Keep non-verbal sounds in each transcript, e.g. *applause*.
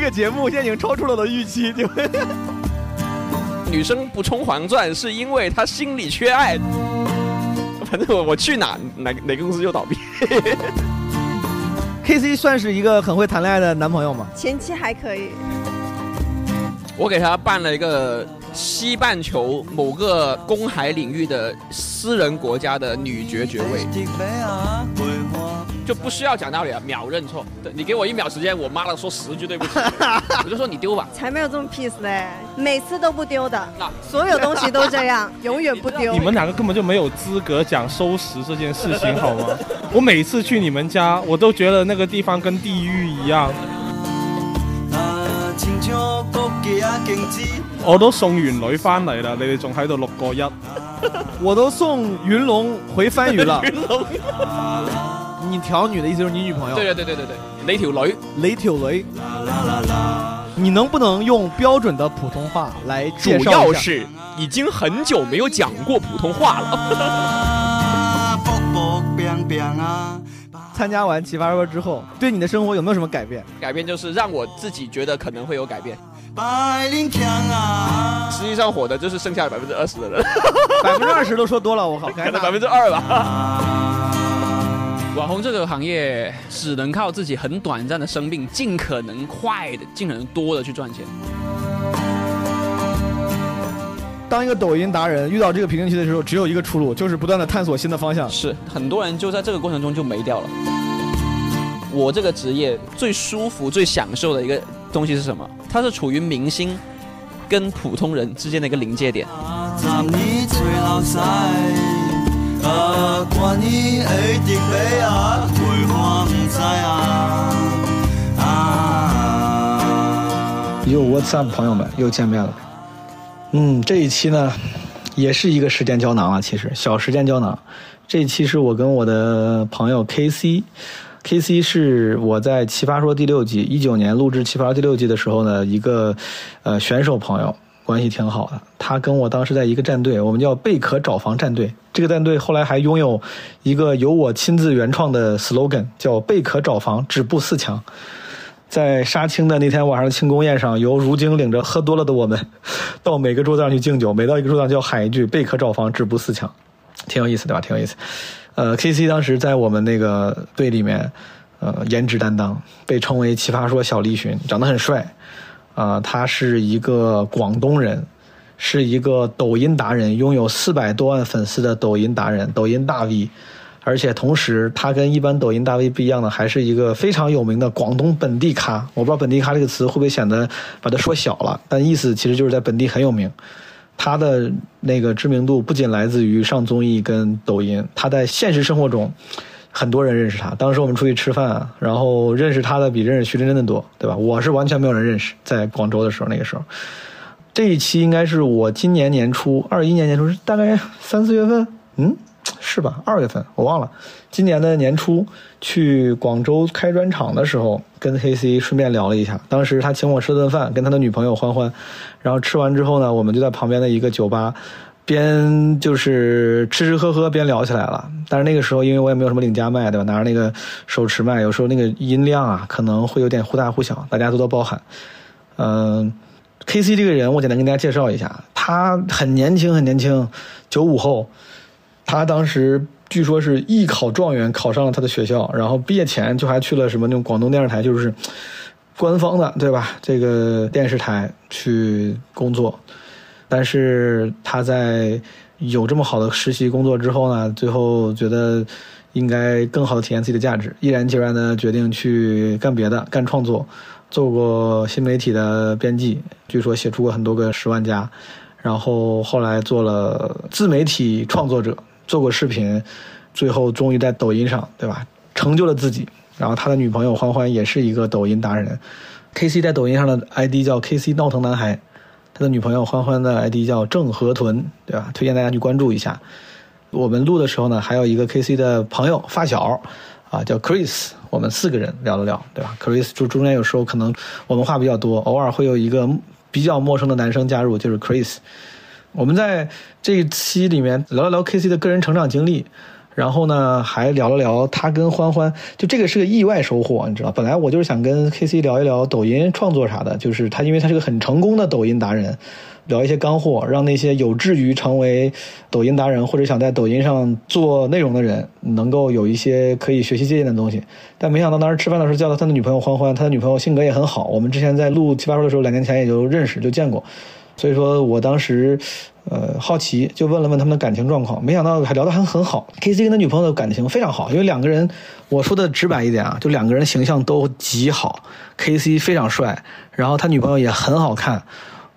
个节目现在已经超出了我的预期， *laughs* 就女生不充黄钻是因为她心里缺爱。反正我我去哪哪哪个公司就倒闭。 K C 算是一个很会谈恋爱的男朋友吗？前期还可以，我给他办了一个西半球某个公海领域的私人国家的女爵爵位，就不需要讲道理啊，秒认错。对你给我一秒时间，我妈了说十句对不起， *laughs* 我就说你丢 *laughs* 吧。才没有这么 peace 嘞，每次都不丢的那，所有东西都 *laughs* 这样，永远不丢你。们两个根本就没有资格讲收拾这件事情，好吗？ *laughs* 我每次去你们家，我都觉得那个地方跟地狱一样。我都送完女翻嚟啦，你哋仲喺度六個一，我都送云龙回番禺 *laughs* 了。你调女的意思就是你女朋友？对对对对对对，哪条女？雷铁雷。你能不能用标准的普通话来介主绍一要下？是已经很久没有讲过普通话了。参加完《奇葩说》之后，对你的生活有没有什么 *laughs* 改变？改变就是让我自己觉得可能会有改变，实际上火的就是剩下百分之二十的人。百分之二十都说多了，我靠，可可能百分之二 *laughs* 吧。网红这个行业只能靠自己很短暂的生命，尽可能快的、尽可能多的去赚钱。当一个抖音达人遇到这个瓶颈期的时候，只有一个出路，就是不断的探索新的方向。是很多人就在这个过程中就没掉了。我这个职业最舒服、最享受的一个东西是什么？它是处于明星跟普通人之间的一个临界点。又 What's up，朋友们，又见面了。嗯，这一期呢，也是一个时间胶囊啊，其实小时间胶囊。这一期是我跟我的朋友 K C，K C 是我在《奇葩说》第六季一九年录制《奇葩说》第六季的时候呢，一个呃选手朋友，关系挺好的。他跟我当时在一个战队，我们叫贝壳找房战队。这个战队后来还拥有一个由我亲自原创的 slogan，叫“贝壳找房，止步四强”。在杀青的那天晚上的庆功宴上，由如晶领着喝多了的我们， *laughs* 到每个桌子上去敬酒，每到一个桌子上就要喊一句“贝壳找房，止步四强”，挺有意思，对吧？挺有意思。呃，K C 当时在我们那个队里面，呃，颜值担当，被称为“奇葩说小栗旬”，长得很帅。啊、他是一个广东人，是一个抖音达人，拥有四百多万粉丝的抖音达人，抖音大 V。而且同时，他跟一般抖音大 V 不一样的，还是一个非常有名的广东本地咖。我不知道“本地咖”这个词会不会显得把它说小了，但意思其实就是在本地很有名。他的那个知名度不仅来自于上综艺跟抖音，他在现实生活中很多人认识他。当时我们出去吃饭，然后认识他的比认识徐真真的多，对吧？我是完全没有人认识，在广州的时候，那个时候。这一期应该是我今年年初，二一年年初，大概三四月份，嗯，是吧？二月份我忘了。今年的年初去广州开专场的时候，跟黑 C 顺便聊了一下。当时他请我吃顿饭，跟他的女朋友欢欢，然后吃完之后呢，我们就在旁边的一个酒吧。边就是吃吃喝喝边聊起来了，但是那个时候因为我也没有什么领家麦，对吧？拿着那个手持麦，有时候那个音量啊可能会有点忽大忽小，大家多多包涵。嗯、K C 这个人，我简单跟大家介绍一下，他很年轻，很年轻，九五后。他当时据说是艺考状元，考上了他的学校，然后毕业前就还去了什么那种广东电视台，就是官方的，对吧？这个电视台去工作。但是他在有这么好的实习工作之后呢，最后觉得应该更好的体现自己的价值，毅然决然的决定去干别的，干创作，做过新媒体的编辑，据说写出过很多个十万加，然后后来做了自媒体创作者，做过视频，最后终于在抖音上，对吧？成就了自己。然后他的女朋友欢欢也是一个抖音达人，K C 在抖音上的 ID 叫 K C 闹腾男孩，他的女朋友欢欢的 ID 叫郑河豚，对吧？推荐大家去关注一下。我们录的时候呢，还有一个 KC 的朋友发小，啊，叫 Chris，我们四个人聊了聊，对吧？Chris 就中间有时候可能我们话比较多，偶尔会有一个比较陌生的男生加入，就是 Chris。我们在这一期里面聊了聊 KC 的个人成长经历，然后呢，还聊了聊他跟欢欢，就这个是个意外收获，你知道，本来我就是想跟 K C 聊一聊抖音创作啥的，就是他，因为他是个很成功的抖音达人，聊一些干货，让那些有志于成为抖音达人或者想在抖音上做内容的人，能够有一些可以学习借鉴的东西。但没想到当时吃饭的时候叫到他的女朋友欢欢，他的女朋友性格也很好，我们之前在录奇葩说的时候，两年前也就认识就见过。所以说我当时，呃，好奇就问了问他们的感情状况，没想到还聊得还很好。K C 跟他女朋友的感情非常好，因为两个人，我说的直白一点啊，就两个人形象都极好，K C 非常帅，然后他女朋友也很好看，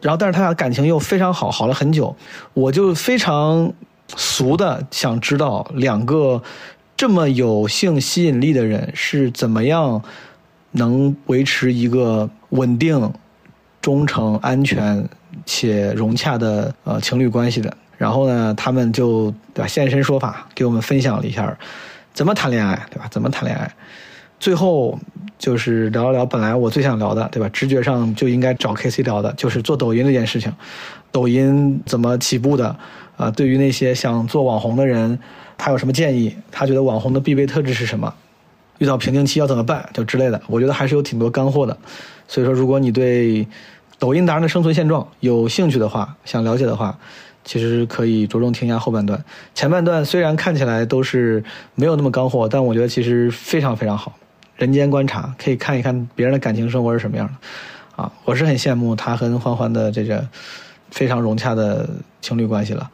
然后但是他俩感情又非常好，好了很久，我就非常俗的想知道两个这么有性吸引力的人是怎么样能维持一个稳定、忠诚、安全且融洽的呃情侣关系的。然后呢，他们就对吧现身说法，给我们分享了一下怎么谈恋爱，对吧？怎么谈恋爱？最后就是聊了聊本来我最想聊的，对吧？直觉上就应该找 K C 聊的，就是做抖音这件事情，抖音怎么起步的？啊、对于那些想做网红的人，他有什么建议？他觉得网红的必备特质是什么？遇到瓶颈期要怎么办？就之类的，我觉得还是有挺多干货的。所以说，如果你对抖音达人的生存现状有兴趣的话，想了解的话，其实可以着重听一下后半段。前半段虽然看起来都是没有那么干货，但我觉得其实非常非常好。人间观察可以看一看别人的感情生活是什么样的，啊，我是很羡慕他和欢欢的这个非常融洽的情侣关系了。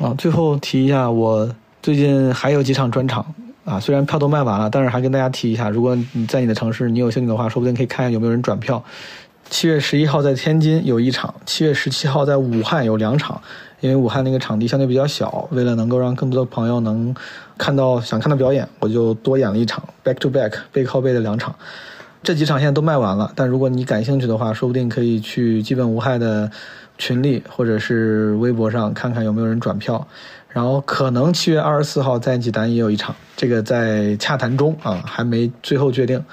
啊，最后提一下，我最近还有几场专场啊，虽然票都卖完了，但是还跟大家提一下，如果你在你的城市，你有兴趣的话，说不定可以看一下有没有人转票。七月十一号在天津有一场，七月十七号在武汉有两场，因为武汉那个场地相对比较小，为了能够让更多的朋友能看到想看的表演，我就多演了一场 back to back 背靠背的两场。这几场现在都卖完了，但如果你感兴趣的话，说不定可以去基本无害的群里或者是微博上看看有没有人转票。然后可能七月二十四号在济南也有一场，这个在洽谈中啊，还没最后决定。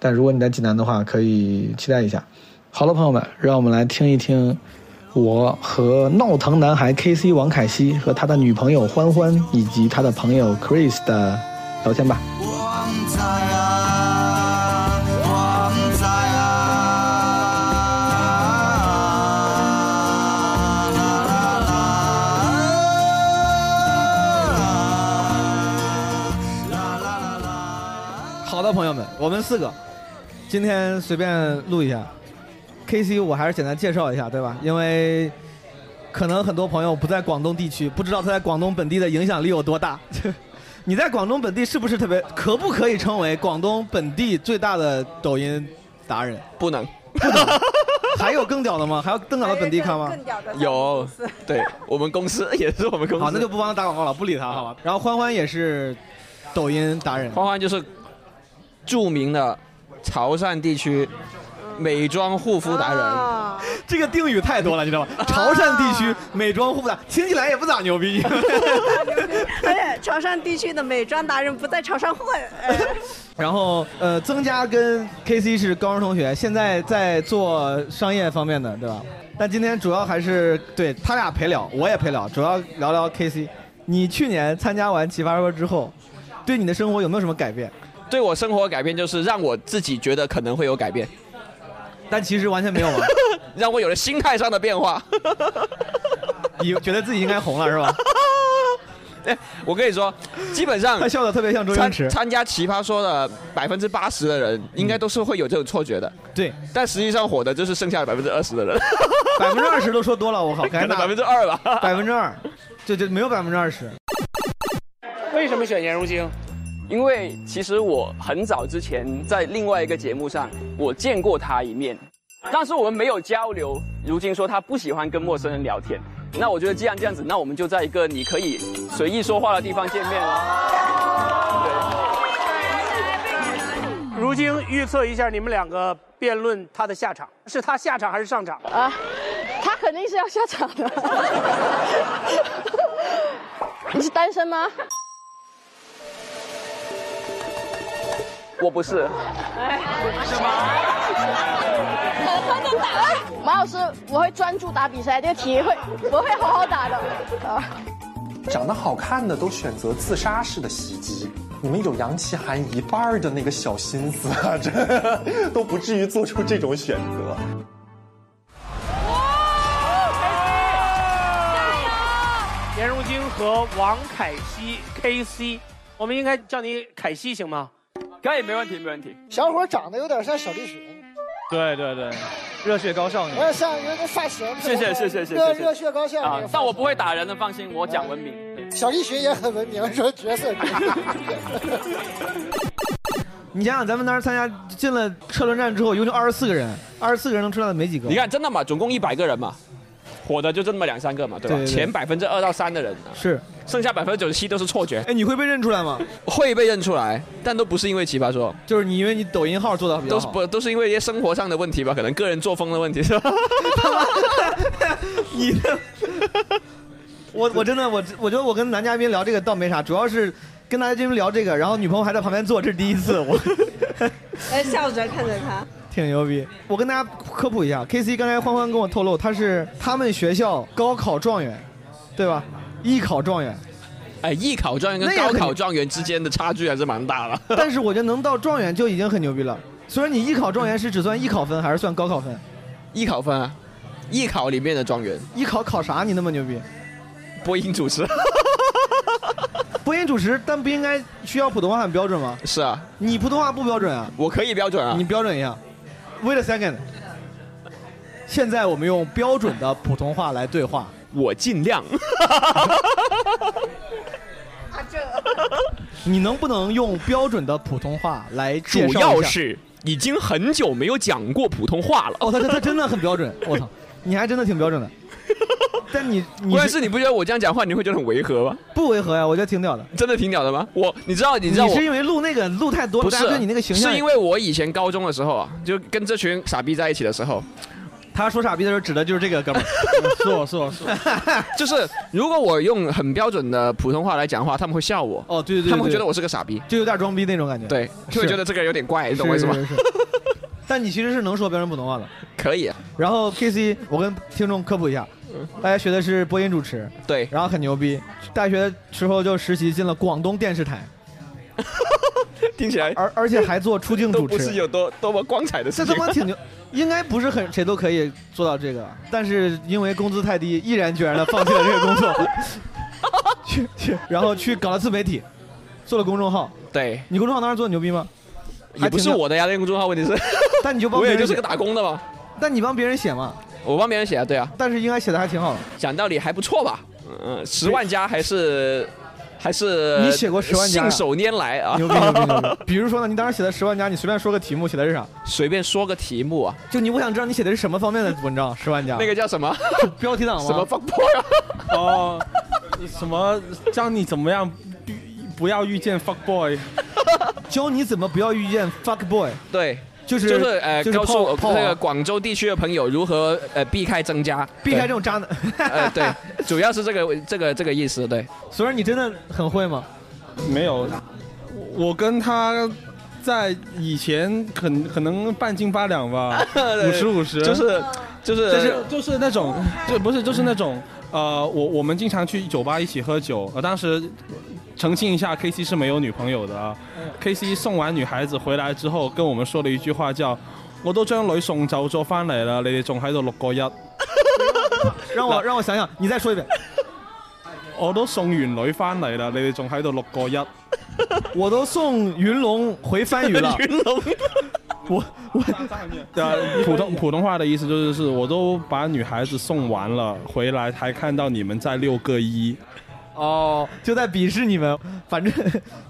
但如果你在济南的话，可以期待一下。好了，朋友们，让我们来听一听我和闹腾男孩 K C 王凯西和他的女朋友欢欢以及他的朋友 Chris 的聊天吧。旺仔啊，旺仔啊，啦啦啦，啦啦啦啦。好的，朋友们，我们四个今天随便录一下。K C，我还是简单介绍一下，对吧？因为可能很多朋友不在广东地区，不知道他在广东本地的影响力有多大。 *laughs* 你在广东本地是不是特别？可不可以称为广东本地最大的抖音达人？不能还有更屌的吗？还有更屌的本地咖吗？更屌的啊有， *laughs* 对我们公司也是我们公司。好，那就不帮他打广告了，不理他，好吧？然后欢欢也是抖音达人，欢欢就是著名的潮汕地区美妆护肤达人。 *laughs* 啊这个定语太多了，你知道吗？啊潮汕地区美妆护肤达，听起来也不咋牛 *laughs* 逼。而且哎潮汕地区的美妆达人不在潮 *laughs* 汕混，哎然后呃，曾佳跟 K C 是高中同学，现在在做商业方面的，对吧？但今天主要还是对他俩陪聊，我也陪聊，主要聊聊 K C。你去年参加完奇葩说之后，对你的生活有没有什么改变？对我生活的改变就是让我自己觉得可能会有改变，但其实完全没 *laughs* 有嘛，啊让我有了心态上的变化。 *laughs* 你觉得自己应该红了是吧？嗯哎，我跟你说，基本 *laughs* 上他笑的特别像周星参驰，参加奇葩说的百分之八十的人，应该都是会有这种错觉的。对，但实际上火的就是剩下的百分之二十的人，百分之二十都说多了，我 *laughs* 靠，可赶紧能打百分之二吧。 *laughs* 百分之二，就就没有百分之二十。为什么选颜如晶？因为其实我很早之前在另外一个节目上，我见过他一面，但是我们没有交流。如今说他不喜欢跟陌生人聊天，那我觉得既然这样子，那我们就在一个你可以随意说话的地方见面了。如晶预测一下你们两个辩论他的下场，是他下场还是上场？啊，他肯定是要下场的。 *laughs* 你是单身吗？我不是，哎，马老师，我会专注打比赛，这个题会我会好好打的。啊，长得好看的都选择自杀式的袭击。你们有杨奇涵一半儿的那个小心思啊，这都不至于做出这种选择。颜如晶和王凯西 KC，我们应该叫你凯西行吗？可以，没问题，没问题。小伙长得有点像小栗旬，对对对，热血高少有点像有点发型。谢谢谢谢谢谢热谢谢热血高校那啊个发！但我不会打人的，放心，我讲文明。型小栗旬也很文明，说角色。你想想，咱们当时参加进了车轮战之后，一共就二十四个人，二十四个人能出来的没几个。你看，真的嘛，总共一百个人嘛，火的就这么两三个嘛，对吧？对对对前百分之二到三的人、啊、是，剩下百分之九十七都是错觉。哎，你会被认出来吗？会被认出来，但都不是因为奇葩说，就是你因为你抖音号做的比较都是好。不都是因为一些生活上的问题吧，可能个人作风的问题是吧？你的，我我真的我我觉得我跟男嘉宾聊这个倒没啥，主要是跟男嘉宾聊这个，然后女朋友还在旁边坐，这是第一次，我 *laughs* 哎呃，笑着看着他。挺牛逼。我跟大家科普一下，K C 刚才欢欢跟我透露，他是他们学校高考状元，对吧？艺考状元， *laughs* 哎，艺考状元跟那也高很考状元之间的差距还是蛮大的。但是我觉得能到状元就已经很牛逼了。所以你艺考状元是只算艺考分还是算高考分？ *laughs* 艺考分啊，艺考里面的状元，艺考考啥？你那么牛逼？播音主持。播音主持，但不应该需要普通话很标准吗？ *laughs* 是啊，你普通话不标准啊？我可以标准啊。你标准一下。Wait a second。现在我们用标准的普通话来对话。我尽 *laughs* 量。啊，这你能不能用标准的普通话来主介绍一下要是已经很久没有讲过普通话了。哦，他他他真的很标准，我操，你还真的挺标 *laughs* 准的。但你你关键是你不觉得我这样讲话你会觉得很违和吗？不违和呀，我觉得挺屌的。 *laughs* 真的挺屌的吗？我你知道你知道我是因为录那个录太多了，不大是家对你那个形象是因为我以前高中的时候啊，就跟这群傻逼在一起的时候， *laughs* 他说傻逼的时候指的就是这个哥们儿，是我是我是我，就是如果我用很标准的普通话来讲话，他们会笑 *laughs* 我。哦，对对对他们会对觉得我是个傻逼，就有点装逼那种感觉。对，就会觉得这个人有点怪，你懂我意是思吗？是是 *laughs* 是但你其实是能说标准普通话的，可以。啊然后 K C，我跟听众科普一下，大家学的是播音主持， *laughs* 对，然后很牛逼，大学时候就实习进了广东电视台，听起来，而而且还做出镜都主不是持，有多多么光彩的事这情。他妈挺牛，应该不是很谁都可以做到这个，但是因为工资太低，毅然决然的放弃了这个工作， *laughs* 去去，然后去搞了自媒体，做了公众号，对，你公众号当时做的牛逼吗？也不是我的呀，那个公众号问题是，但你就帮 *laughs* 我别也人就是写个打工的嘛，但你帮别人写嘛，我帮别人写啊，对啊，但是应该写的还挺好的。讲道理还不错吧，嗯嗯，十万加还是还是你写过十万加啊信手拈来 *laughs* 啊，牛逼牛逼牛逼！比如说呢，你当时写的十万加，你随便说个题目，写的是啥？随便说个题目啊，就你，我想知道你写的是什么方面的文章？十万加那个叫什么？标题党吗？ *laughs* 什么放破呀？哦，你什么教你怎么样不不要遇见 fuck boy？教你怎么不要遇见 fuck boy？ *laughs* 对，就是就是呃，就是告诉泡我泡啊那个广州地区的朋友如何呃避开增加，避开这种渣男。对呃对，主要是这个这个这个意思，对。，*laughs* 所以你真的很会吗？没有，我跟他在以前可能可能半斤八两 *laughs* 吧对五十五十，就是就是就是就是那种，就不是就是那种，呃，我我们经常去酒吧一起喝酒，呃，当时。澄清一下，K C 是没有女朋友的啊。K C 送完女孩子回来之後，跟我們說了一句話叫：我都將女送走咗翻嚟啦，你哋仲喺度六個一。让我让我想想，你再说一遍。我都送完女翻嚟啦，你哋仲喺度六 *laughs* 個一。我都送云龙回番禺了。 *laughs* 云龙，我我呃，普通普通话的意思就是，是我都把女孩子送完了，回来还看到你们在六个一。哦，就在鄙视你们。反正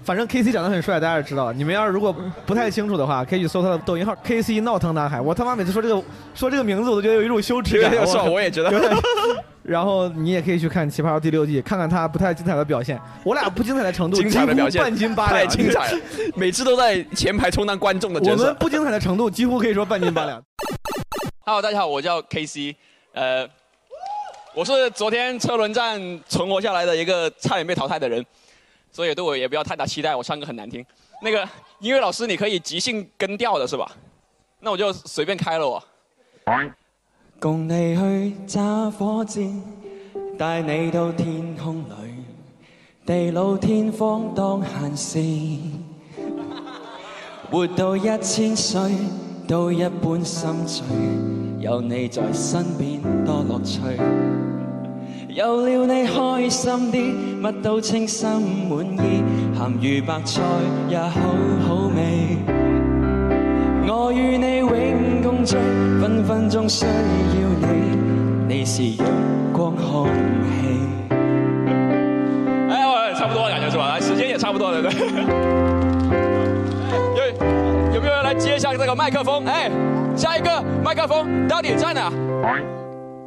反正 K C 长得很帅，大家也知道。你们要是如果不太清楚的话，可以去搜他的抖音号 K C 闹腾男孩。我他妈每次说这个说这个名字，我都觉得有一种羞耻感。有点爽 *laughs* 我 *laughs* 也觉得有点然后你也可以去看《奇葩说》第六季，看看他不太精彩的表现。我俩不精彩的程度，精彩的表现，几乎半斤八太两，精彩了。，每次都在前排充当观众的我角们色。不精彩的程度，几乎可以说半斤八两。 Hello，大家好，我叫 KC，呃，我是昨天车轮战存活下来的一个差点被淘汰的人，所以对我也不要太大期待，我唱歌很难听。那个音乐老师，你可以即兴跟调的是吧？那我就随便开了我。 cùng đi đi 去揸火箭，带你到天空里，地老天荒當閒事，活到一千歲都一般心醉，有你在身邊多樂趣。有了你開心啲，乜都清心滿意，鹹魚白菜也好好味。我與你永共聚，分分鐘需要你，你是陽光空氣。哎，我差不多了，感觉是吧？哎时间也差不多 *laughs* 了，对。有有没有人来接一下这个麦克风？哎，下一个麦克风到底在哪？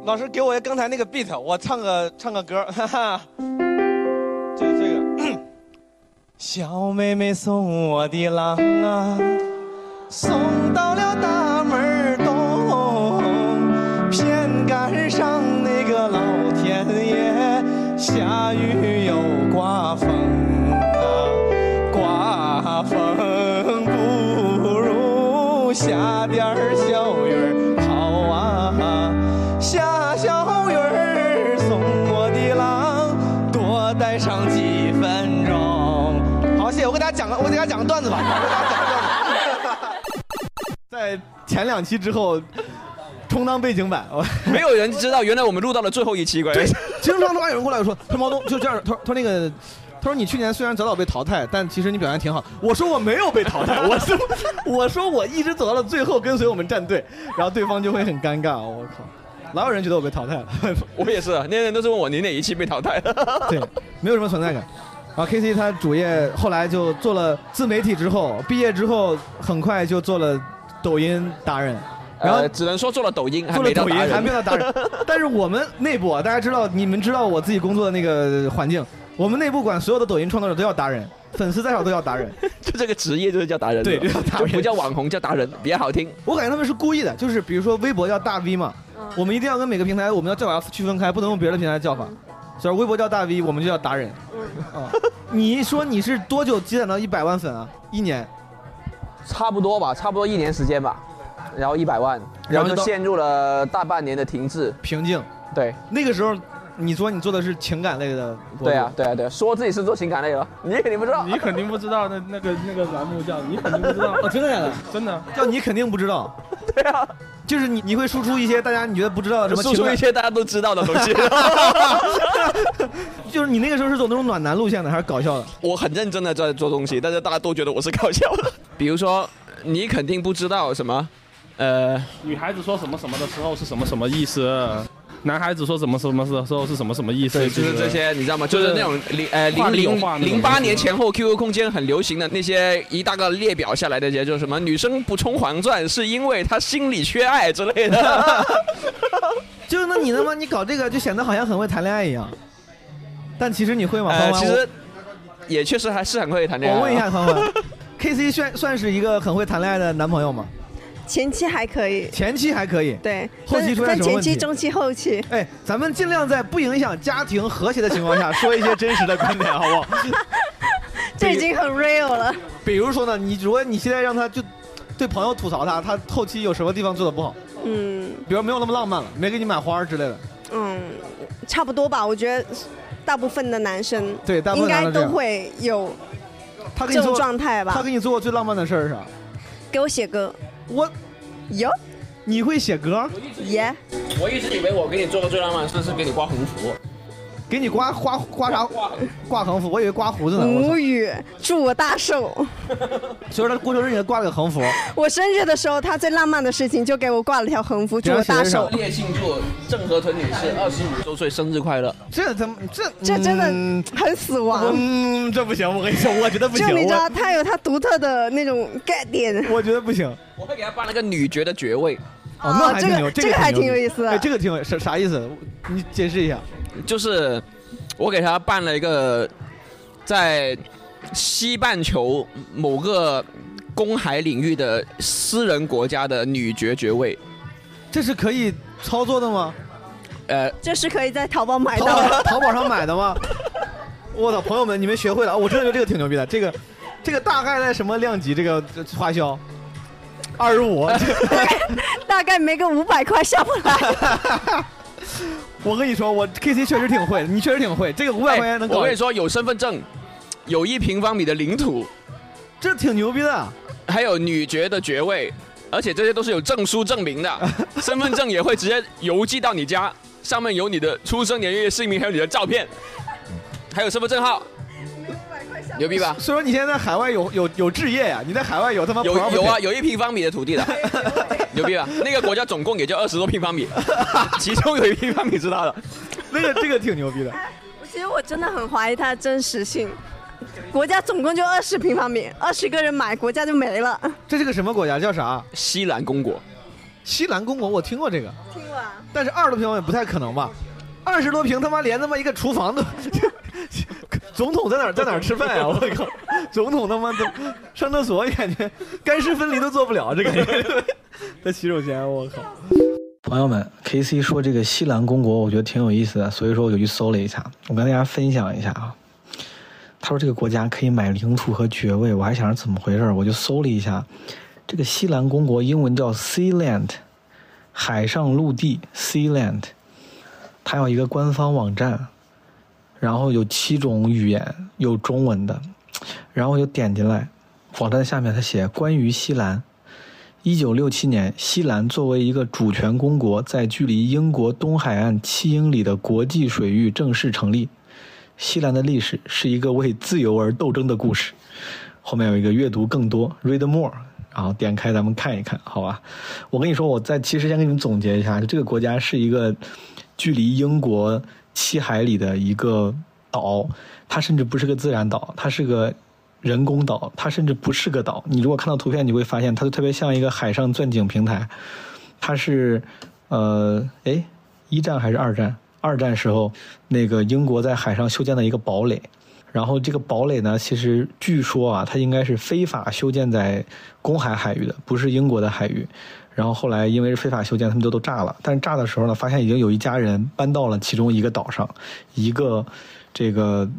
老师给我刚才那个 beat，我唱个唱个歌， *laughs* 哈哈，就是这个。 *clears throat* 小妹妹送我的郎啊，送到了大门儿东，偏赶上那个老天爷下雨又刮风啊，刮风不如下点儿小雨儿好啊。下小雨儿送我的郎，多待上几分钟。好，谢谢。我给大家讲个，我给大家讲个段子 *laughs* 吧。我给大家讲个段子。在前两期之后，充当背景板。没有人知道，原来我们录到了最后一期，关键对是， *laughs* 经常他妈有人过来说，他说毛东就这样，他说他说那个。他说：“你去年虽然早早被淘汰，但其实你表现挺好。”我说：“我没有 *laughs* 被淘汰，我说我说我一直走到了最后，跟随我们战队。”然后对方就会很尴尬。我靠，老有人觉得我被淘汰了。我也是，啊那些人都是问我你哪一期被淘 *laughs* 汰了。对，没有什么存在感。然后 K C 他主业后来就做了自媒体，之后毕业之后很快就做了抖音达人，然后呃只能说做了抖音，还做了没到抖音达人，还没有到达人。 *laughs* 但是我们内部啊，大家知道，你们知道我自己工作的那个环境，我们内部管所有的抖音创作者都要达人，粉丝再少都要达人。 *laughs* 就这个职业就是叫达人，对就叫达人就不叫网红，叫达人，比较好听。我感觉他们是故意的，就是比如说微博叫大 V 嘛，我们一定要跟每个平台我们要叫法区分开，不能用别的平台的叫法。所以微博叫大 V，我们就叫达人。啊，你说你是多久积攒到一百万粉啊？一年？差不多吧，差不多一年时间吧，然后一百万，然然后后就就到陷入了大半年的停滞平静。对，那个时候你说你做的是情感类的博主，，对啊，对啊，对啊，说自己是做情感类了，你肯定不知道， *laughs* 你肯定不知道那那个那个栏目叫，你肯定不知道哦真的假的？ *laughs* 真的。叫你肯定不知道。对啊，就是你你会输出一些大家你觉得不知道的什么输情出感一些大家都知道的东 *laughs* 西。就是你那个时候是走那种暖男路线的，还是搞笑的？我很认真的在做东西，但是大家都觉得我是搞笑的。比如说，你肯定不知道什么，呃，女孩子说什么什么的时候是什么什么意思？男孩子说什么什么的时候是什么什么意思？对，其就实是这些，你知道吗？就是那种零呃话零里有零话那种零八东西年前后 QQ 空间很流行的那些一大个列表下来的，些，就是什么女生不充黄钻是因为她心里缺爱之类 *laughs* 的。就是那你他妈你搞这个就显得好像很会谈恋爱一样，但其实你会吗？欢呃，欢其我实也确实还是很会谈恋爱啊。我问一下欢欢 *laughs* ，K C 算算是一个很会谈恋爱的男朋友吗？前期还可以，前期还可以，对，后期出现但什么前问期、题？中期、后期，哎，咱们尽量在不影响家庭和谐的情况下，说一些真实的观点，好不好？这已经很 real 了。比如说呢，你如果你现在让他就对朋友吐槽他，他后期有什么地方做的不好？嗯比如没有那么浪漫了，没给你买花儿之类的。嗯，差不多吧。我觉得大部分的男生对大部应分男该生这都样会有他给这你种做状态吧他。给你做过最浪漫的事儿是啥？给我写歌，我有你会写歌？耶，我一直以为我给你做过最浪漫的事是给你刮横幅，给你刮刮刮啥？挂横幅，我以为刮胡子呢。我操无语，祝我大寿。所以说他过生日也挂了个横幅。我生日的时候，他最浪漫的事情就给我挂了条横幅，祝我大寿。烈庆祝郑和豚女士二十五周岁生日快乐。这怎么这这真的很死亡。嗯，这不行，我跟你说， *laughs* 我觉得不就行。你知道，我他有他独特的那种概念。我觉得不行。我会给她颁了个女爵的爵位。哦，那还挺有，这个这个还挺有意思的哎，这个挺有啥啥意思？你解释一下。就是我给他办了一个在西半球某个公海领域的私人国家的女爵爵位。这是可以操作的吗？呃，这是可以在淘宝买淘到宝的。淘宝上买的吗？ *laughs* 我操，朋友们，你们学会了，我真的觉得这个挺牛逼的。这个，这个大概在什么量级？这个这花销， *laughs* 二十五。 *laughs* 大概没个五百块下不来。我跟你说，我 K C 确实挺会，你确实挺会，这个五百块钱能搞。哎我跟你，说，有身份证，有一平方米的领土，这挺牛逼的。还有女爵的爵位，而且这些都是有证书证明的，身份证也会直接邮寄到你家，上面有你的出生年月日、姓名，还有你的照片，还有身份证号。牛逼吧？所以说你现在在海外有有有置业呀、你在海外有他妈有 property 有啊，有一平方米的土地的，牛 *laughs* 逼吧？啊那个国家总共也就二十多平 *laughs* 方米，其中有一平方米是他的， *laughs* 那个这个挺牛逼的。 *laughs* 其实我真的很怀疑它的真实性。国家总共就二十平方米，二十个人买，国家就没了。这是个什么国家？叫啥？西兰公国。西兰公国，我听过这个，听过啊。但是二十多平方也不太可能吧？二十多平，他妈连他妈一个厨房都， *laughs* 总统在哪儿在哪儿吃饭啊呀、我靠，总统他妈的上厕所也感觉干湿分离都做不了，这感觉在洗手间，我靠。朋友们，K C 说这个西兰公国，我觉得挺有意思的，所以说我就去搜了一下，我跟大家分享一下啊。他说这个国家可以买领土和爵位，我还想着怎么回事儿，我就搜了一下，这个西兰公国英文叫 Sealand，海上陆地 Sealand，它有一个官方网站，然后有七种语言，有中文的，然后我就点进来，网站下面它写关于西兰，一九六七年，西兰作为一个主权公国，在距离英国东海岸七英里的国际水域正式成立。西兰的历史是一个为自由而斗争的故事。后面有一个阅读更多，read more，然后点开咱们看一看，好吧？我跟你说，我在其实先给你们总结一下，就这个国家是一个距离英国七海里的一个岛，它甚至不是个自然岛，它是个人工岛，它甚至不是个岛。你如果看到图片，你会发现它就特别像一个海上钻井平台。它是，呃，哎，一战还是二战？二战时候，那个英国在海上修建的一个堡垒。然后这个堡垒呢，其实据说啊，它应该是非法修建在公海海域的，不是英国的海域。然后后来因为是非法修建，他们就都炸了。但是炸的时候呢，发现已经有一家人搬到了其中一个岛上，一个这个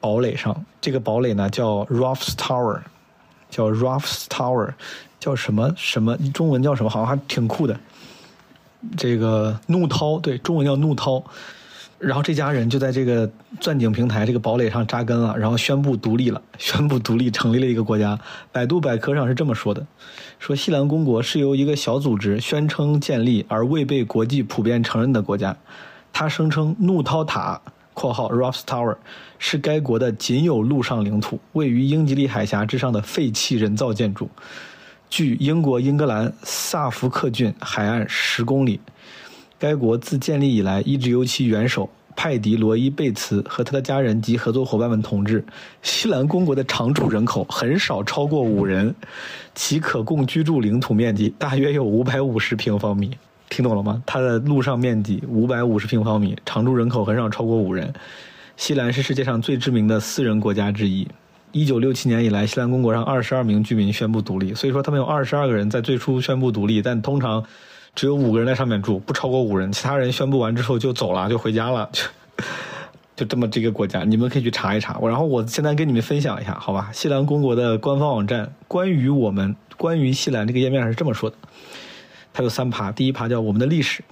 堡垒上。这个堡垒呢叫 Ruff's Tower，叫 Ruff's Tower，叫什么什么中文叫什么，好像还挺酷的。这个怒涛，对，中文叫怒涛。然后这家人就在这个钻井平台、这个堡垒上扎根了，然后宣布独立了， *laughs* 宣布独立成立了一个国家。百度百科上是这么说的：说西兰公国是由一个小组织宣称建立而未被国际普遍承认的国家。他声称怒涛塔（括号 Ross Tower） 是该国的仅有陆上领土，位于英吉利海峡之上的废弃人造建筑。距英国英格兰萨福克郡海岸十公里。该国自建立以来一直由其元首派迪罗伊贝茨和他的家人及合作伙伴们统治。西兰公国的常住人口很少超过五人，其可供居住领土面积大约有五百五十平方米。听懂了吗？它的陆上面积五百五十平方米，常住人口很少超过五人。西兰是世界上最知名的私人国家之一。一九六七年以来，西兰公国让二十二名居民宣布独立，所以说他们有二十二个人在最初宣布独立，但通常只有五个人在上面住，不超过五人，其他人宣布完之后就走了，就回家了， *laughs* 就就这么这个国家，你们可以去查一查。我然后我现在跟你们分享一下，好吧？西兰公国的官方网站关于我们关于西兰这个页面上是这么说的，它有三爬，第一爬叫我们的历史，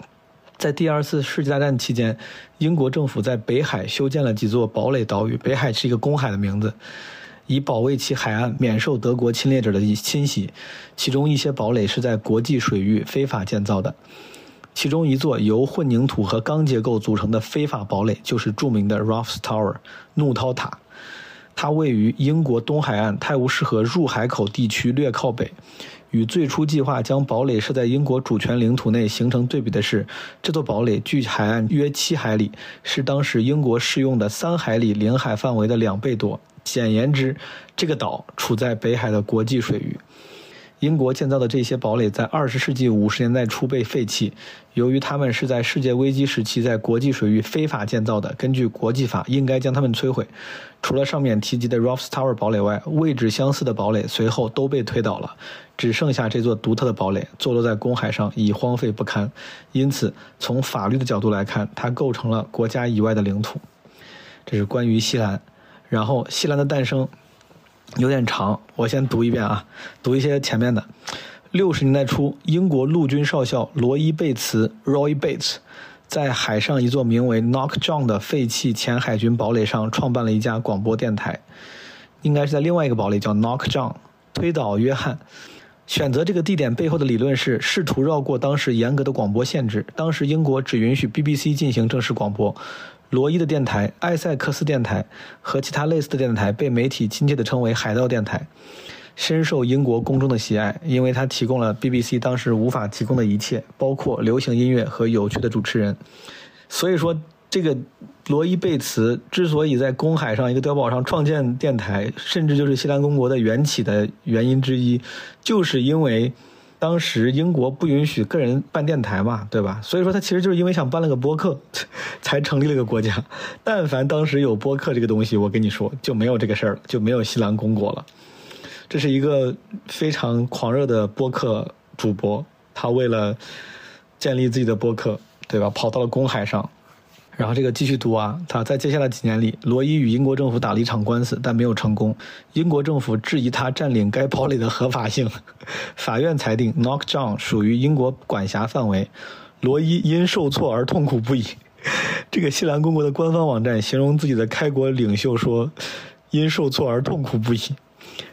在第二次世界大战期间，英国政府在北海修建了几座堡垒岛屿。北海是一个公海的名字，以保卫其海岸免受德国侵略者的侵袭。其中一些堡垒是在国际水域非法建造的，其中一座由混凝土和钢结构组成的非法堡垒就是著名的 Ruff's Tower（ 怒涛塔）。它位于英国东海岸泰晤士河入海口地区略靠北。与最初计划将堡垒设在英国主权领土内形成对比的是，这座堡垒距海岸约七海里，是当时英国适用的三海里领海范围的两倍多。简言之，这个岛处在北海的国际水域。英国建造的这些堡垒在20世纪50年代初被废弃，由于它们是在世界危机时期在国际水域非法建造的，根据国际法应该将它们摧毁。除了上面提及的 Roffs Tower 堡垒外，位置相似的堡垒随后都被推倒了，只剩下这座独特的堡垒坐落在公海上，已荒废不堪。因此，从法律的角度来看，它构成了国家以外的领土。这是关于西兰，然后西兰的诞生有点长，我先读一遍啊，读一些前面的。六十年代初，英国陆军少校罗伊·贝茨 （Roy Bates） 在海上一座名为 Knock John 的废弃前海军堡垒上创办了一家广播电台，应该是在另外一个堡垒叫 Knock John 推倒约翰。选择这个地点背后的理论是试图绕过当时严格的广播限制。当时英国只允许 BBC 进行正式广播，罗伊的电台、艾塞克斯电台和其他类似的电台被媒体亲切地称为“海盗电台”，深受英国公众的喜爱，因为它提供了 BBC 当时无法提供的一切，包括流行音乐和有趣的主持人。所以说，这个罗伊贝茨之所以在公海上一个碉堡上创建电台，甚至就是西兰公国的缘起的原因之一，就是因为当时英国不允许个人办电台嘛，对吧？所以说他其实就是因为想办了个播客， *laughs* 才成立了个国家。但凡当时有播客这个东西，我跟你说就没有这个事儿了，就没有西兰公国了。这是一个非常狂热的播客主播，他为了建立自己的播客，对吧？跑到了公海上，然后这个继续读啊，他在接下来几年里，罗伊与英国政府打了一场官司，但没有成功。英国政府质疑他占领该堡垒的合法性， *laughs* 法院裁定 Knock John 属于英国管辖范围。罗伊因受挫而痛苦不已。 *laughs* 这个西兰公国的官方网站形容自己的开国领袖说：“因受挫而痛苦不已。”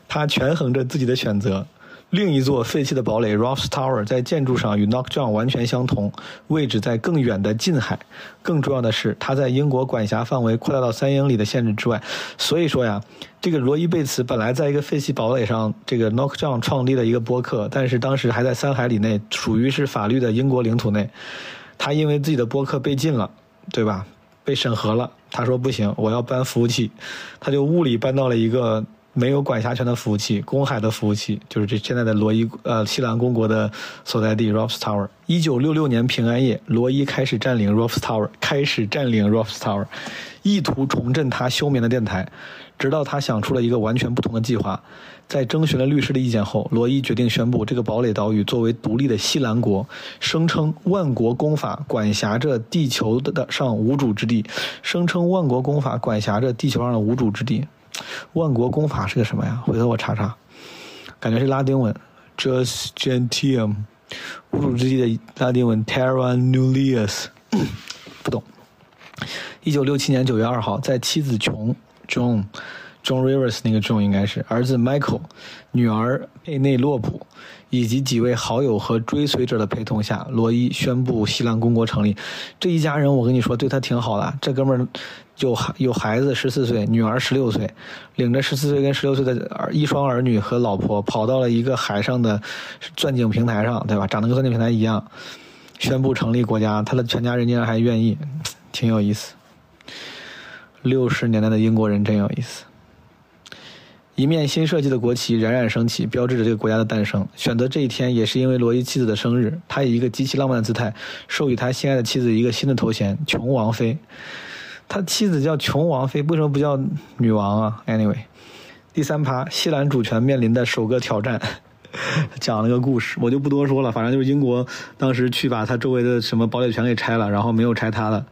他权衡着自己的选择。另一座废弃的堡垒 Ross Tower 在建筑上与 Knock John 完全相同，位置在更远的近海。更重要的是，它在英国管辖范围扩大到三英里的限制之外。所以说呀，这个罗伊贝茨本来在一个废弃堡垒上，这个 Knock John 创立了一个播客，但是当时还在三海里内，属于是法律的英国领土内。他因为自己的播客被禁了，对吧？被审核了。他说不行，我要搬服务器，他就物理搬到了一个没有管辖权的服务器，公海的服务器，就是这现在的罗伊呃西兰公国的所在地 Ross Tower。一九六六年平安夜，罗伊开始占领 Ross Tower，开始占领 Ross Tower，意图重振他休眠的电台，直到他想出了一个完全不同的计划。在征询了律师的意见后，罗伊决定宣布这个堡垒岛屿作为独立的西兰国，声称万国公法管辖着地球的上无主之地，声称万国公法管辖着地球上的无主之地。万国公法是个什么呀？回头我查查，感觉是拉丁文 “jus gentium”，无主之地的拉丁文 “terra nullius”，不懂。一九六七年九月二号，在妻子琼 John John Rivers 那个 John 应该是儿子 Michael、女儿佩内洛普以及几位好友和追随者的陪同下，罗伊宣布西兰公国成立。这一家人，我跟你说，对他挺好的。啊这哥们儿有孩有孩子，十四岁，女儿十六岁，领着十四岁跟十六岁的儿一双儿女和老婆，跑到了一个海上的钻井平台上，对吧？长得跟钻井平台一样，宣布成立国家。他的全家人竟然还愿意，挺有意思。六十年代的英国人真有意思。一面新设计的国旗冉冉升起，标志着这个国家的诞生。选择这一天，也是因为罗伊妻子的生日。他以一个极其浪漫的姿态，授予他心爱的妻子一个新的头衔——琼王妃。他妻子叫琼王妃，为什么不叫女王啊？Anyway，第三趴，西兰主权面临的首个挑战，讲了个故事，我就不多说了。反正就是英国当时去把他周围的什么堡垒全给拆了，然后没有拆他的。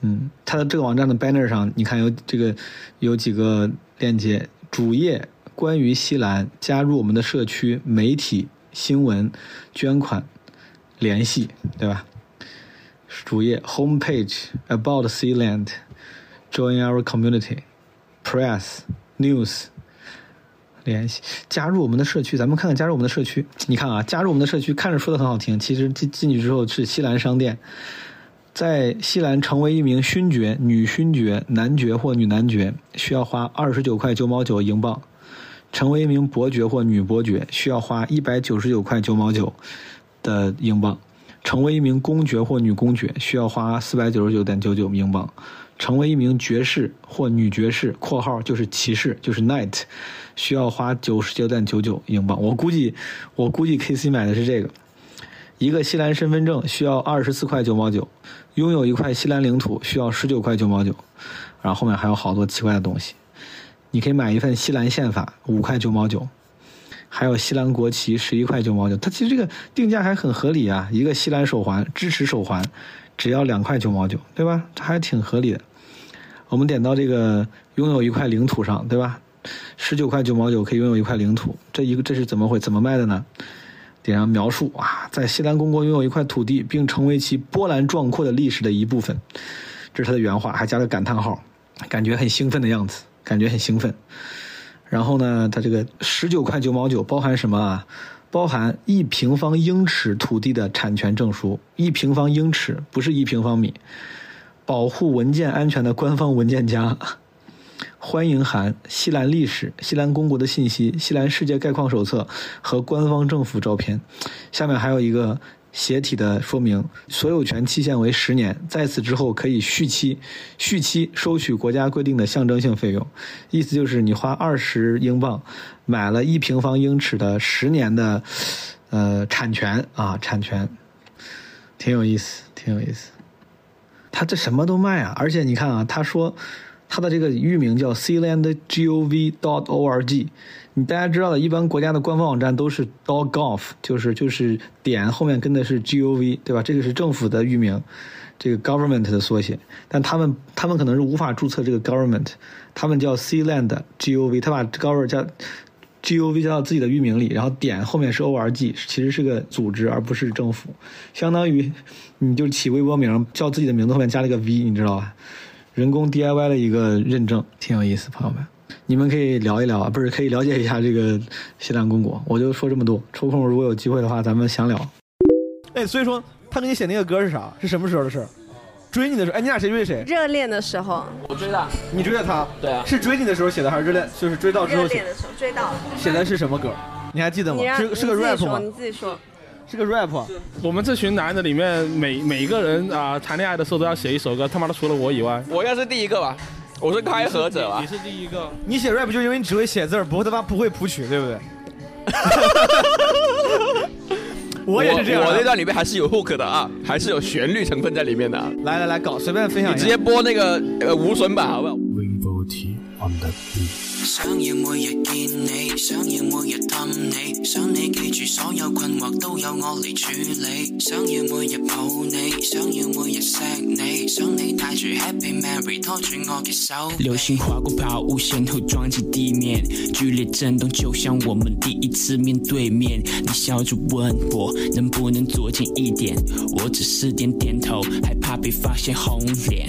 嗯，他的这个网站的 banner 上，你看有这个有几个链接，主页关于西兰，加入我们的社区、媒体、新闻、捐款、联系，对吧？主页 homepage about Sealand, join our community, press news。联系加入我们的社区，咱们看看加入我们的社区。你看啊，加入我们的社区，看着说的很好听，其实进进去之后是西兰商店，在西兰成为一名勋爵、女勋爵、男爵或女男爵，需要花二十九块九毛九英镑；成为一名伯爵或女伯爵，需要花一百九十九块九毛九的英镑；成为一名公爵或女公爵，需要花四百九十九点九九英镑；成为一名爵士或女爵士（括号就是骑士，就是 knight），需要花九十九点九九英镑。我估计，我估计 K C 买的是这个。一个西兰身份证需要二十四块九毛九，拥有一块西兰领土需要十九块九毛九，然后后面还有好多奇怪的东西。你可以买一份西兰宪法，五块九毛九，还有西兰国旗十一块九毛九。它其实这个定价还很合理啊，一个西兰手环支持手环，只要两块九毛九，对吧？这还挺合理的。我们点到这个拥有一块领土上，对吧？十九块九毛九可以拥有一块领土，这一个这是怎么会怎么卖的呢？顶上描述啊，在西兰公国拥有一块土地，并成为其波澜壮阔的历史的一部分。这是他的原话，还加了感叹号，感觉很兴奋的样子，感觉很兴奋。然后呢，它这个十九块九毛九包含什么啊？包含一平方英尺土地的产权证书，一平方英尺不是一平方米。保护文件安全的官方文件夹，欢迎函、西兰历史、西兰公国的信息、西兰世界概况手册和官方政府照片。下面还有一个斜体的说明，所有权期限为十年，在此之后可以续期，续期收取国家规定的象征性费用。意思就是你花二十英镑买了一平方英尺的十年的呃产权啊，产权，挺有意思，挺有意思。他这什么都卖啊！而且你看啊，他说他的这个域名叫 cland.gov.org，你大家知道的，一般国家的官方网站都是 .gov，就是就是点后面跟的是 gov，对吧？这个是政府的域名，这个 government 的缩写。但他们他们可能是无法注册这个 government，他们叫 cland.gov，他把 gov 加 gov 加到自己的域名里，然后点后面是 org，其实是个组织而不是政府，相当于你就起微博名叫自己的名字后面加了一个 v，你知道吧？人工 DIY 了一个认证，挺有意思，朋友们，你们可以聊一聊，不是可以了解一下这个西兰公国。我就说这么多，抽空如果有机会的话，咱们详聊。哎，所以说他给你写那个歌是啥？是什么时候的事儿？追你的时候，哎，你俩谁追谁？热恋的时候，我追的。你追的他？对啊。是追你的时候写的，还是热恋？就是追到之热后写恋的时候追到了。写的是什么歌？你还记得吗你？让哦是是个你自己 rap 说吗？你自己说，是个 rap。啊我们这群男的里面，每每一个人啊、谈恋爱的时候都要写一首歌，他妈的除了我以外，我要是第一个吧，我是开合者啊吧。你是第一个。你写 rap 就因为你只会写字儿，不会他妈不会谱曲，对不对？ *laughs* 我也是这样的啊我。我那段里面还是有 hook 的啊，还是有旋律成分在里面的、啊。来来来，搞随便分享一你下直接播那个呃无损版好不好？想要每日见你，想要每日氹你，想你記住所有困惑都有我嚟處理，想要每日抱你，想要每日錫你，想你帶住 Happy Mary 拖住我嘅手。流星划过抛物线后撞击地面，剧烈震动，就像我们第一次面对面。你笑着问我能不能坐近一点，我只是点点头，害怕被发现红脸。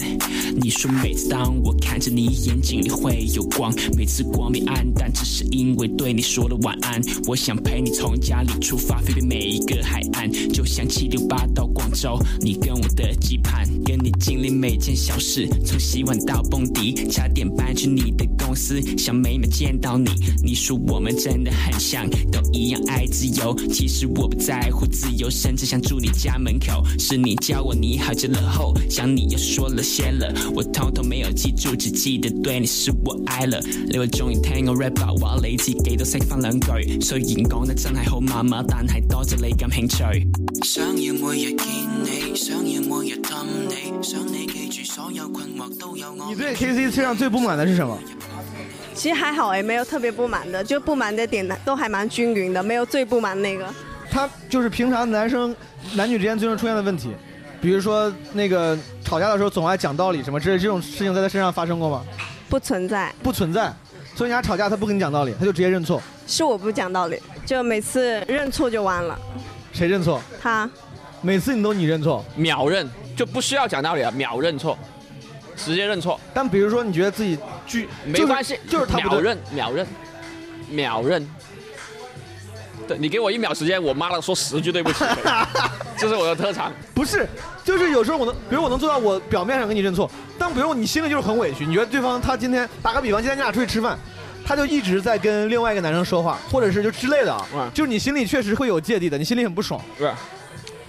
你说每次当我看着你眼睛里会有光，每次光明暗淡，只是因为对你说了晚安。我想陪你从家里出发，飞遍每一个海岸，就像七六八到广州，你跟我的羁绊，跟你经历每件小事，从洗碗到蹦迪，差点搬去你的公司，想每秒见到你。你说我们真的很像，都一样爱自由，其实我不在乎自由，甚至想住你家门口。是你教我你好极了后，想你又说了些了，我统统没有记住，只记得对你是我爱了。你話中意聽我 rap 啊話你自己都識翻兩句，雖然講得真係好麻麻，但係多謝你感興趣。想要每日見你，想要每日氹你，想你記住所有困惑都有我。你对 K C 身上最不满的是什么？其实还好哎，没有特别不满的，就不满的点呢都还蛮均匀的，没有最不满那个。他就是平常男生男女之间最容易出现的问题，比如说那个吵架的时候总爱讲道理什么之类，这种事情在他身上发生过吗？不存在，不存在。所以人家吵架他不跟你讲道理，他就直接认错。是我不讲道理，就每次认错就完了。谁认错？他每次你都你认错，秒认就不需要讲道理了，啊秒认错，直接认错，但比如说你觉得自己拒没就是关系，就是他不秒对认秒认秒认。对你给我一秒时间，我妈的说十句对 *laughs* 不起，这是我的特长。不是，就是有时候我能，比如我能做到，我表面上跟你认错，但比如你心里就是很委屈，你觉得对方他今天打个比方，今天你俩出去吃饭，他就一直在跟另外一个男生说话，或者是就之类的啊，就是你心里确实会有芥蒂的，你心里很不爽。嗯对。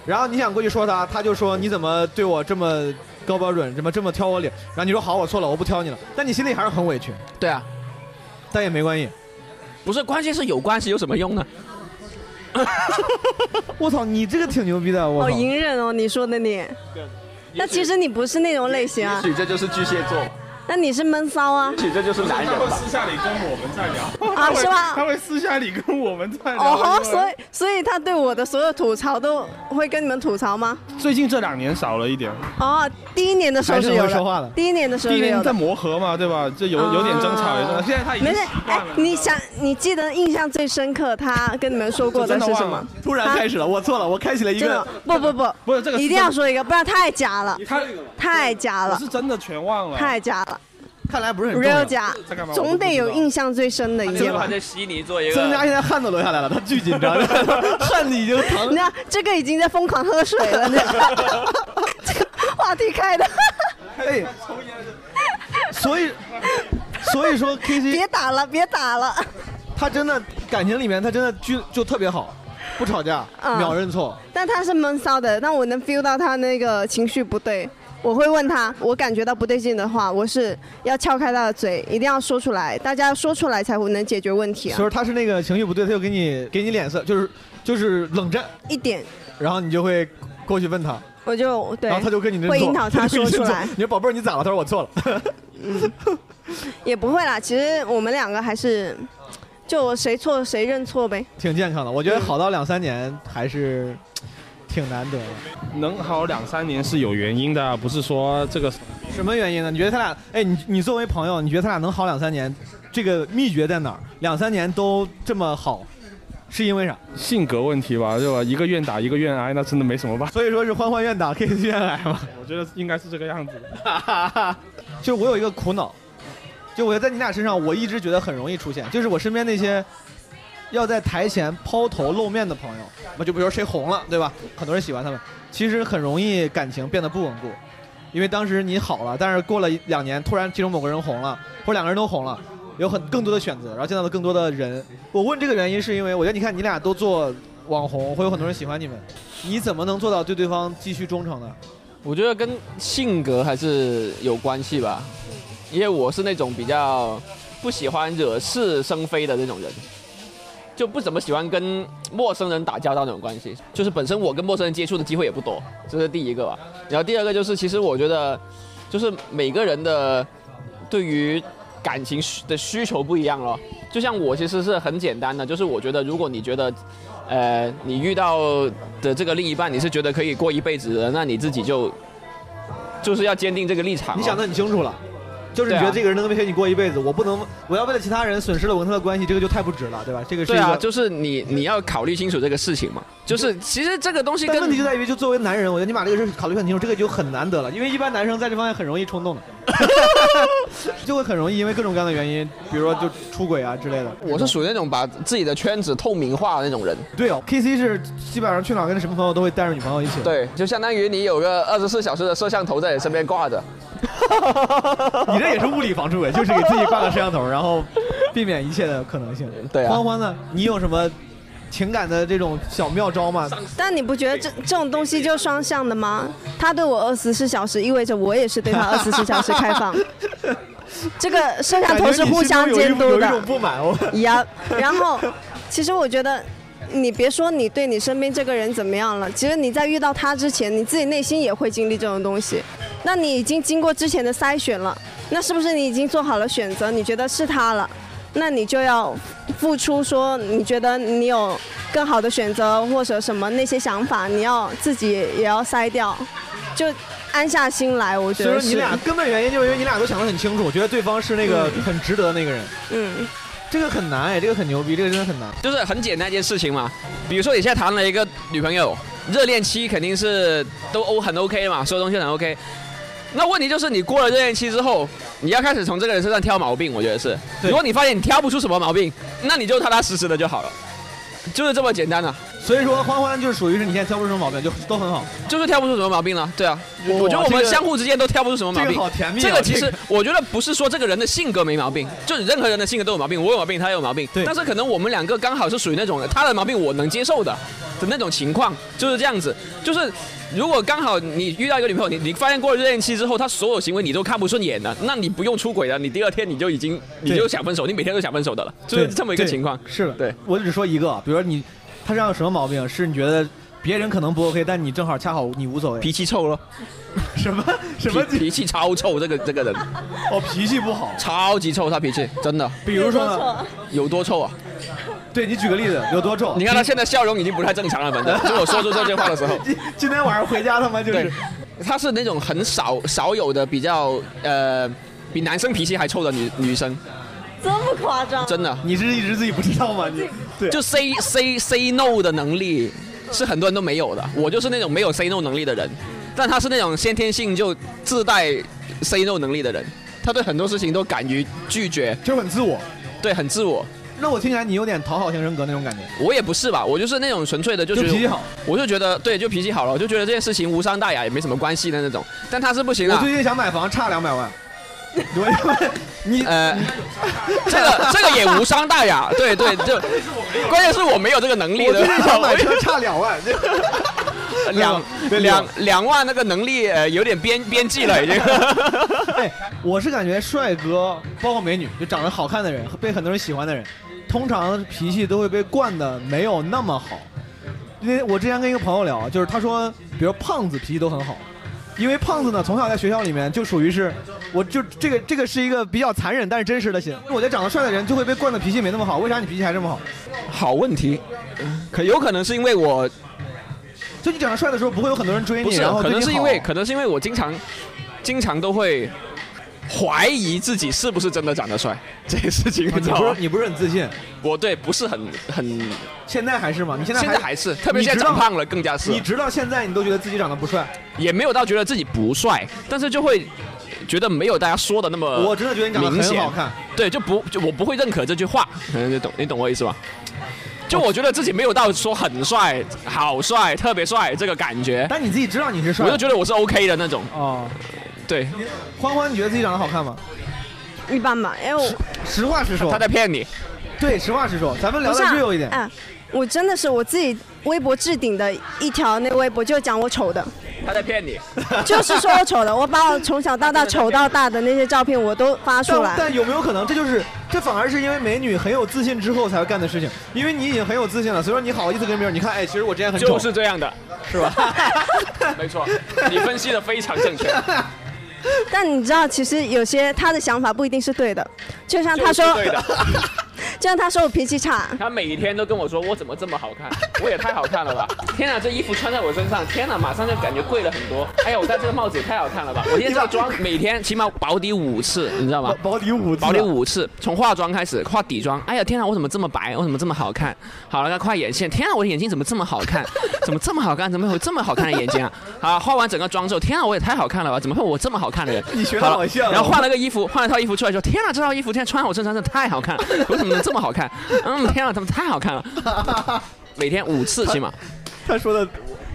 然后你想过去说他，他就说你怎么对我这么高标准，怎么这么挑我脸？然后你说好，我错了，我不挑你了，但你心里还是很委屈。对啊，但也没关系。不是，关键是有关系有什么用呢？我操，你这个挺牛逼的，我哦好操！哦隐忍哦，你说的你。那其实你不是那种类型啊也，许这就是巨蟹座。那你是闷骚啊？其实这就是男人他会吧私下里跟我们在聊，啊他会是吧他会私下里跟我们在聊。哦吼，因为所以所以他对我的所有吐槽都会跟你们吐槽吗？最近这两年少了一点。哦，第一年的时候还是有会说话的的，第一年的时候第一是有年在的。磨合嘛，对吧？这有有点争吵，有点现在他已经哦没事，哎，你想，你记得印象最深刻，他跟你们说过真是什忘么了？突然啊开始了，我错了，我开启了一真个的，不不不，不是这个是一定要说一个，不然太假了，太假我了是，真的全忘了。太假了。看来不是很重要 real 假在干嘛，我都总不知道哎得有印象最深的一件吧他。在悉尼做一曾家个，现在汗都流下来了，他巨 *laughs* 紧张，汗已经淌你看这个已经在疯狂喝水了，这个这个话题开 *laughs* 的。哎，所以所以说 K C 别打了，别打了。他真的感情里面，他真的就就特别好，不吵架，嗯秒认错。但他是闷骚的，但我能 feel 到他那个情绪不对。我会问他，我感觉到不对劲的话，我是要撬开他的嘴，一定要说出来，大家说出来才会能解决问题啊所。以他是那个情绪不对，他就给你给你脸色，就是就是冷战，一点，然后你就会过去问他，我就对，然后他就跟你认错，会引导 *laughs* 他就跟说你出认错来，你说宝贝儿，你咋了？他说我错了。 *laughs* 也不会啦。其实我们两个还是，就谁错谁认错呗。挺健康的，我觉得好到两三年还是挺难得的。能好两三年是有原因的，不是说这个什么原因呢？你觉得他俩，哎，你你作为朋友，你觉得他俩能好两三年，这个秘诀在哪儿？两三年都这么好，是因为啥？性格问题吧，对吧？一个愿打一个愿挨，那真的没什么办法。所以说是欢欢愿打 K 愿挨嘛。我觉得应该是这个样子的。就是我有一个苦恼，就我觉得在你俩身上，我一直觉得很容易出现，就是我身边那些要在台前抛头露面的朋友，那就比如说谁红了，对吧？很多人喜欢他们，其实很容易感情变得不稳固，因为当时你好了，但是过了一两年，突然其中某个人红了，或者两个人都红了。有很更多的选择，然后见到了更多的人。我问这个原因是因为，我觉得你看你俩都做网红，会有很多人喜欢你们，你怎么能做到对对方继续忠诚呢？我觉得跟性格还是有关系吧，因为我是那种比较不喜欢惹是生非的那种人，就不怎么喜欢跟陌生人打交道那种关系。就是本身我跟陌生人接触的机会也不多，这是第一个吧。然后第二个就是，其实我觉得，就是每个人的对于感情需的需求不一样咯。就像我其实是很简单的，就是我觉得如果你觉得，呃，你遇到的这个另一半你是觉得可以过一辈子的，那你自己就就是要坚定这个立场咯。你想得很清楚了，就是你对啊觉得这个人能陪你过一辈子，我不能，我要为了其他人损失了我跟他的关系，这个就太不值了，对吧？这个是一对个啊，就是你你要考虑清楚这个事情嘛。就是其实这个东西但跟问题就在于，就作为男人，我觉得你把这个事考虑很清楚，这个就很难得了，因为一般男生在这方面很容易冲动的， *laughs* 就会很容易因为各种各样的原因，比如说就出轨啊之类的。我是属于那种把自己的圈子透明化的那种人。对哦，K C 是基本上去哪儿跟什么朋友都会带着女朋友一起。对，就相当于你有个二十四小时的摄像头在你身边挂着。你这也是物理防出轨，就是给自己挂个摄像头，然后避免一切的可能性。对啊欢欢呢？你有什么情感的这种小妙招吗？但你不觉得这这种东西就双向的吗？他对我二十四小时，意味着我也是对他二十四小时开放。这个摄像头是互相监感觉你心督中有一有一种的。不满 *laughs* 哦。呀，然后其实我觉得，你别说你对你身边这个人怎么样了，其实你在遇到他之前，你自己内心也会经历这种东西。那你已经经过之前的筛选了，那是不是你已经做好了选择？你觉得是他了，那你就要付出说你觉得你有更好的选择或者什么那些想法，你要自己也要筛掉，就安下心来。我觉所以得说是你俩根本原因就是因为你俩都想得很清楚，觉得对方是那个很值得的那个人。嗯，这个很难哎，这个很牛逼，这个真的很难。就是很简单一件事情嘛。比如说你现在谈了一个女朋友，热恋期肯定是都 O 很 OK 嘛，所有东西很 OK。那问题就是你过了热恋期之后，你要开始从这个人身上挑毛病，我觉得是。如果你发现你挑不出什么毛病，那你就踏踏实实的就好了，就是这么简单啊。所以说欢欢就是属于是你现在挑不出什么毛病，就都很好。就是挑不出什么毛病了，对啊，哇我觉得我这们个相互之间都挑不出什么毛这病。个好甜蜜啊这个其这实个我觉得不是说这个人的性格没毛病，就是任何人的性格都有毛病，我有毛病，他有毛病。对。但是可能我们两个刚好是属于那种他的毛病我能接受的的那种情况，就是这样子。就是如果刚好你遇到一个女朋友，你你发现过了热恋期之后，她所有行为你都看不顺眼了，那你不用出轨了，你第二天你就已经你就想分手，你每天都想分手的了，就是这么一个对情况。是的，对我只说一个，比如说你，他身上有什么毛病，是你觉得别人可能不 OK，但你正好恰好你无所谓，脾气臭了。什么什么脾气超臭，这个这个人，哦，脾气不好，超级臭，他脾气真的。比如说呢？有多臭啊？对你举个例子，有多臭？你看他现在笑容已经不太正常了，*laughs* 反正就我说出这句话的时候，今今天晚上回家他妈 *laughs* 就是对，他是那种很少少有的比较呃，比男生脾气还臭的女女生，这么夸张？真的。你是一直自己不知道吗？你对，就 say say say no 的能力是很多人都没有的，我就是那种没有 say no 能力的人，但他是那种先天性就自带 say no 能力的人，他对很多事情都敢于拒绝，就很自我，对，很自我。那我听起来你有点讨好型人格那种感觉。我也不是吧，我就是那种纯粹的，就就觉得脾气好，我就觉得对，就脾气好了，我就觉得这件事情无伤大雅，也没什么关系的那种。但他是不行我啊最，近想买房，差两百 *laughs* 万。我你呃，这个这个也无伤大雅，对 *laughs* 对，就关键是我没有这个能力我的。最近想买车我差两万，两对两两万那个能力呃有点边边际了已 *laughs* 经。哎，我是感觉帅哥，包括美女，就长得好看的人，被很多人喜欢的人，通常脾气都会被惯的没有那么好。因为我之前跟一个朋友聊，就是他说，比如胖子脾气都很好，因为胖子呢从小在学校里面就属于是，我就这个这个是一个比较残忍但是真实的心。我觉得长得帅的人就会被惯的脾气没那么好，为啥你脾气还这么好？好问题，可有可能是因为我就你长得帅的时候，不会有很多人追不你，是，然后可对能你是因好为可能是因为我经常经常都会怀疑自己是不是真的长得帅这些事情，啊你知道你吗不是？你不是很自信？我对不是很很，现在还是吗？你现在现在还是，特别现在长胖了更加是。你直到现在，你都觉得自己长得不帅？也没有到觉得自己不帅，但是就会觉得没有大家说的那么我真的觉得你长得很呃明显好看。对，就不就我不会认可这 *laughs* 句话，嗯你懂你懂我意思吧？就我觉得自己没有到说很帅、好帅、特别帅这个感觉，但你自己知道你是帅我的，就觉得我是 OK 的那种。哦，对，欢欢，你觉得自己长得好看吗？一般吧，因为我实话实说，他在骗你。对，实话实说，咱们聊不的是啊 real 一点。哎，我真的是我自己微博置顶的一条那微博，就讲我丑的，他在骗你，就是说我丑的，我把我从小到大丑到大的那些照片我都发出但来。但有没有可能，这就是这反而是因为美女很有自信之后才会干的事情？因为你已经很有自信了，所以说你好意思跟别人，你看，哎，其实我之前很丑，就是这样的，是吧？ *laughs* 没错，你分析的非常正确。但你知道，其实有些他的想法不一定是对的，就像 *laughs* 他说就是，对的，就像他说我脾气差，他每一天都跟我说我怎么这么好看，我也太好看了吧！天哪，这衣服穿在我身上，天哪，马上就感觉贵了很多。哎呀，我戴这个帽子也太好看了吧！我今天这个妆每天起码保底五次，你知道吗？保底五次，保底五次，从化妆开始，化底妆。哎呀，天哪，我怎么这么白？我怎么这么好看？好了，那画眼线，天哪，我的眼睛怎么这么好看？ *laughs* 怎么这么好看？怎么会有这么好看的眼睛啊？好，画完整个妆之后，天哪，我也太好看了吧？怎么会有我这么好看的人？ *laughs* 你学得了好像哦然后换了个衣服，换了套衣服出来说，天哪，这套衣服现在穿在我身上真的太好看了，我怎么能这么好看？嗯，天哪，怎么太好看了？每天五次起码。他说的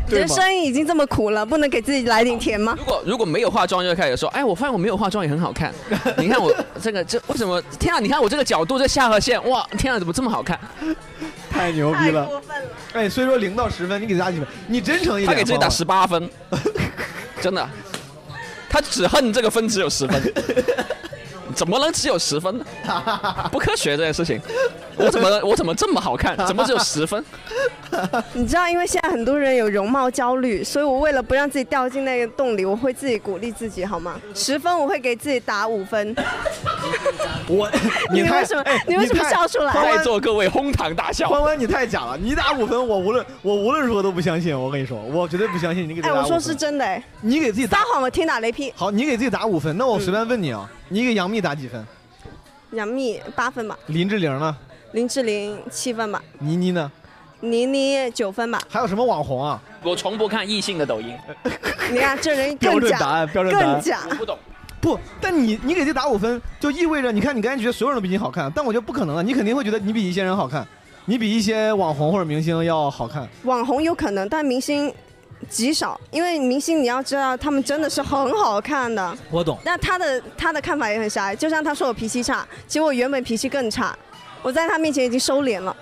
人生已经这么苦了，不能给自己来点甜吗？如果如果没有化妆，就会开始说，哎，我发现我没有化妆也很好看。你看我这个这为什么？天啊，你看我这个角度，这下颌线，哇，天啊，怎么这么好看？太牛逼了，哎，所以说零到十分，你给他几分？你真诚一点，他给自己打好十八分，真的，他只恨这个分只有十分，怎么能只有十分呢？不科学这件事情，我怎么我怎么这么好看？怎么只有十分？你知道，因为现在很多人有容貌焦虑，所以我为了不让自己掉进那个洞里，我会自己鼓励自己，好吗？十分我会给自己打五分。不好我， *laughs* 你太为什么哎你为什么太笑出来欢欢在座各位哄堂大笑。欢欢，你太假了！你打五分，我无论我无论如何都不相信。我跟你说，我绝对啊不相信你给自哎，己打我五说分。是真的 *laughs* 哎。你给自己撒嗯谎，我听打雷劈。好，你给自己打五分。那我随便问你啊，你给杨幂打几分？杨幂八分吧，林志玲呢？林志玲七分吧，倪妮呢？倪妮九分吧。还有什么网红啊？我从不看异性的抖音，你看这人 *laughs* 标更准假，答案标准答案更假。不懂。不，但你你给自己打五分，就意味着你看你刚才觉得所有人都比你好看，但我觉得不可能啊，你肯定会觉得你比一些人好看，你比一些网红或者明星要好看。网红有可能，但明星极少，因为明星你要知道，他们真的是很好看的。我懂。那他的他的看法也很狭隘，就像他说我脾气差，其实我原本脾气更差，我在他面前已经收 *laughs* 敛了。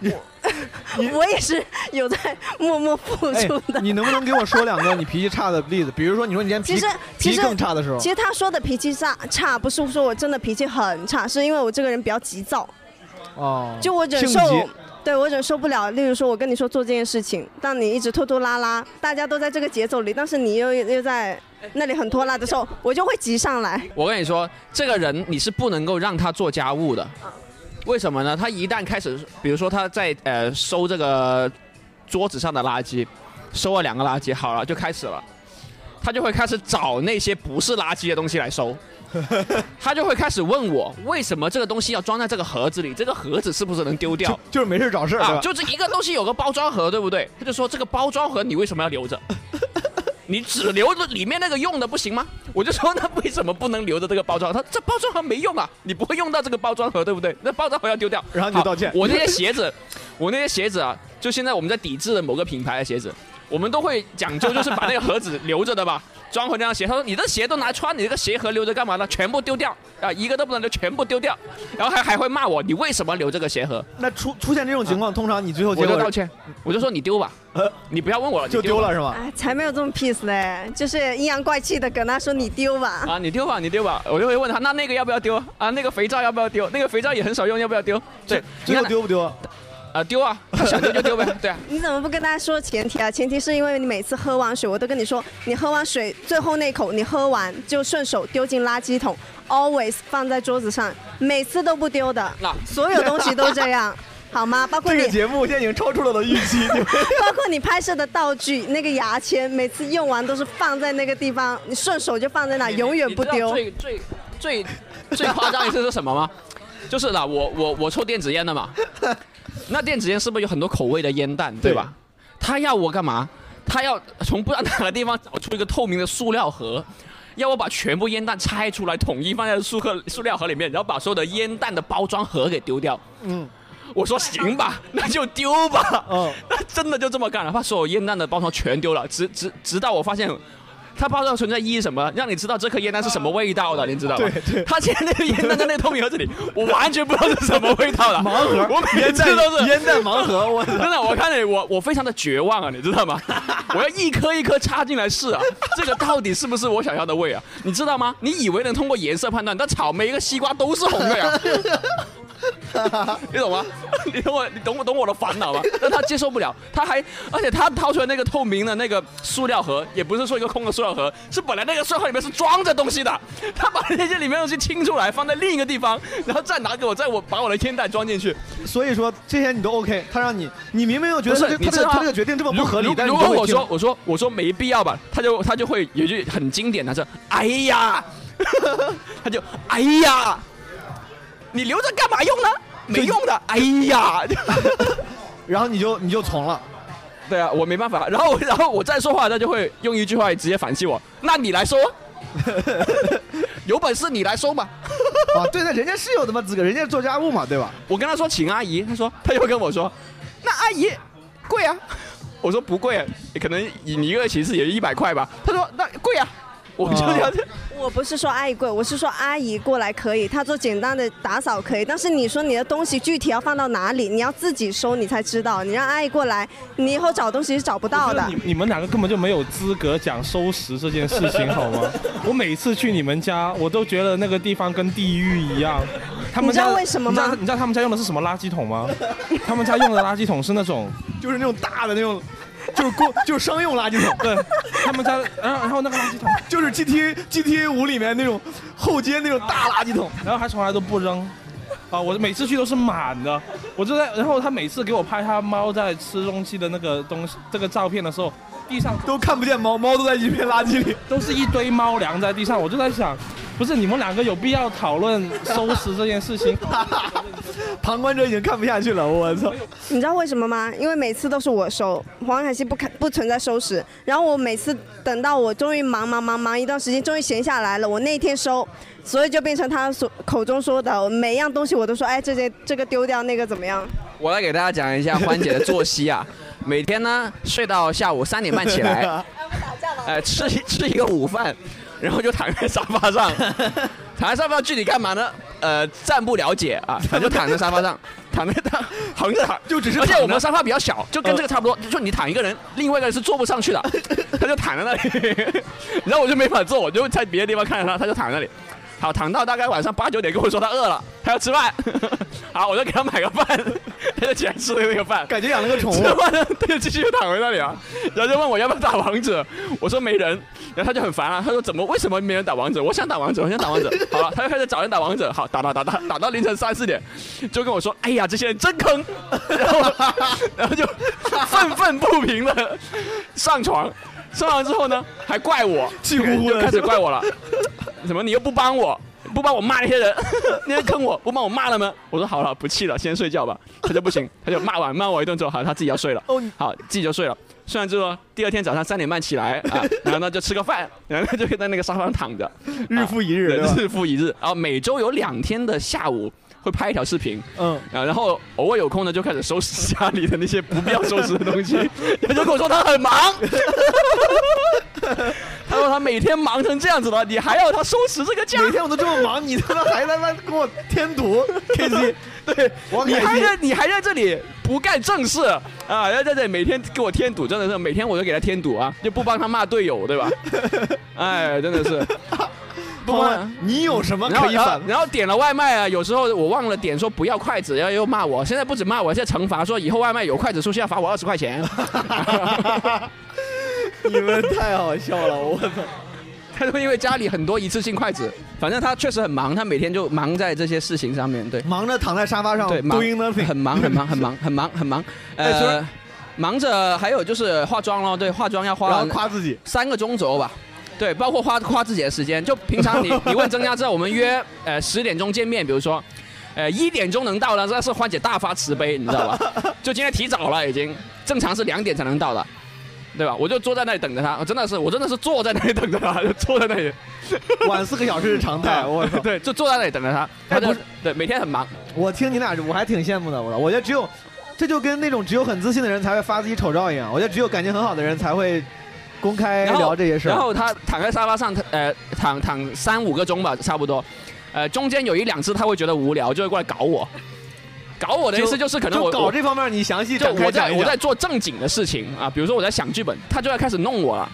我 *laughs* 我也是有在默默付哎出的。，你能不能给我说两个你脾气差的例子？比如说，你说你今天脾气其实脾其气实更差的时候，其实他说的脾气差差，不是说我真的脾气很差，是因为我这个人比较急躁，哦，就我忍嗯性受急对我有点受不了。例如说，我跟你说做这件事情，但你一直拖拖拉拉，大家都在这个节奏里，但是你又又在那里很拖拉的时候，我就会急上来。我跟你说，这个人你是不能够让他做家务的，为什么呢？他一旦开始，比如说他在呃收这个桌子上的垃圾，收了两个垃圾，好了就开始了，他就会开始找那些不是垃圾的东西来收。他就会开始问我，为什么这个东西要装在这个盒子里？这个盒子是不是能丢掉？就是没事找事儿对啊吧，就是一个东西有个包装盒，对不对？他就说这个包装盒你为什么要 *laughs* 留着？你只留着里面那个用的不行吗？我就说那为什么不能留着这个包装？他这包装盒没用啊，你不会用到这个包装盒，对不对？那包装盒要丢掉，然后你就好道歉我那些鞋子， *laughs* 我那些鞋子啊，就现在我们在抵制的某个品牌的鞋子，我们都会讲究，就是把那个盒子留着的吧， *laughs* 装回那双鞋。他说你的鞋都拿穿，你这个鞋盒留着干嘛呢？全部丢掉啊，一个都不能留，全部丢掉。然后还还会骂我，你为什么留这个鞋盒？那出出现这种情况，通常你最后结啊我果呃就道歉，我就说你丢吧，你不要问我了，就丢了是啊吗？哎，才没有这么 peace 嘞，就是阴阳怪气的跟他说你丢吧。啊，你丢吧，你丢吧，我就会问他，那那个要不要丢啊？那个肥皂要不要丢？那个肥皂也很少用，要不要丢？对，最后丢不丢？啊，丢啊，他想丢就丢呗，对啊。你怎么不跟大家说前提啊？前提是因为你每次喝完水，我都跟你说，你喝完水最后那口你喝完就顺手丢进垃圾桶，always 放在桌子上，每次都不丢的，所有东西都这 *laughs* 样，好吗？包括这你个节目现在已经超出了我的预 *laughs* 期，你们包括你拍摄的道具，那个牙签，每次用完都是放在那个地方，你顺手就放在那，永远不你知道丢。最最最 *laughs* 最夸张一次是什么吗？就是啦，我我我抽电子烟的嘛， *laughs* 那电子烟是不是有很多口味的烟弹，对吧？他要我干嘛？他要从不知道哪个地方找出一个透明的塑料盒，要我把全部烟弹拆出来，统一放在塑盒塑料盒里面，然后把所有的烟弹的包装盒给丢掉。嗯，我说行吧，那就丢吧。哦嗯， *laughs* 那真的就这么干了，把所有烟弹的包装全丢了，直直直到我发现。它包装存在意义什么？让你知道这颗烟弹是什么味道的，你知道吗？对对它现在那个烟弹在那个透明盒子里，我完全不知道是什么味道了。盲盒我每烟次弹都是烟弹盲盒我真的，我看着我我非常的绝望啊，你知道吗？我要一颗一颗插进来试啊，这个到底是不是我想要的味啊？你知道吗？你以为能通过颜色判断，但草莓跟西瓜都是红的呀。你懂吗？你懂我，你懂我懂我的烦恼吗？但他接受不了，他还，而且他掏出来那个透明的那个塑料盒，也不是说一个空的塑料盒，是本来那个塑料盒里面是装着东西的，他把那些里面的东西清出来，放在另一个地方，然后再拿给我，再我把我的烟袋装进去。所以说这些你都 OK，他让你，你明明又觉得不他是这你他知这道他这个决定这么不合理如，但是如你果都会我听说我说我说没必要吧，他就他就会有一句很经典的，是哎呀， *laughs* 他就哎呀，你留着干嘛用呢？没用的，哎 *laughs* 呀，然后你就你就从了。对啊，我没办法。然后然后我再说话，他就会用一句话直接反击我。那你来说， *laughs* 有本事你来说嘛。啊，对的，人家是有他妈资格，人家做家务嘛，对吧？我跟他说请阿姨，他说他又跟我说，那阿姨贵 *laughs* 啊。我说不啊贵，可能以你一个其实也就一百块吧。他说那贵啊，我就要。我不是说阿姨贵，我是说阿姨过来可以，她做简单的打扫可以，但是你说你的东西具体要放到哪里，你要自己收你才知道。你让阿姨过来，你以后找东西是找不到的。你你们两个根本就没有资格讲收拾这件 *laughs* 事情，好吗？我每次去你们家，我都觉得那个地方跟地狱一 *laughs* 样。他们家你知道为什么吗你知道你知道他们家用的是什么垃圾桶吗？他们家用的垃圾桶是那种，就是那种大的那种，就是公就是商用垃圾桶。对，他们家，然后然后那个垃圾桶就是 GTA GTA 五里面那种后街那种大垃圾桶，然后还从来都不扔。啊，我每次去都是满的，我就在，然后他每次给我拍他猫在吃东西的那个东西，这个照片的时候，地上都看不见猫，猫都在一片垃圾里，都是一堆猫粮在地上，我就在想，不是你们两个有必要讨论收拾这件事情？ *laughs* 旁观者已经看不下去了，我操！你知道为什么吗？因为每次都是我收，黄凯西不看不存在收拾。然后我每次等到我终于忙忙忙忙一段时间，终于闲下来了，我那一天收，所以就变成他所口中说的，我每一样东西我都说，哎，这件这个丢掉，那个怎么样？ *laughs* 我来给大家讲一下欢姐的作息啊，每天呢睡到下午三点半起来，哎，吃一吃一个午饭，然后就躺在沙发上，躺在沙发上具体干嘛呢？呃，暂不了解啊，反正就躺在沙发上，躺在躺横 *laughs* 着躺，就只是而且躺着嗯我们沙发比较小，就跟这个差不多，就说你躺一个人，另外一个人是坐不上去 *laughs* 的，他就躺在那里，然后我就没法坐，我就在别的地方看着他，他就躺在那里。好，躺到大概晚上八九点跟我说他饿了，他要吃饭。 *laughs* 好，我就给他买个饭， *laughs* 他就起来吃了那个饭，感觉养了个宠物 *laughs* 吃完了，他就继续躺回那里啊，然后就问我要不要打王者，我说没人，然后他就很烦啊，他说怎么为什么没人打王者？我想打王者，我想打王 *laughs* 者。好了，他就开始找人打王者，好打打打打打到凌晨三四点，就跟我说，哎呀，这些人真坑，然后 *laughs* 然后就愤愤不平的上床，上床之后呢，还怪我，气呼呼的开始怪我了。 *laughs* 什么？你又不帮我，不帮我骂那些人，那些坑我，不帮我骂他们。我说好了，不气了，先睡觉吧。他就不行， *laughs* 他就骂完骂我一顿之后，好，他自己要睡了。好，自己就睡了。睡完之后，第二天早上三点半起来啊，然后呢就吃个饭，然后就在那个沙发上躺着，日复一日，对对啊吧日复一日。然后每周有两天的下午会拍一条视频，嗯，啊，然后偶尔有空呢就开始收拾家里的那些不必要收拾的东西。他就跟我说他很忙， *laughs* 他说他每天忙成这样子了，你还要他收拾这个家？每天我都这么忙，你他妈还他妈给我添堵？K C，对，我你改还进在你还在这里不干正事啊？要在这里每天给我添堵，真的是每天我都给他添堵啊，就不帮他骂队友，对 *laughs* 吧？哎，真的是。啊不然你呃有什么然后可以然反后然后点了外卖啊，有时候我忘了点说不要筷子，然后又骂我。现在不止骂我，现在惩罚说以后外卖有筷子出现要罚我二十 *laughs* 块钱。 *laughs* 你们太好笑了，我操！他说因为家里很多一次性筷子，反正他确实很忙，他每天就忙在这些事情上面，对， *laughs* 忙着躺在沙发上对，忙 doing nothing *laughs* 很忙很忙很忙很忙很忙，哎虽呃然，忙着还有就是化妆咯，对，化妆要花，然后夸自己三个钟左右吧。对，包括花花自己的时间。就平常 *laughs* 你你问增加之后，我们约呃十点钟见面，比如说，呃一点钟能到的，那是欢姐大发慈悲，你知道 *laughs* 吧？就今天提早了，已经正常是两点才能到的，对吧？我就坐在那里等着他，我真的是我真的是坐在那里等着他，就坐在那里，晚四个小时是常 *laughs* 态我操 *laughs* 对，就坐在那里等着他，他就、对每天很忙。我听你俩，我还挺羡慕的。我我觉得只有，这就跟那种只有很自信的人才会发自己丑照一样。我觉得只有感情很好的人才会公开然后聊这些事儿。然后他躺在沙发上，他呃，躺躺三五个钟吧，差不多。呃，中间有一两次他会觉得无聊，就会过来搞我。搞我的意思就是可能就我搞这方面，你详细就展开我讲在一讲我在做正经的事情啊，比如说我在想剧本，他就要开始弄我了。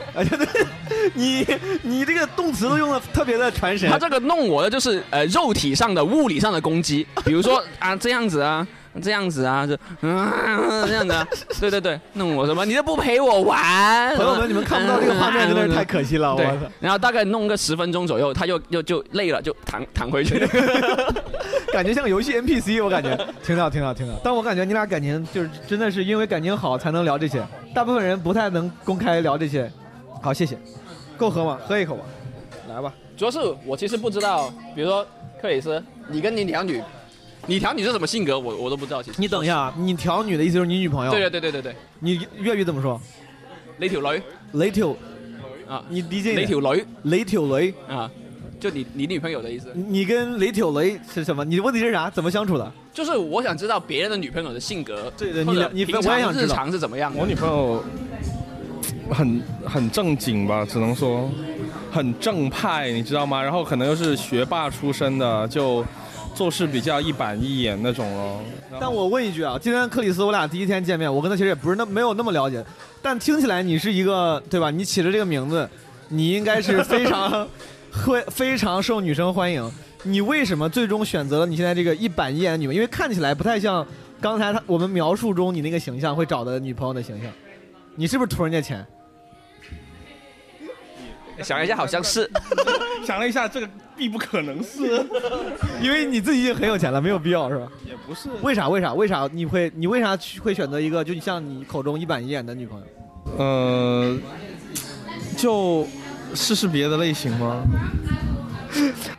你你这个动词都用的特别的传神。他这个弄我的就是呃肉体上的、物理上的攻击，比如说啊这样子啊。这样子啊，就嗯这样子啊，对对对，弄我什么？你都不陪我玩。嗯朋友们你们看不到这个画面真的是太可惜了我对操，然后大概弄个十分钟左右，他又又就累了，就躺躺回去。 *laughs* 感觉像个游戏 NPC，我感觉。挺好，挺好，挺好。但我感觉你俩感情就是真的是因为感情好才能聊这些，大部分人不太能公开聊这些。好，谢谢。够喝吗？喝一口吧。 *laughs* 来吧。主要是我其实不知道，比如说克里斯，你跟你条女，你条女是什么性格，我我都不知道。其实你等一下，啊，你调女的意思就是你女朋友。对对对对对对，你粤语怎么说？你条女雷条啊，你理解？你条女，雷条雷。啊，就你你女朋友的意思，你跟雷条雷是什么？你的问题是啥？怎么相处的？就是我想知道别人的女朋友的性格，对对或者你平你我也常想知道日常是怎么样的。我女朋友很很正经吧，只能说很正派，你知道吗？然后可能又是学霸出身的，就做事比较一板一眼那种咯。但我问一句啊，今天克里斯我俩第一天见面，我跟他其实也不是那没有那么了解，但听起来你是一个对吧？你起了这个名字，你应该是非常 *laughs* 会非常受女生欢迎。你为什么最终选择了你现在这个一板一眼的女朋友？因为看起来不太像刚才他我们描述中你那个形象会找的女朋友的形象。你是不是图人家钱？ *laughs* 想一下，好 *laughs* 像是。想了一下，这个必不可能是，因为你自己已经很有钱了，没有必要是吧？也不是。为啥？为啥？为啥你会你为啥去会选择一个就像你口中一板一眼的女朋友？呃，就试试别的类型吗？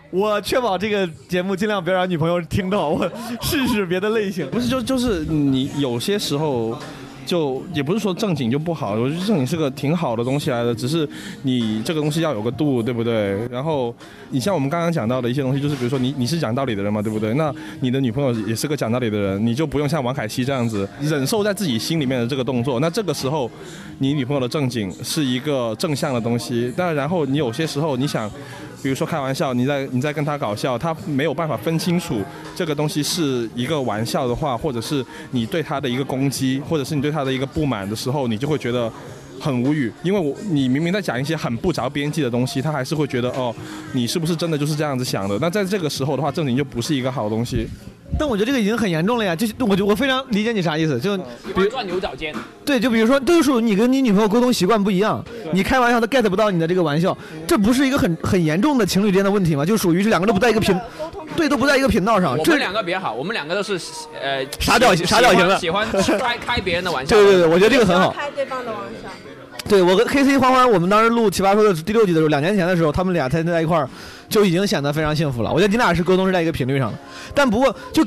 我确保这个节目尽量不要让女朋友听到，我试试别的类型。不是，就就是你有些时候。就也不是说正经就不好，我觉得正经是个挺好的东西来的，只是你这个东西要有个度，对不对？然后你像我们刚刚讲到的一些东西，就是比如说你你是讲道理的人嘛，对不对？那你的女朋友也是个讲道理的人，你就不用像王凯西这样子忍受在自己心里面的这个动作。那这个时候，你女朋友的正经是一个正向的东西，但然后你有些时候你想比如说开玩笑，你在你在跟他搞笑，他没有办法分清楚这个东西是一个玩笑的话，或者是你对他的一个攻击，或者是你对他的一个不满的时候，你就会觉得很无语，因为我你明明在讲一些很不着边际的东西，他还是会觉得哦，你是不是真的就是这样子想的？那在这个时候的话，正经就不是一个好东西。 *laughs* 但我觉得这个已经很严重了呀，就是我就我非常理解你啥意思，就比如钻牛角尖。对，就比如说，这就是你跟你女朋友沟通习惯不一样，你开玩笑她 get 不到你的这个玩笑，这不是一个很很严重的情侣之间的问题吗？就属于是两个都不在一个频，对，都不在一个频道上。我这们两个比较好，我们两个都是呃哦傻屌喜傻屌型的喜欢喜欢开开别人的玩笑。对对对，我觉得这个很好。开对方的玩笑。对我跟 K C 欢欢，我们当时录《奇葩说》的第六季的时候，两年前的时候，他们俩才在一块儿，就已经显得非常幸福了。我觉得你俩是沟通是在一个频率上的，但不过就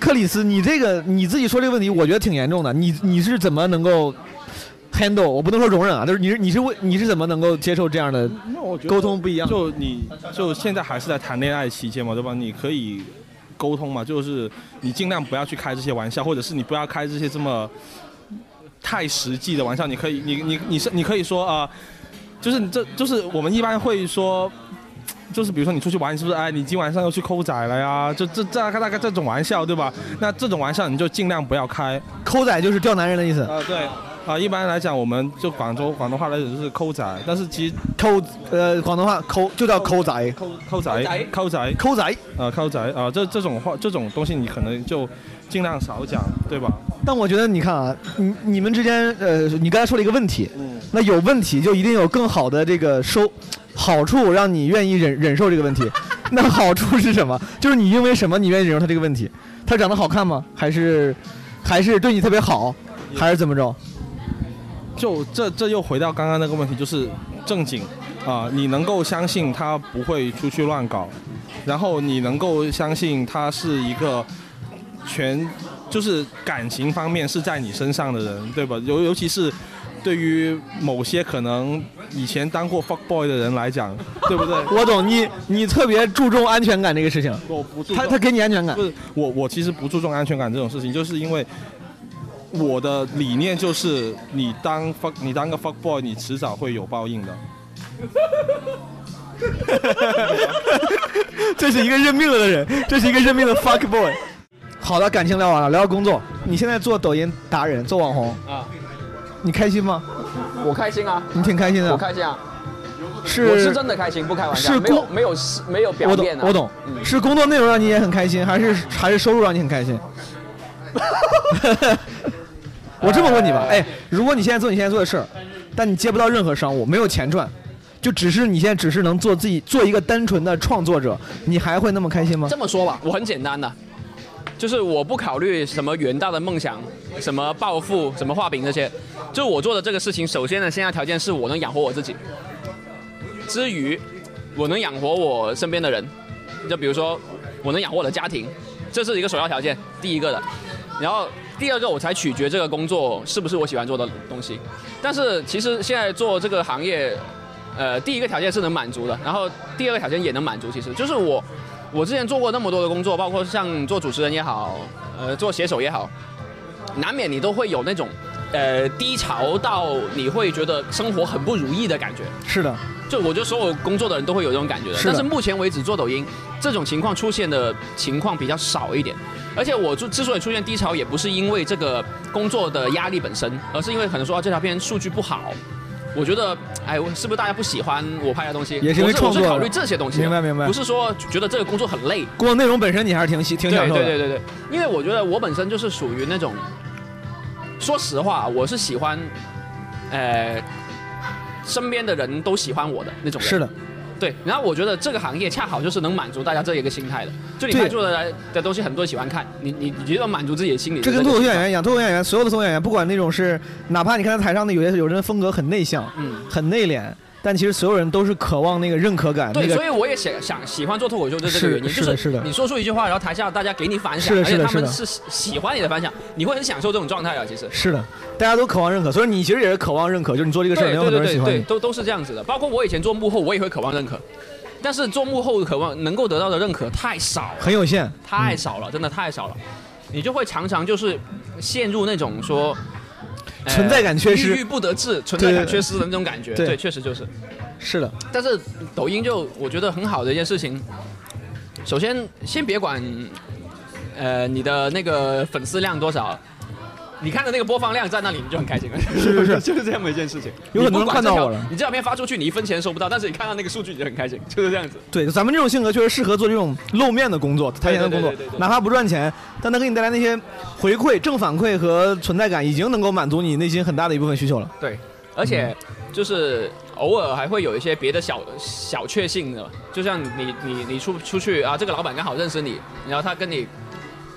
克里斯，你这个你自己说这个问题，我觉得挺严重的。你你是怎么能够 handle？我不能说容忍啊，就是你是你是为你是怎么能够接受这样的沟通不一样？就你就现在还是在谈恋爱期间嘛，对吧？你可以沟通嘛，就是你尽量不要去开这些玩笑，或者是你不要开这些这么太实际的玩笑。你可以，你你你是你可以说啊、就是你这就是我们一般会说。就是比如说你出去玩，你是不是哎，你今晚上又去抠仔了呀？就这这大概大概这种玩笑，对吧？那这种玩笑你就尽量不要开。抠仔就是钓男人的意思。啊，对。啊，一般来讲，我们就广州广东话来讲就是抠仔，但是其实抠呃广东话抠就叫抠仔，抠抠仔，抠仔，抠仔啊，抠仔啊，这这种话这种东西你可能就尽量少讲，对吧？但我觉得你看啊，你你们之间呃，你刚才说了一个问题，那有问题就一定有更好的这个收好处，让你愿意忍忍受这个问题。那好处是什么？就是你因为什么你愿意忍受他这个问题？他长得好看吗？还是还是对你特别好，还是怎么着？就这这又回到刚刚那个问题，就是正经啊、你能够相信他不会出去乱搞，然后你能够相信他是一个全就是感情方面是在你身上的人，对吧？尤尤其是对于某些可能以前当过 fuck boy 的人来讲，对不对？我懂你，你特别注重安全感这个事情。我不注重他他给你安全感不。是我，我其实不注重安全感这种事情，就是因为我的理念就是，你当 fuck，你当个 fuck boy，你迟早会有报应的。 *laughs* 这是一个认命了的人，这是一个认命的 fuck boy。好的，感情聊完了，聊聊工作。你现在做抖音达人，做网红，啊，你开心吗？我开心啊，你挺开心的我开心啊，是我是真的开心，不开玩笑，是没有工没有没有表我懂面啊，，我懂，嗯是工作内容让你也很开心，还是还是收入让你很开心？ *laughs* 我这么问你吧，呃哎，如果你现在做你现在做的事儿，但你接不到任何商务，没有钱赚，就只是你现在只是能做自己做一个单纯的创作者，你还会那么开心吗这？么说吧，我很简单的，就是我不考虑什么远大的梦想、什么暴富、什么画饼这些，就我做的这个事情，首先呢，现在条件是我能养活我自己，之余我能养活我身边的人，就比如说我能养活我的家庭，这是一个首要条件，第一个的。然后第二个，我才取决这个工作是不是我喜欢做的东西。但是其实现在做这个行业，呃，第一个条件是能满足的，然后第二个条件也能满足。其实就是我，我之前做过那么多的工作，包括像做主持人也好，呃，做写手也好，难免你都会有那种，呃，低潮到你会觉得生活很不如意的感觉。是的，就我觉得所有工作的人都会有这种感觉的，是的但是目前为止做抖音这种情况出现的情况比较少一点，而且我之之所以出现低潮，也不是因为这个工作的压力本身，而是因为可能说、啊、这条片数据不好，我觉得哎，我是不是大家不喜欢我拍的东西？也是因为我创是作我是考虑这些东西的，明白明白不是说觉得这个工作很累，工作内容本身你还是挺喜挺享受的。对对对对对，因为我觉得我本身就是属于那种，说实话，我是喜欢，呃，身边的人都喜欢我的那种人。是的。对，然后我觉得这个行业恰好就是能满足大家这一个心态的，就你对拍出来的东西，很多人喜欢看，你你你觉得满足自己的心理的这个跟心态。脱口秀演员一样，脱口秀演员所有的脱口秀演员，不管那种是，哪怕你看他台上的有些有人风格很内向，嗯很内敛，但其实所有人都是渴望那个认可感。对，那个、所以我也想想喜欢做脱口秀，就是这是个原因，是就的是的你说出一句话，然后台下大家给你反响，是的而且是的他们是是喜喜欢你的反响，你会很享受这种状态啊，其实。是的，大家都渴望认可，所以你其实也是渴望认可，就是你做这个事儿，对能有对很多人对对喜欢对，你。都都是这样子的。包括我以前做幕后，我也会渴望认可，但是做幕后渴望能够得到的认可太少了，很有限太少嗯了，真的太少了。你就会常常就是陷入那种说。呃存在感缺失郁郁不得志，存在感缺失的那种感觉，对对，确实就是。是的，但是抖音就我觉得很好的一件事情，首先先别管，呃，你的那个粉丝量多少，你看着那个播放量在那里，你就很开心了。是是是 *laughs* 就是这样的一件事情。有很多人你不管看到这条我了你这条片发出去，你一分钱收不到，但是你看到那个数据，你就很开心，就是这样子。对，咱们这种性格确实适合做这种露面的工作、台前的工作对对对对，对哪怕不赚钱，但它给你带来那些回馈、正反馈和存在感，已经能够满足你内心很大的一部分需求了。对，而且就是偶尔还会有一些别的小小确幸的，就像你你你出出去啊，这个老板刚好认识你，然后他跟你。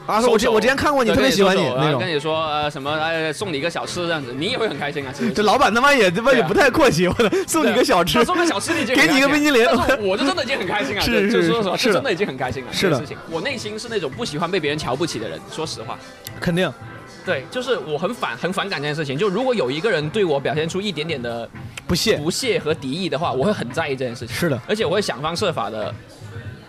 啊收我之手我之前看过你对特别跟喜欢收你手那然后种跟你说呃什么呃送你一个小吃这样子，你也会很开心啊。其实这老板他妈也他妈对也啊不太阔气，我的送你对个小吃，他送个小吃你已经很给你一个开冰心激了凌，但是我就真的已经很开心了，是就是说实话，是就真的的已经很开心了。是这个的事情，我内心是那种不喜欢被别人瞧不起的人，说实话。肯定。对，就是我很反很反感这件事情。就如果有一个人对我表现出一点点的不屑、不屑和敌意的话，我会很在意这件事情。是的，而且我会想方设法的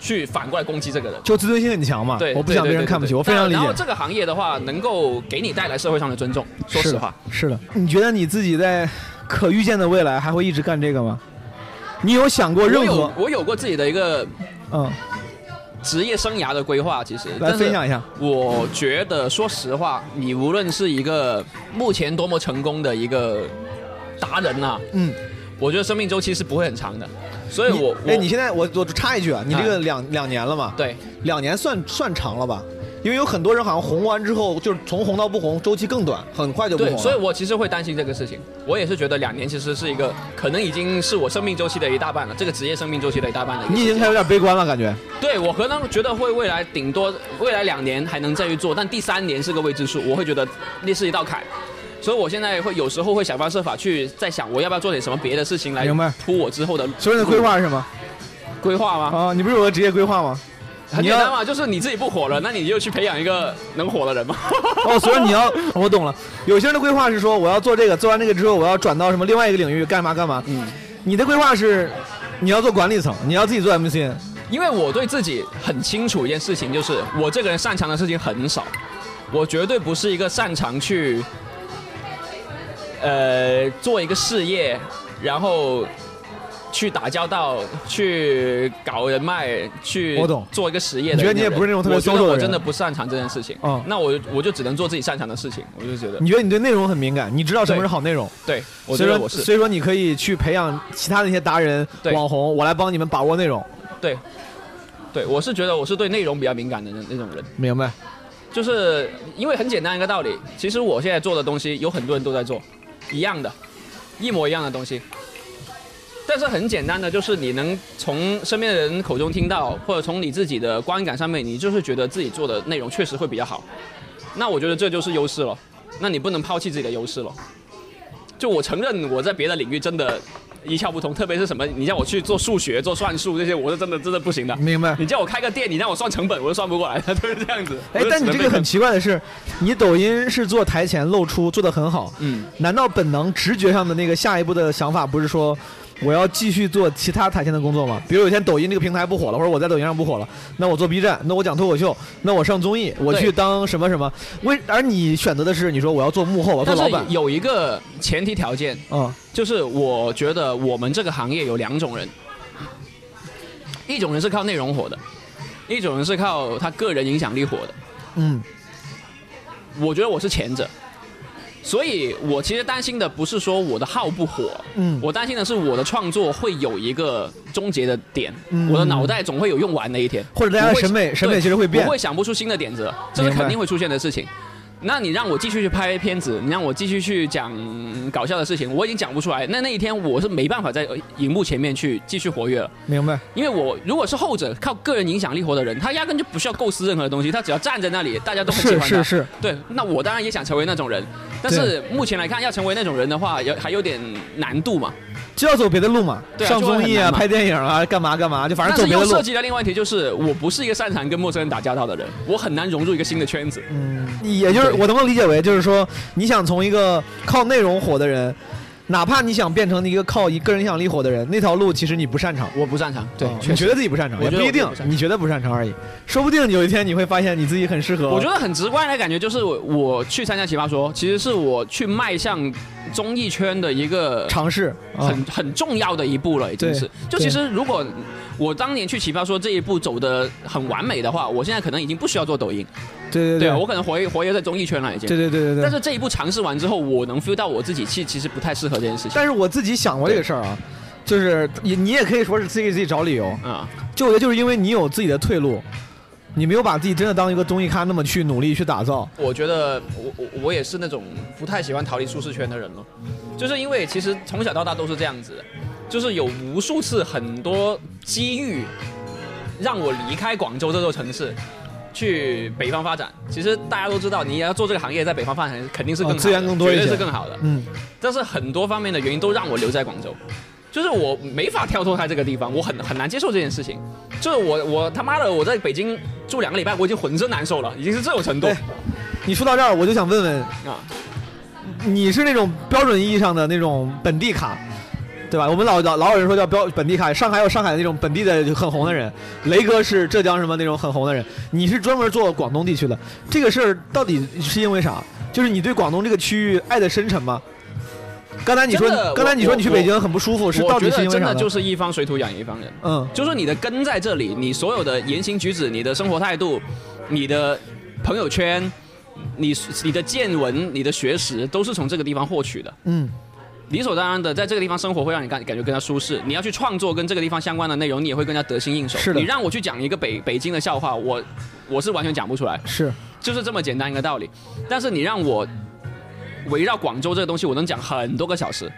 去反过来攻击这个人。就自尊心很强嘛。对，我不对想对别人对看不对起，我非常理然后解。这个行业的话，能够给你带来社会上的尊重。说是实的话，，是的。你觉得你自己在可预见的未来还会一直干这个吗？你有想过任我何有我有过自己的一个嗯职业生涯的规划，其实来分享一下。但是我觉得，说实话，你无论是一个目前多么成功的一个达人啊，嗯，我觉得生命周期是不会很长的。所以你我，哎哎，我你现在我我插一句啊，你这个两、两年了嘛？对，两年算算长了吧？因为有很多人好像红完之后，就是从红到不红周期更短，很快就不红对，了。所以我其实会担心这个事情。我也是觉得两年其实是一个可能已经是我生命周期的一大半了，这个职业生命周期的一大半了。你已经开始有点悲观了，感觉。对我可能觉得会未来顶多未来两年还能再去做，但第三年是个未知数，我会觉得那是一道坎。所以我现在会有时候会想方设法去在想，我要不要做点什么别的事情来明白铺我之后的。所以你的规划是什么？规划吗？啊，你不是有个职业规划吗？很你简单要嘛，就是你自己不火了，那你就去培养一个能火的人嘛。 *laughs* 哦，所以你要我懂了。有些人的规划是说我要做这个，做完这个之后我要转到什么另外一个领域干嘛干嘛。嗯，你的规划是你要做管理层，你要自己做 MCN。因为我对自己很清楚一件事情，就是我这个人擅长的事情很少，我绝对不是一个擅长去，呃，做一个事业，然后去打交道、去搞人脉、去我懂做一个实业的你觉得人。你也不是那种特别我觉 social 得的我人真的不擅长这件事情。嗯那我我就只能做自己擅长的事情，我就觉得。你觉得你对内容很敏感，你知道什么是好内容。对，我所以觉得说，我是。所以说你可以去培养其他的一些达人、对网红，我来帮你们把握内容。对，对，我是觉得我是对内容比较敏感的那那种人。明白？就是因为很简单一个道理，其实我现在做的东西有很多人都在做，一样的，一模一样的东西。但是很简单的，就是你能从身边的人口中听到，或者从你自己的观感上面，你就是觉得自己做的内容确实会比较好。那我觉得这就是优势了。那你不能抛弃自己的优势了。就我承认我在别的领域真的一窍不通，特别是什么，你叫我去做数学、做算术这些，我是真的真的不行的。明白 *laughs* 你叫我开个店，你让我算成本，我都算不过来 *laughs* 的，就是这样子。哎，但你这个很奇怪的是，你抖音是做台前露出做的很好，嗯，难道本能直觉上的那个下一步的想法不是说我要继续做其他台前的工作吗？比如有一天抖音这个平台不火了，或者我在抖音上不火了，那我做 B 站，那我讲脱口秀，那我上综艺，我去当什么什么？为而你选择的是你说我要做幕后，我要做但老板是，有一个前提条件，嗯，就是我觉得我们这个行业有两种人，一种人是靠内容火的，一种人是靠他个人影响力火的。嗯，我觉得我是前者，所以我其实担心的不是说我的号不火，嗯我担心的是我的创作会有一个终结的点，嗯我的脑袋总会有用完的一天，或者大家的我会审美对审美其实会变我会想不出新的点子，这是明白肯定会出现的事情。那你让我继续去拍片子，你让我继续去讲搞笑的事情，我已经讲不出来。那那一天我是没办法在荧幕前面去继续活跃了。明白？因为我如果是后者，靠个人影响力活的人，他压根就不需要构思任何东西，他只要站在那里，大家都很喜欢他。是是是对，那我当然也想成为那种人，但是目前来看，要成为那种人的话，有还有点难度嘛。就要走别的路嘛，对啊上就会综很艺啊、难嘛拍电影啊、干嘛干嘛，就反正走但是别的又涉路。及到另外一题，就是我不是一个擅长跟陌生人打交道的人，我很难融入一个新的圈子。嗯也就是我能不能理解为，就是说你想从一个靠内容火的人，哪怕你想变成一个靠一个人影响力火的人，那条路其实你不擅长。我不擅长，对哦确实你觉得自己不擅长，我也觉得不一定我自己不，擅你觉得不擅长而已。说不定有一天你会发现你自己很适合。我觉得很直观的感觉就是我，我去参加《奇葩说》，其实是我去迈向综艺圈的一个尝试，很很重要的一步了，已经哦对是。就对其实如果我当年去奇葩说这一步走的很完美的话，我现在可能已经不需要做抖音。对对对啊，我可能活跃活跃在综艺圈了已经。对对对对对但是这一步尝试完之后，我能 feel 到我自己其其实不太适合这件事情。但是我自己想过这个事儿啊，就是也你也可以说是自己给自己找理由啊。就我觉得就是因为你有自己的退路，你没有把自己真的当一个综艺咖那么去努力去打造。我觉得我我我也是那种不太喜欢逃离舒适圈的人了，就是因为其实从小到大都是这样子的，就是有无数次很多机遇让我离开广州这座城市。去北方发展，其实大家都知道，你要做这个行业，在北方发展肯定是更好的、啊资源更多一些绝对是更好的。嗯，但是很多方面的原因都让我留在广州，就是我没法跳脱开这个地方，我很很难接受这件事情。就是我我他妈的我在北京住两个礼拜，我已经浑身难受了，已经是这种程哎度。你说到这儿，我就想问问啊，你是那种标准意义上的那种本地咖，对吧？我们老老老有人说叫标本地咖，上海有上海的那种本地的很红的人，雷哥是浙江什么那种很红的人，你是专门做广东地区的，这个事儿到底是因为啥？就是你对广东这个区域爱的深沉吗？刚才你说真的，刚才你说我你去北京很不舒服，是到底是我觉得因为真啥的呢？就是一方水土养一方人，嗯，就是你的根在这里，你所有的言行举止、你的生活态度、你的朋友圈、你你的见闻、你的学识，都是从这个地方获取的。嗯，理所当然的，在这个地方生活会让你感感觉更加舒适。你要去创作跟这个地方相关的内容，你也会更加得心应手。是的你让我去讲一个北北京的笑话，我我是完全讲不出来，是就是这么简单一个道理。但是你让我围绕广州这个东西，我能讲很多个小时。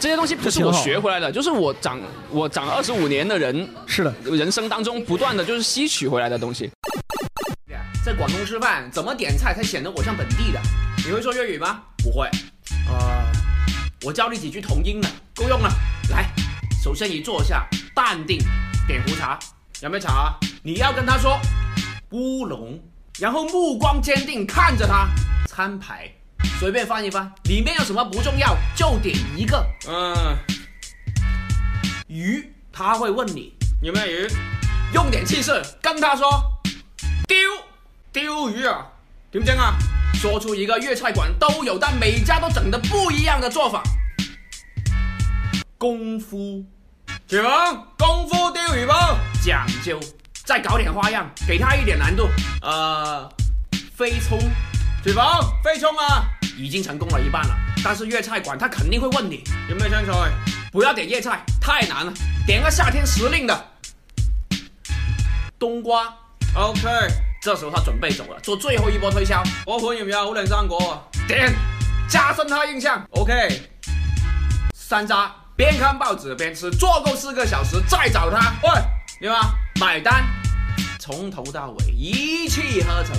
这些东西不是我学回来的，就是我长我长二十五年的人是的人生当中不断的就是吸取回来的东西。在广东吃饭，怎么点菜才显得我像本地的？你会说粤语吗？不会。啊、我教你几句同音的，够用了。来，首先你坐下，淡定，点壶茶，有没有茶啊？你要跟他说乌龙，然后目光坚定看着他，餐牌随便翻一翻，里面有什么不重要，就点一个。嗯，鱼，他会问你有没有鱼，用点气势跟他说丢丢鱼啊，点整啊？说出一个粤菜馆都有，但每家都整的不一样的做法。功夫，启蒙功夫丢鱼包，讲究，再搞点花样，给他一点难度。呃，飞冲，启蒙飞冲啊，已经成功了一半了。但是粤菜馆他肯定会问你有没有香菜，不要点粤菜，太难了，点个夏天时令的冬瓜。OK，这时候他准备走了，做最后一波推销。我款要唔要好靓生果啊？点，加深他印象。OK，山楂，边看报纸边吃，做够四个小时再找他。喂，对吗？买单，从头到尾一气呵成，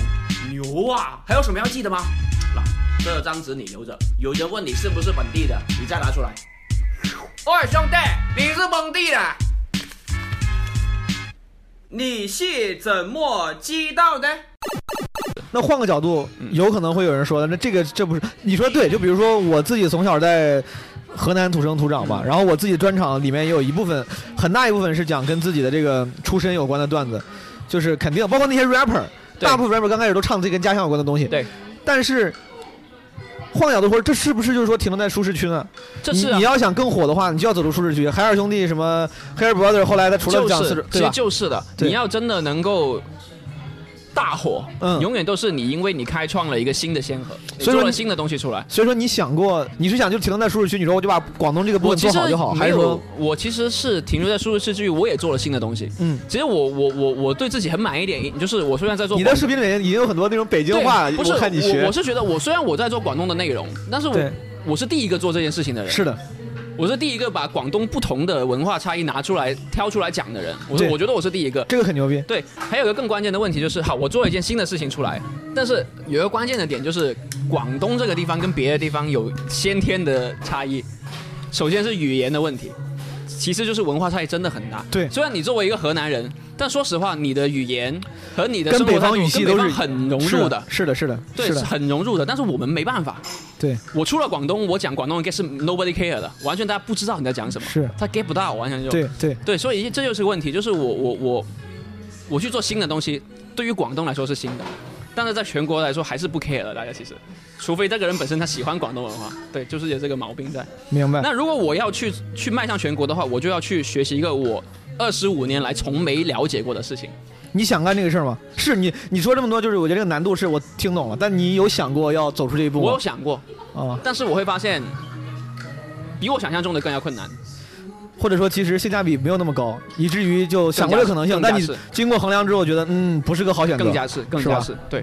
牛啊！还有什么要记得吗？嗱，这张纸你留着，有人问你是不是本地的，你再拿出来。喂，兄弟，你是本地的？你是怎么知道的？那换个角度，嗯有可能会有人说，那这个这不是你说对？就比如说我自己从小在河南土生土长嗯吧，然后我自己的专场里面也有一部分很大一部分是讲跟自己的这个出身有关的段子，就是肯定包括那些 rapper，大部分 rapper 刚开始都唱自己跟家乡有关的东西。对，但是。换个角度说，这是不是就是说停留在舒适区呢？这是啊你你要想更火的话，你就要走出舒适区。海尔兄弟什么海尔 brother，后来他除了讲就四是十，其对实吧？就是的，对你要真的能够大火，永远都是你因为你开创了一个新的先河，你嗯所以说做了你新的东西出来。所以说你想过，你是想就停留在舒适区？你说我就把广东这个部我分其做实好就好，还是没说有我其实是停留在舒适区，我也做了新的东西。嗯，其实我我我我对自己很满意一点，就是我虽然在做你的广视频里面已经有很多那种北京话，对不是我看你学，我，我是觉得我虽然我在做广东的内容，但是我对我是第一个做这件事情的人。是的，我是第一个把广东不同的文化差异拿出来挑出来讲的人。我是对我觉得我是第一个。这个很牛逼。对，还有一个更关键的问题就是，好，我做了一件新的事情出来，但是有一个关键的点就是，广东这个地方跟别的地方有先天的差异。首先是语言的问题，其次就是文化差异真的很大。对，虽然你作为一个河南人，但说实话，你的语言和你的跟生活北态方度语系跟都北是方很融入的，是的，是的，对，是是的，很融入的。但是我们没办法，对，我出了广东，我讲广东人 get 是 nobody care 的，完全大家不知道你在讲什么，是他 get 不到，完全就对对对，所以这就是个问题，就是我我我我去做新的东西，对于广东来说是新的，但是在全国来说还是不 care 的，大家其实，除非这个人本身他喜欢广东文化，对，就是有这个毛病在。明白。那如果我要去去迈向全国的话，我就要去学习一个我二十五年来从没了解过的事情。你想干这个事儿吗？是你你说这么多，就是我觉得这个难度是我听懂了，但你有想过要走出这一步吗？我有想过，啊，但是我会发现，比我想象中的更要困难。或者说其实性价比没有那么高，以至于就想过这个可能性，更加但你是经过衡量之后觉得嗯不是个好选择，更加是更吧加是对，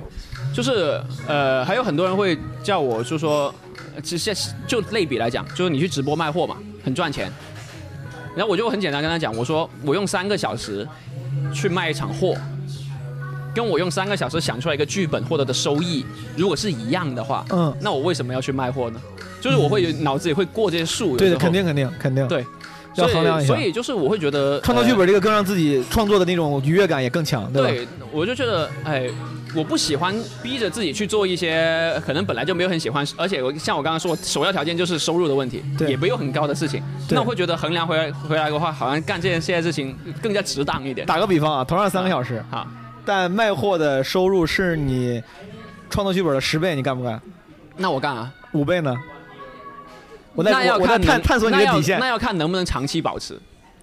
就是呃，还有很多人会叫我就说，呃其实现就类比来讲，就是你去直播卖货嘛，很赚钱。然后我就很简单跟他讲，我说我用三个小时去卖一场货，跟我用三个小时想出来一个剧本获得的收益，如果是一样的话，嗯那我为什么要去卖货呢？就是我会有脑子里会过这些数，有对的，时候肯定肯定肯定对，要衡量一下所以，所以就是我会觉得创作呃剧本这个更让自己创作的那种愉悦感也更强，吧？对，我就觉得，哎，我不喜欢逼着自己去做一些可能本来就没有很喜欢，而且我像我刚刚说，首要条件就是收入的问题，对也没有很高的事情。对那我会觉得衡量回来回来的话，好像干这件这些事情更加值当一点。打个比方啊，同样三个小时，啊，但卖货的收入是你创作剧本的十倍，你干不干？那我干啊。五倍呢？我在那要我我在看探能探索你的那要底线那要看能不能长期保持。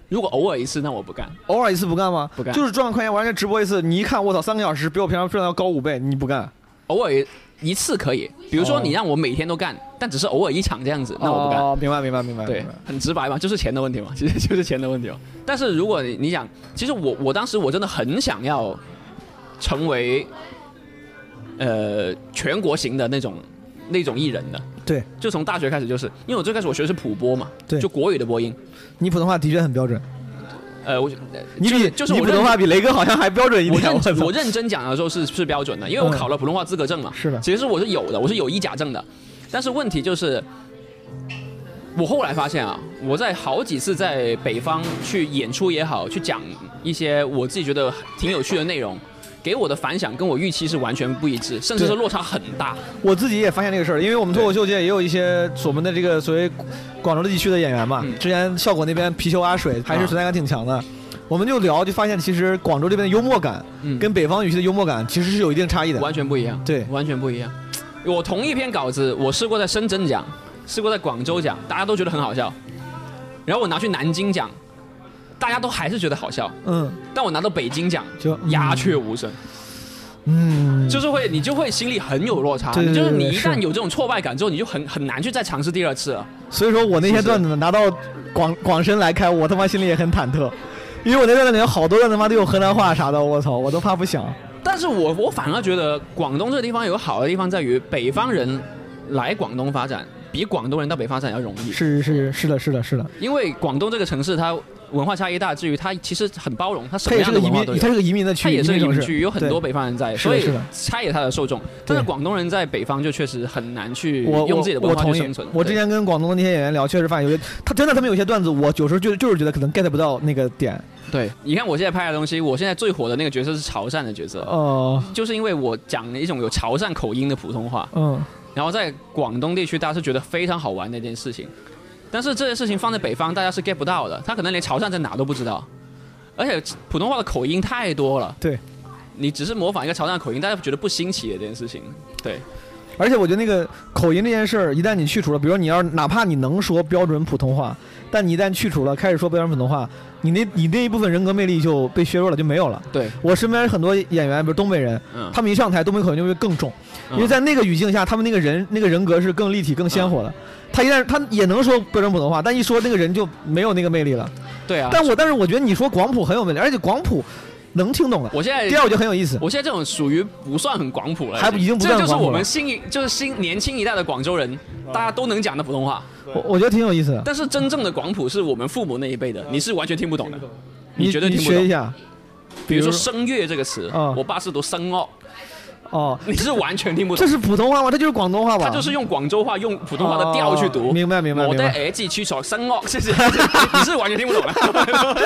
如果偶尔一次，那我不干。偶尔一次不干吗？不干就是赚块钱，完全直播一次，你一看，我操，三个小时比我平常赚的要高五倍，你不干？偶尔一次可以，比如说哦你让我每天都干，但只是偶尔一场这样子，那我不干。哦，明白明白明白。对明白，很直白嘛，就是钱的问题嘛， *laughs* 其实就是钱的问题嘛。但是如果你你想，其实我我当时我真的很想要成为呃全国型的那种那种艺人的，对，就从大学开始就是，因为我最开始我学的是普播嘛，对就国语的播音，你普通话的确很标准，呃，我你比就是你我普认通话比雷哥好像还标准一我点。 *laughs* 我认操我认真讲的时候是是标准的，因为我嗯考了普通话资格证嘛。是的其实我是有的，我是有一甲证的。但是问题就是，我后来发现啊，我在好几次在北方去演出也好，去讲一些我自己觉得挺有趣的内容，给我的反响跟我预期是完全不一致，甚至是对落差很大。我自己也发现这个事儿，因为我们脱口秀界也有一些我们的这个所谓广州地区的演员嘛，嗯之前效果那边貔貅阿啊水还是存在感挺强的。我们就聊，就发现其实广州这边的幽默感，跟北方语系的幽默感其实是有一定差异的，嗯完全不一样。对，完全不一样。我同一篇稿子，我试过在深圳讲，试过在广州讲，大家都觉得很好笑。然后我拿去南京讲，大家都还是觉得好笑。嗯，但我拿到北京讲，就鸦雀无声。嗯，就是会，你就会心里很有落差，对对你就是对对你一旦是有这种挫败感之后，你就很很难去再尝试第二次了。所以说我那些段子拿到广广深来开，我他妈心里也很忐忑，因为我那段子里面好多段他妈都有河南话啥的，我操，我都怕不想。但是我我反而觉得广东这个地方有好的地方在于，北方人来广东发展比广东人到北方发展要容易。是是是的，是的，是的，因为广东这个城市它文化差异大，至于它其实很包容，它什它么也样是个的移文化民都有。，它是个移民的区它域，也是个移民城市区，有很多对北方人在，是的所以是的差也它的受众。但是广东人在北方就确实很难去我用自己的文我化同去意生存。我之对前跟广东的那些演员聊，确实发现有些他真的他们有些段子，我有时候就就是觉得可能 get 不到那个点。对，你看我现在拍的东西，我现在最火的那个角色是潮汕的角色，哦、就是因为我讲了一种有潮汕口音的普通话，嗯，然后在广东地区大家是觉得非常好玩的一件事情，但是这件事情放在北方大家是 get 不到的，他可能连潮汕在哪都不知道，而且普通话的口音太多了，对，你只是模仿一个潮汕口音，大家觉得不新奇的这件事情，对，而且我觉得那个口音这件事儿，一旦你去除了，比如说你要哪怕你能说标准普通话，但你一旦去除了开始说标准普通话，你那你那一部分人格魅力就被削弱了，就没有了。对我身边很多演员，比如东北人，嗯他们一上台，东北口音就会更重，嗯嗯因为在那个语境下，他们那个人那个人格是更立体、更鲜活的。他一旦他也能说标准普通话，但一说那个人就没有那个魅力了。对啊，但我但是我觉得你说广普很有魅力，而且广普能听懂的。我现在第二我觉得很有意思。我现在这种属于不算很广普了，还不已经不算这就是广普我们了哦新一就是新年轻一代的广州人，大家都能讲的普通话。我我觉得挺有意思的。但是真正的广普是我们父母那一辈的，你是完全听不懂的，你绝对你听不懂。学一下，比如比如说“声乐”这个词，啊我爸是读“声乐哦”，，你是完全听不懂。这是普通话吗？这就是广东话吧？他就是用广州话、用普通话的调去读。哦明白明白我的明白儿子去说“声乐”，谢谢。你是完全听不懂的。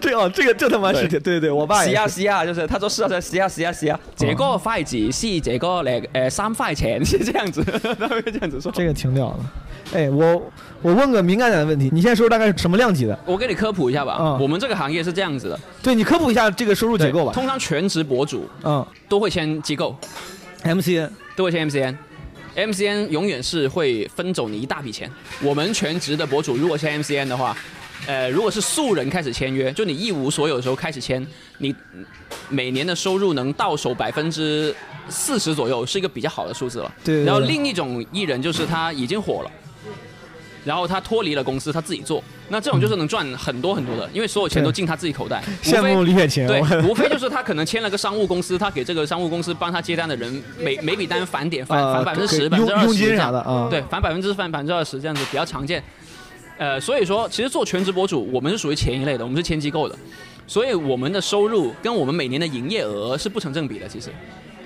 这哦，这个这他妈是对对对对，我爸是也啊是。是啊，就是他说是啊是啊是啊是啊是啊，这个筷子是这个来呃三块钱是这样子，他会这样子说。这个挺屌的。哎，我我问个敏感点的问题，你现在收入大概是什么量级的？我给你科普一下吧，嗯我们这个行业是这样子的，对你科普一下这个收入结构吧。通常全职博主嗯都会签机构， ，MCN 都会签 MCN。MCN 永远是会分走你一大笔钱。我们全职的博主如果签 MCN 的话，呃，如果是素人开始签约，就你一无所有的时候开始签，你每年的收入能到手百分之四十左右，是一个比较好的数字了。对对对然后另一种艺人就是他已经火了，然后他脱离了公司，他自己做，那这种就是能赚很多很多的，因为所有钱都进他自己口袋。无非羡慕李雪琴对我，无非就是他可能签了个商务公司，他给这个商务公司帮他接单的人每每笔单返点返呃返百分之十、给百分之二佣佣十金这啥样的啊对，返百分之返百分之二十这样子比较常见。呃，所以说其实做全职博主，我们是属于前一类的，我们是签机构的，所以我们的收入跟我们每年的营业额是不成正比的。其实，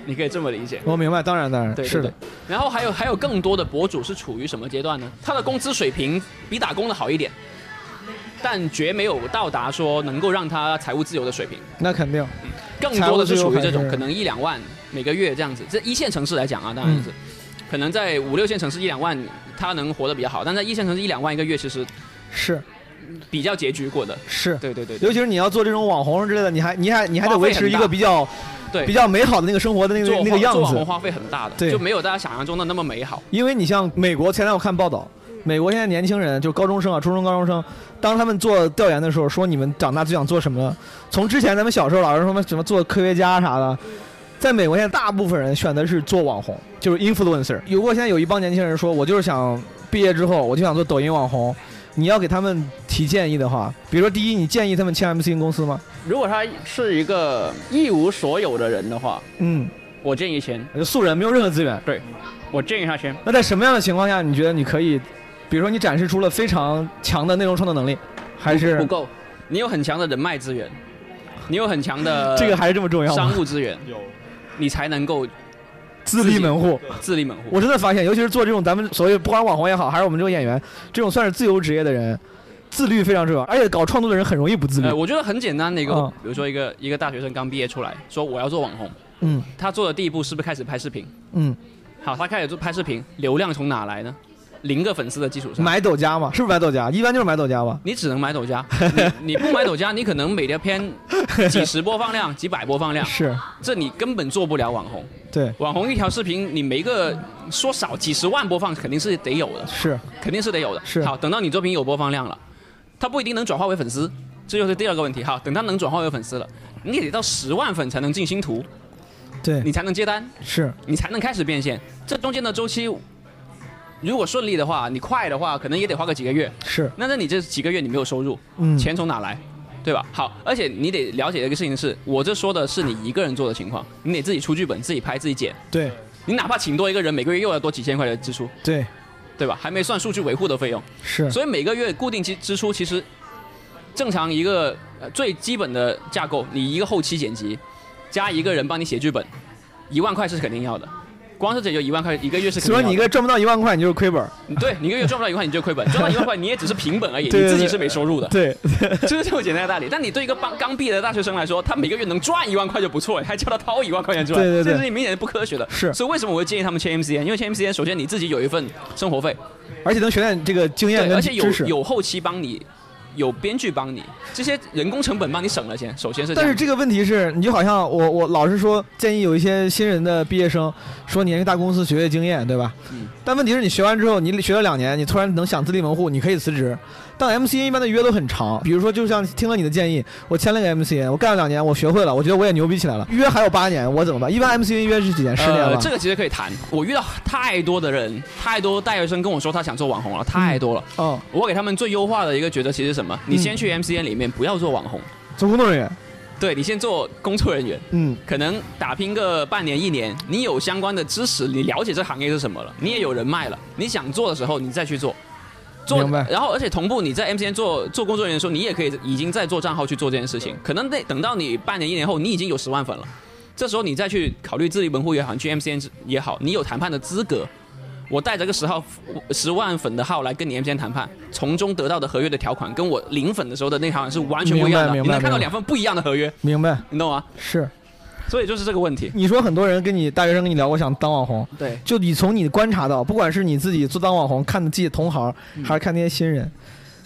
你可以这么理解。我明白，当然当然对对是的对。然后还有还有更多的博主是处于什么阶段呢？他的工资水平比打工的好一点，但绝没有到达说能够让他财务自由的水平。那肯定，更多的是属于这财务自由很种是可能一两万每个月这样子。这一线城市来讲啊，当嗯然是、可能在五六线城市一两万，他能活得比较好，但在一线城市一两万一个月其实是比较拮据过的。是，对对对对尤其是你要做这种网红之类的，你还你还你还得花费维持一很个大比较对比较美好的那个生活的那个做那个网样做网红子，花费很大的，对就没有大家想象中的那么美好。因为你像美国，前天我看报道，嗯美国现在年轻人就高中生啊，初中高中生，当他们做调研的时候，说你们长大最想做什么？从之前咱们小时候老师说什么什么做科学家啥的，在美国现在大部分人选的是做网红，就是 influencer。如果现在有一帮年轻人说，我就是想毕业之后我就想做抖音网红，你要给他们提建议的话，比如说第一，你建议他们签 MC 公司吗？如果他是一个一无所有的人的话，嗯，我建议签。素人没有任何资源。对，我建议他签。那在什么样的情况下，你觉得你可以，比如说你展示出了非常强的内容创作能力，还是不够，你有很强的人脉资源，你有很强 *laughs* 的这个还是这么重要吗呃商务资源，你才能够自立门户？自立门户。我真的发现，尤其是做这种咱们所谓不管网红也好，还是我们这种演员，这种算是自由职业的人，自律非常重要。而且搞创作的人很容易不自律。呃，我觉得很简单的一个，嗯比如说一个一个大学生刚毕业出来，说我要做网红，嗯他做的第一步是不是开始拍视频？嗯，好，他开始做拍视频，流量从哪来呢？零个粉丝的基础上，买抖加嘛，是不是买抖加？一般就是买抖加吧。你只能买抖加，你你不买抖加，你可能每条片几十播放量、几百播放量，是，这你根本做不了网红。对，网红一条视频，你每个说少几十万播放肯定是得有的，是肯定是得有的。是好，等到你作品有播放量了，它不一定能转化为粉丝，这就是第二个问题。好，等它能转化为粉丝了，你也得到十万粉才能进星图，对，你才能接单，是你才能开始变现。这中间的周期，如果顺利的话，你快的话，可能也得花个几个月。是，那那你这几个月你没有收入，嗯钱从哪来？对吧？好，而且你得了解一个事情是，我这说的是你一个人做的情况，你得自己出剧本、自己拍、自己剪。对你哪怕请多一个人，每个月又要多几千块的支出，对对吧？还没算数据维护的费用。是，所以每个月固定支支出其实正常一个呃最基本的架构，你一个后期剪辑，加一个人帮你写剧本，一万块是肯定要的。光是解决一万块一个月是肯定所要以的。你一个赚不到一万块，你就是亏本儿。对你一个月赚不到一万块，你就亏本；赚到一万块，你也只是平本而已，你对对自己对是没收入的。对， *laughs* 就是这么简单的道理。但你对一个刚刚毕业的大学生来说，他每个月能赚一万块就不错了，还叫他掏一万块钱出来，对对对这是明显是不科学的。是所以为什么我会建议他们签 MCN？因为签 MCN，首先你自己有一份生活费，而且能学点这个经验对，跟而且有知识。有后期帮你，有编剧帮你，这些人工成本帮你省了钱。首先是这但样，是这个问题是，你就好像我我老是说建议有一些新人的毕业生说你去大公司学学经验，对吧？嗯但问题是你学完之后，你学了两年，你突然能想自立门户，你可以辞职。但 MCN 一般的约都很长，比如说就像听了你的建议，我签了个 MCN，我干了两年，我学会了，我觉得我也牛逼起来了。约还有八年，我怎么办？一般 MCN 约是几年？十年呃吧。，这个其实可以谈。我遇到太多的人，太多大学生跟我说他想做网嗯红了，太多了。哦，我给他们最优化的一个觉得，其实是什么？嗯你先去 MCN 里面不要做网红，做工作人员，对你先做工作人员。嗯，可能打拼个半年一年，你有相关的知识，你了解这行业是什么了，你也有人脉了，你想做的时候你再去做，做明白，然后而且同步你在 MCN 做做工作人员的时候，你也可以已经在做账号去做这件事情，可能得等到你半年一年后，你已经有十万粉了，这时候你再去考虑自立门户也好，你去 MCN 也好，你有谈判的资格。我带着个十号十万粉的号来跟你 MCN 谈判，从中得到的合约的条款跟我零粉的时候的那条款是完全不一样的，明白明白你能看到明白两份不一样的合约，明白，你懂吗？是。啊所以就是这个问题。你说很多人跟你大学生跟你聊过想当网红，对就你从你观察到，不管是你自己做当网红，看自己的同行，嗯还是看那些新人，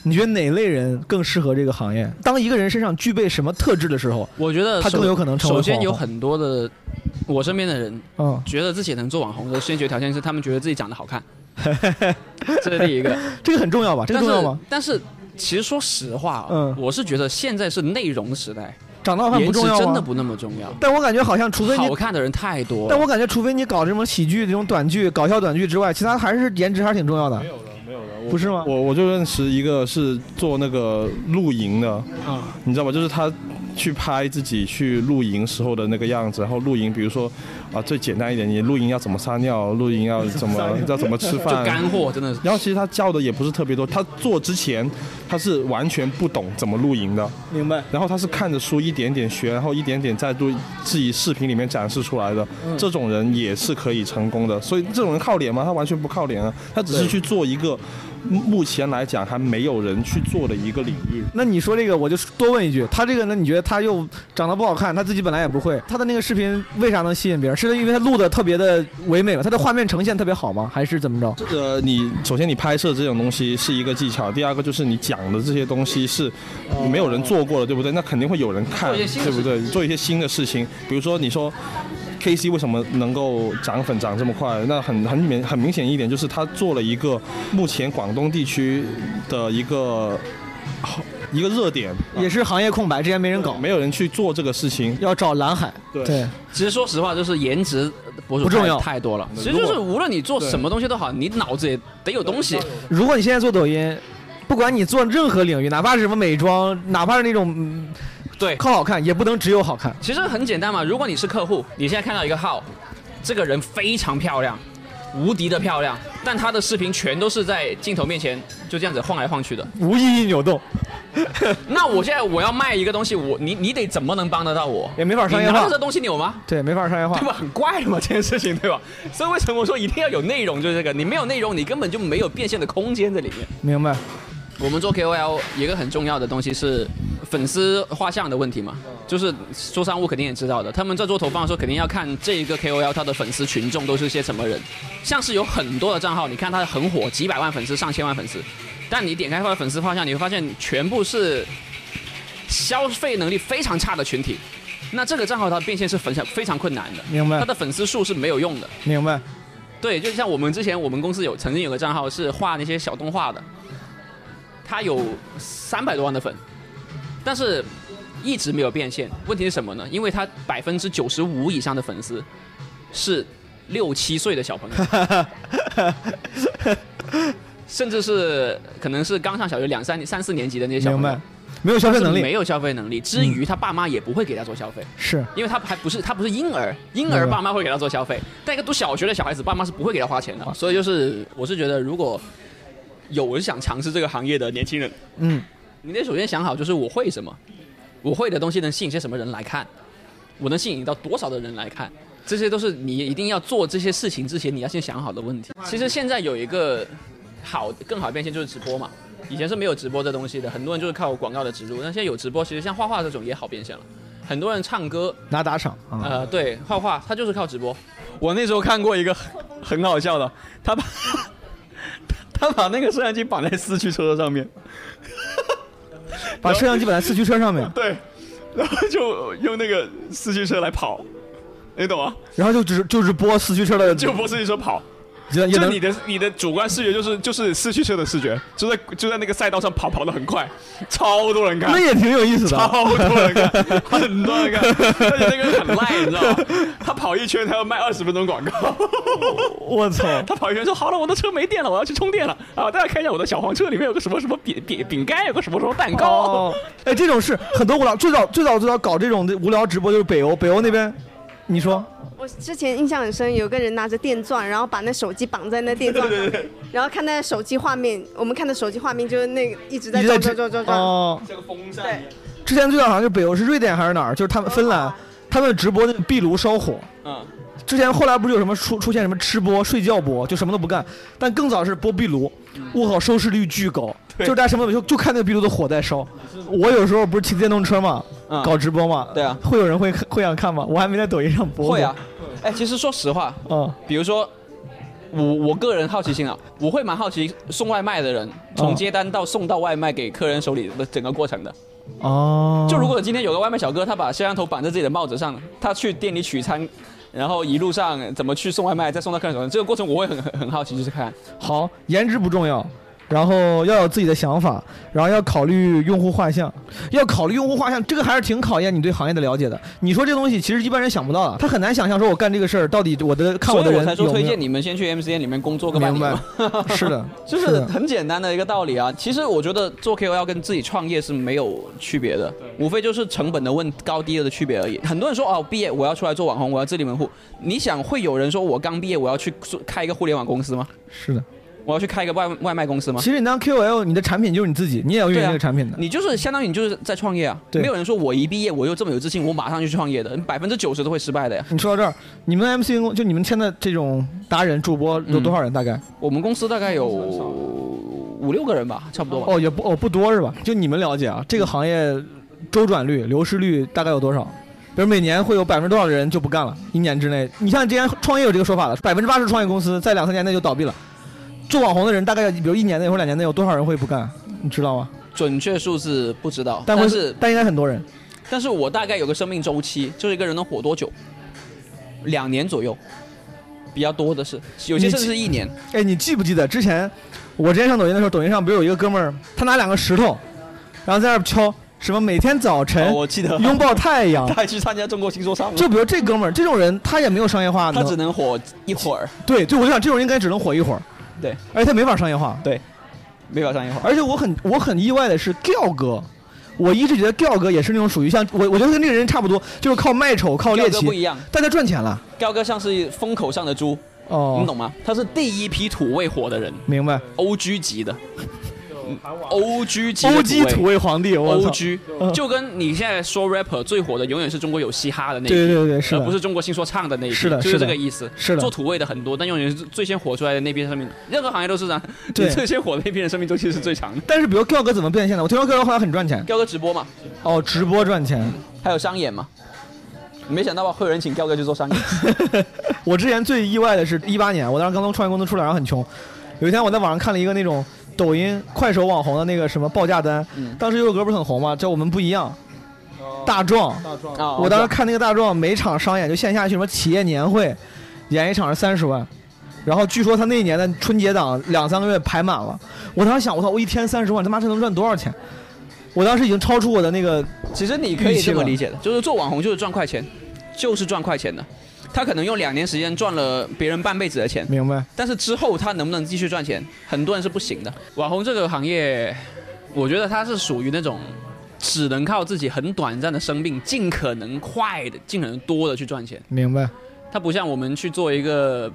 你觉得哪类人更适合这个行业？当一个人身上具备什么特质的时候，我觉得他首更有可能成为首先网有红很多的，我身边的人，嗯 *laughs* 觉得自己能做网红的先决条件是他们觉得自己长得好看，这是第一个。这个很重要吧？这个重要吗？但是但是其实说实话，啊嗯我是觉得现在是内容时代，长得好看颜不值重要吗真的不那么重要。但我感觉好像，除非你好看的人太多了，但我感觉，除非你搞这种喜剧、这种短剧、搞笑短剧之外，其他还是颜值还是挺重要的。没有的，没有的，不是吗？我我就认识一个是做那个露营的，嗯啊，你知道吗？就是他去拍自己去露营时候的那个样子，然后露营，比如说啊，最简单一点，你露营要怎么撒尿，露营要怎么撒尿要怎么吃饭，就干货真的是然后其实他教的也不是特别多，他做之前他是完全不懂怎么露营的，明白。然后他是看着书一点点学，然后一点点在录自己视频里面展示出来的，嗯这种人也是可以成功的。所以这种人靠脸吗？他完全不靠脸啊，他只是对去做一个目前来讲还没有人去做的一个领域。那你说这个，我就多问一句，他这个呢？你觉得他又长得不好看，他自己本来也不会，他的那个视频为啥能吸引别人？是因为他录的特别的唯美吗？他的画面呈现特别好吗？还是怎么着？这个你首先你拍摄这种东西是一个技巧，第二个就是你讲的这些东西是没有人做过的，对不对？那肯定会有人做看，一些新的对不对？做一些新的事情，比如说你说 K C 为什么能够涨粉涨这么快？那很很明很明显一点就是他做了一个目前广东地区的一个一个热点，啊也是行业空白，之前没人搞，没有人去做这个事情，要找蓝海，对其实说实话，就是颜值博主不重要嗯太太多了。其实如果就是无论你做什么东西都好，你脑子也得有东西。如果你现在做抖音，不管你做任何领域，哪怕是什么美妆，哪怕是那种、嗯、对靠好看，也不能只有好看。其实很简单嘛，如果你是客户，你现在看到一个号，这个人非常漂亮，无敌的漂亮，但他的视频全都是在镜头面前就这样子晃来晃去的。无意义扭动，那我现在我要卖一个东西，我你你得怎么能帮得到我？也没法商业你拿化着，这东西扭吗？对，没法商业化对。吧？很怪嘛，这件事情对吧？所以为什么我说一定要有内容，就是这个，你没有内容，你根本就没有变现的空间在里面。明白，我们做 KOL 一个很重要的东西是粉丝画像的问题嘛，就是说商务肯定也知道的，他们在做投放的时候肯定要看这一个 KOL 他的粉丝群众都是些什么人，像是有很多的账号，你看他很火，几百万粉丝、上千万粉丝，但你点开他的粉丝画像，你会发现全部是消费能力非常差的群体，那这个账号它的变现是非常非常困难的，明白它的粉丝数是没有用的，明白。 *laughs* 对，就像我们之前我们公司有曾经有个账号是画那些小动画的，他有三百多万的粉，但是一直没有变现。问题是什么呢？因为他百分之九十五以上的粉丝是六七岁的小朋友，甚至是可能是刚上小学两三三四年级的那些小明朋白友。，没有消费能他力，是没有消费能力。之余，他爸妈也不会给他做消费。是因为他还不是他不是婴儿，婴嗯明儿白爸妈会给他做消费，但一个读小学的小孩子，爸妈是不会给他花钱的。所以就是，我是觉得如果有人想尝试这个行业的年轻人，嗯，你得首先想好，就是我会什么，我会的东西能吸引些什么人来看，我能吸引到多少的人来看，这些都是你一定要做这些事情之前你要先想好的问题。其实现在有一个好更好的变现就是直播嘛，以前是没有直播这东西的，很多人就是靠广告的植入，但现在有直播，其实像画画这种也好变现了。很多人唱歌，拿打赏啊。呃，对，画画他就是靠直播。我那时候看过一个很很好笑的，他把 *laughs* 他把那个摄像机绑在四驱车上面，呃把摄像机摆在四驱车上面，对，然后就用那个四驱车来跑，你懂吗？然后就只就是播四驱车的，就播四驱车跑。也也就能你的你的主观视觉就是就是四驱车的视觉，就在就在那个赛道上跑，跑得很快，超多人看，那也挺有意思的超多人看，很多人 *laughs* 看，而且那个人很赖，你知道吗？他跑一圈，他要卖二十分钟广告，我操！ *laughs* 他跑一圈说好了，我的车没电了，我要去充电了啊！大家看一下我的小黄车里面有个什么什么饼饼饼干，有个什么什么蛋糕，哦，哎，这种是很多无聊，最早最早最早搞这种的无聊直播就是北欧，北欧那边，你说我之前印象很深，有个人拿着电钻，然后把那手机绑在那电钻上，然后看那手机画面，我们看的手机画面就是那个一直在一直在转直转转转转。哦，像个风扇一样。之前最早好像就是北欧是瑞典还是哪儿，就是他们芬兰，他们直播那个壁炉烧火。嗯，之前后来不是有什么出出现什么吃播、睡觉播，就什么都不干，但更早是播壁炉，我靠，收视率巨高，嗯对就是大家什么都没有，就看那个壁炉的火在烧。我有时候不是骑电动车嘛，嗯搞直播嘛，对啊会有人会会想看吗？我还没在抖音上播过。会啊，哎，其实说实话，嗯，比如说我我个人好奇心啊，我会蛮好奇送外卖的人从接单到送到外卖给客人手里的整个过程的。哦，就如果今天有个外卖小哥，他把摄像头绑在自己的帽子上，他去店里取餐，然后一路上怎么去送外卖，再送到客人手上，这个过程我会很很很好奇，就是看。好，颜值不重要，然后要有自己的想法，然后要考虑用户画像，要考虑用户画像，这个还是挺考验你对行业的了解的。你说这东西其实一般人想不到的，啊他很难想象说我干这个事儿到底我的看我所的以人我才说有没推有荐你们先去 MCN 里面工作个半明年白嘛。， *laughs* 是的，就是的很简单的一个道理啊。其实我觉得做 KOL 跟自己创业是没有区别的，无非就是成本的问高低的区别而已。很多人说哦，毕业我要出来做网红，我要自立门户。你想会有人说我刚毕业我要去做开一个互联网公司吗？是的。我要去开一个外外卖公司吗？其实你当 QL，你的产品就是你自己，你也要运对营这啊个产品的。你就是相当于你就是在创业啊，对没有人说我一毕业我就这么有自信，我马上就去创业的，百分之九十都会失败的呀。你说到这儿，你们 MC 公就你们签的这种达人主播有多少人？嗯大概？我们公司大概有五六个人吧，差不多吧。哦，也不哦不多是吧？就你们了解啊，这个行业周转率、流失率大概有多少？比如每年会有百分之多少的人就不干了？一年之内，你像之前创业有这个说法的，百分之八十创业公司在两三年内就倒闭了。做网红的人大概比如一年内或者两年内有多少人会不干？你知道吗？准确数字不知道，但但会是但应该很多人。但是我大概有个生命周期，就是一个人能火多久，两年左右，比较多的是，有些你甚记至是一年。哎，你记不记得之前我之前上抖音的时候，抖音上不是有一个哥们儿，他拿两个石头，然后在那儿敲什么每天早晨、哦我记得拥抱太阳 *laughs* 他。还去参加中国新说唱了，就比如哎这啊哥们儿这种人，他也没有商业化能，他只能火一会儿，对对，我就想这种人应该只能火一会儿，对，而且他没法商业化。对，没法商业化。而且我很我很意外的是调哥。我一直觉得调哥也是那种属于像我，我觉得跟这个人差不多，就是靠卖丑、靠猎调奇，哥不一样但他赚钱了。高哥像是风口上的猪，哦你懂吗？他是第一批土味火的人明白，O G 级的。O G 级的 O G 土味皇帝我操 O G 嗯就跟你现在说 rapper 最火的，永远是中国有嘻哈的那一批，对对对是的呃而不是中国新说唱的那一批，是的就是是的这个意思，是的做土味的很多，但永远是最先火出来的那批人生命，任何行业都是这样， *laughs* 对你最先火的那批人生命周期是最长的。但是比如调哥怎么变现的？我听说调哥后来很赚钱，彪哥直播嘛，哦，直播赚钱。还有商演嘛，没想到吧？会有人请彪哥去做商演，我之前最意外的是一八年，我当时刚从创业公司出来，然后很穷。有一天我在网上看了一个那种抖音、快手网红的那个什么报价单，嗯当时有首歌不是很红吗？叫《我们不一样》，大壮。哦大壮啊我当时看那个大壮，每场商演就线下去什么企业年会，演一场是三十万。然后据说他那一年的春节档两三个月排满了，我当时想，我操，我一天三十万，他妈这能赚多少钱？我当时已经超出我的那个，其实你可以这么理解的，就是做网红就是赚快钱，就是赚快钱的。他可能用两年时间赚了别人半辈子的钱，明白？但是之后他能不能继续赚钱，很多人是不行的。网红这个行业，我觉得它是属于那种只能靠自己很短暂的生命，尽可能快的、尽可能多的去赚钱。明白。它不像我们去做一个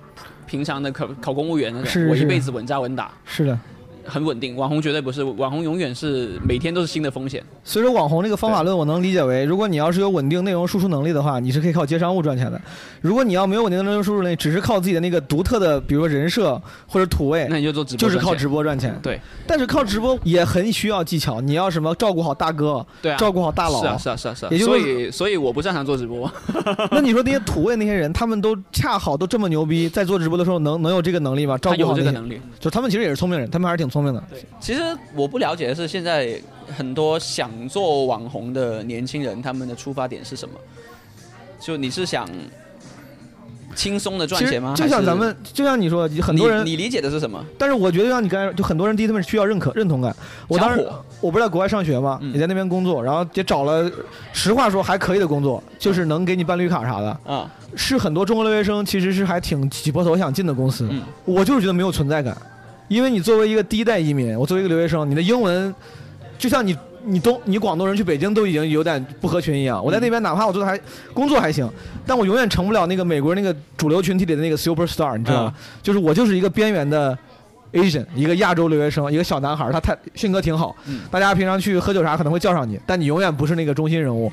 平常的考考公务员那种，是我一是辈子稳扎稳打，是的，很稳定。网红绝对不是，网红永远是每天都是新的风险。 *laughs* 所以说，网红这个方法论，我能理解为，如果你要是有稳定内容输出能力的话，你是可以靠接商务赚钱的；如果你要没有稳定的内容输出能力，只是靠自己的那个独特的，比如说人设或者土味，那你就做直播就是赚钱靠直播赚钱。对，但是靠直播也很需要技巧，你要什么照顾好大哥，对啊，照顾好大佬，是啊，是啊，啊是啊，是啊。也就所是以，所以我不擅长做直播。那你说那些土味那些人，他们都恰好都这么牛逼，在做直播的时候能能有这个能力吗？照顾有好这那个些能力，就他们其实也是聪明人，他们还是挺聪明的。其实我不了解的是，现在很多想做网红的年轻人，他们的出发点是什么？就你是想轻松的赚钱吗？其实就像还是咱们，就像你说，很多人你你理解的是什么？但是我觉得像你刚才，就很多人第一他们是需要认可、认同感。我当时想火我不是在国外上学嘛，也在那边工作，然后也找了，实话说还可以的工作，就是能给你办绿卡啥的。啊，是很多中国留学生其实是还挺挤破头想进的公司，我就是觉得没有存在感，因为你作为一个第一代移民，我作为一个留学生，你的英文就像你。你东你广东人去北京都已经有点不合群一样，我在那边哪怕我做的还工作还行，但我永远成不了那个美国那个主流群体里的那个 super star，你知道吗？就是我就是一个边缘的 Asian，一个亚洲留学生，一个小男孩儿，他太性格挺好，大家平常去喝酒啥可能会叫上你，但你永远不是那个中心人物。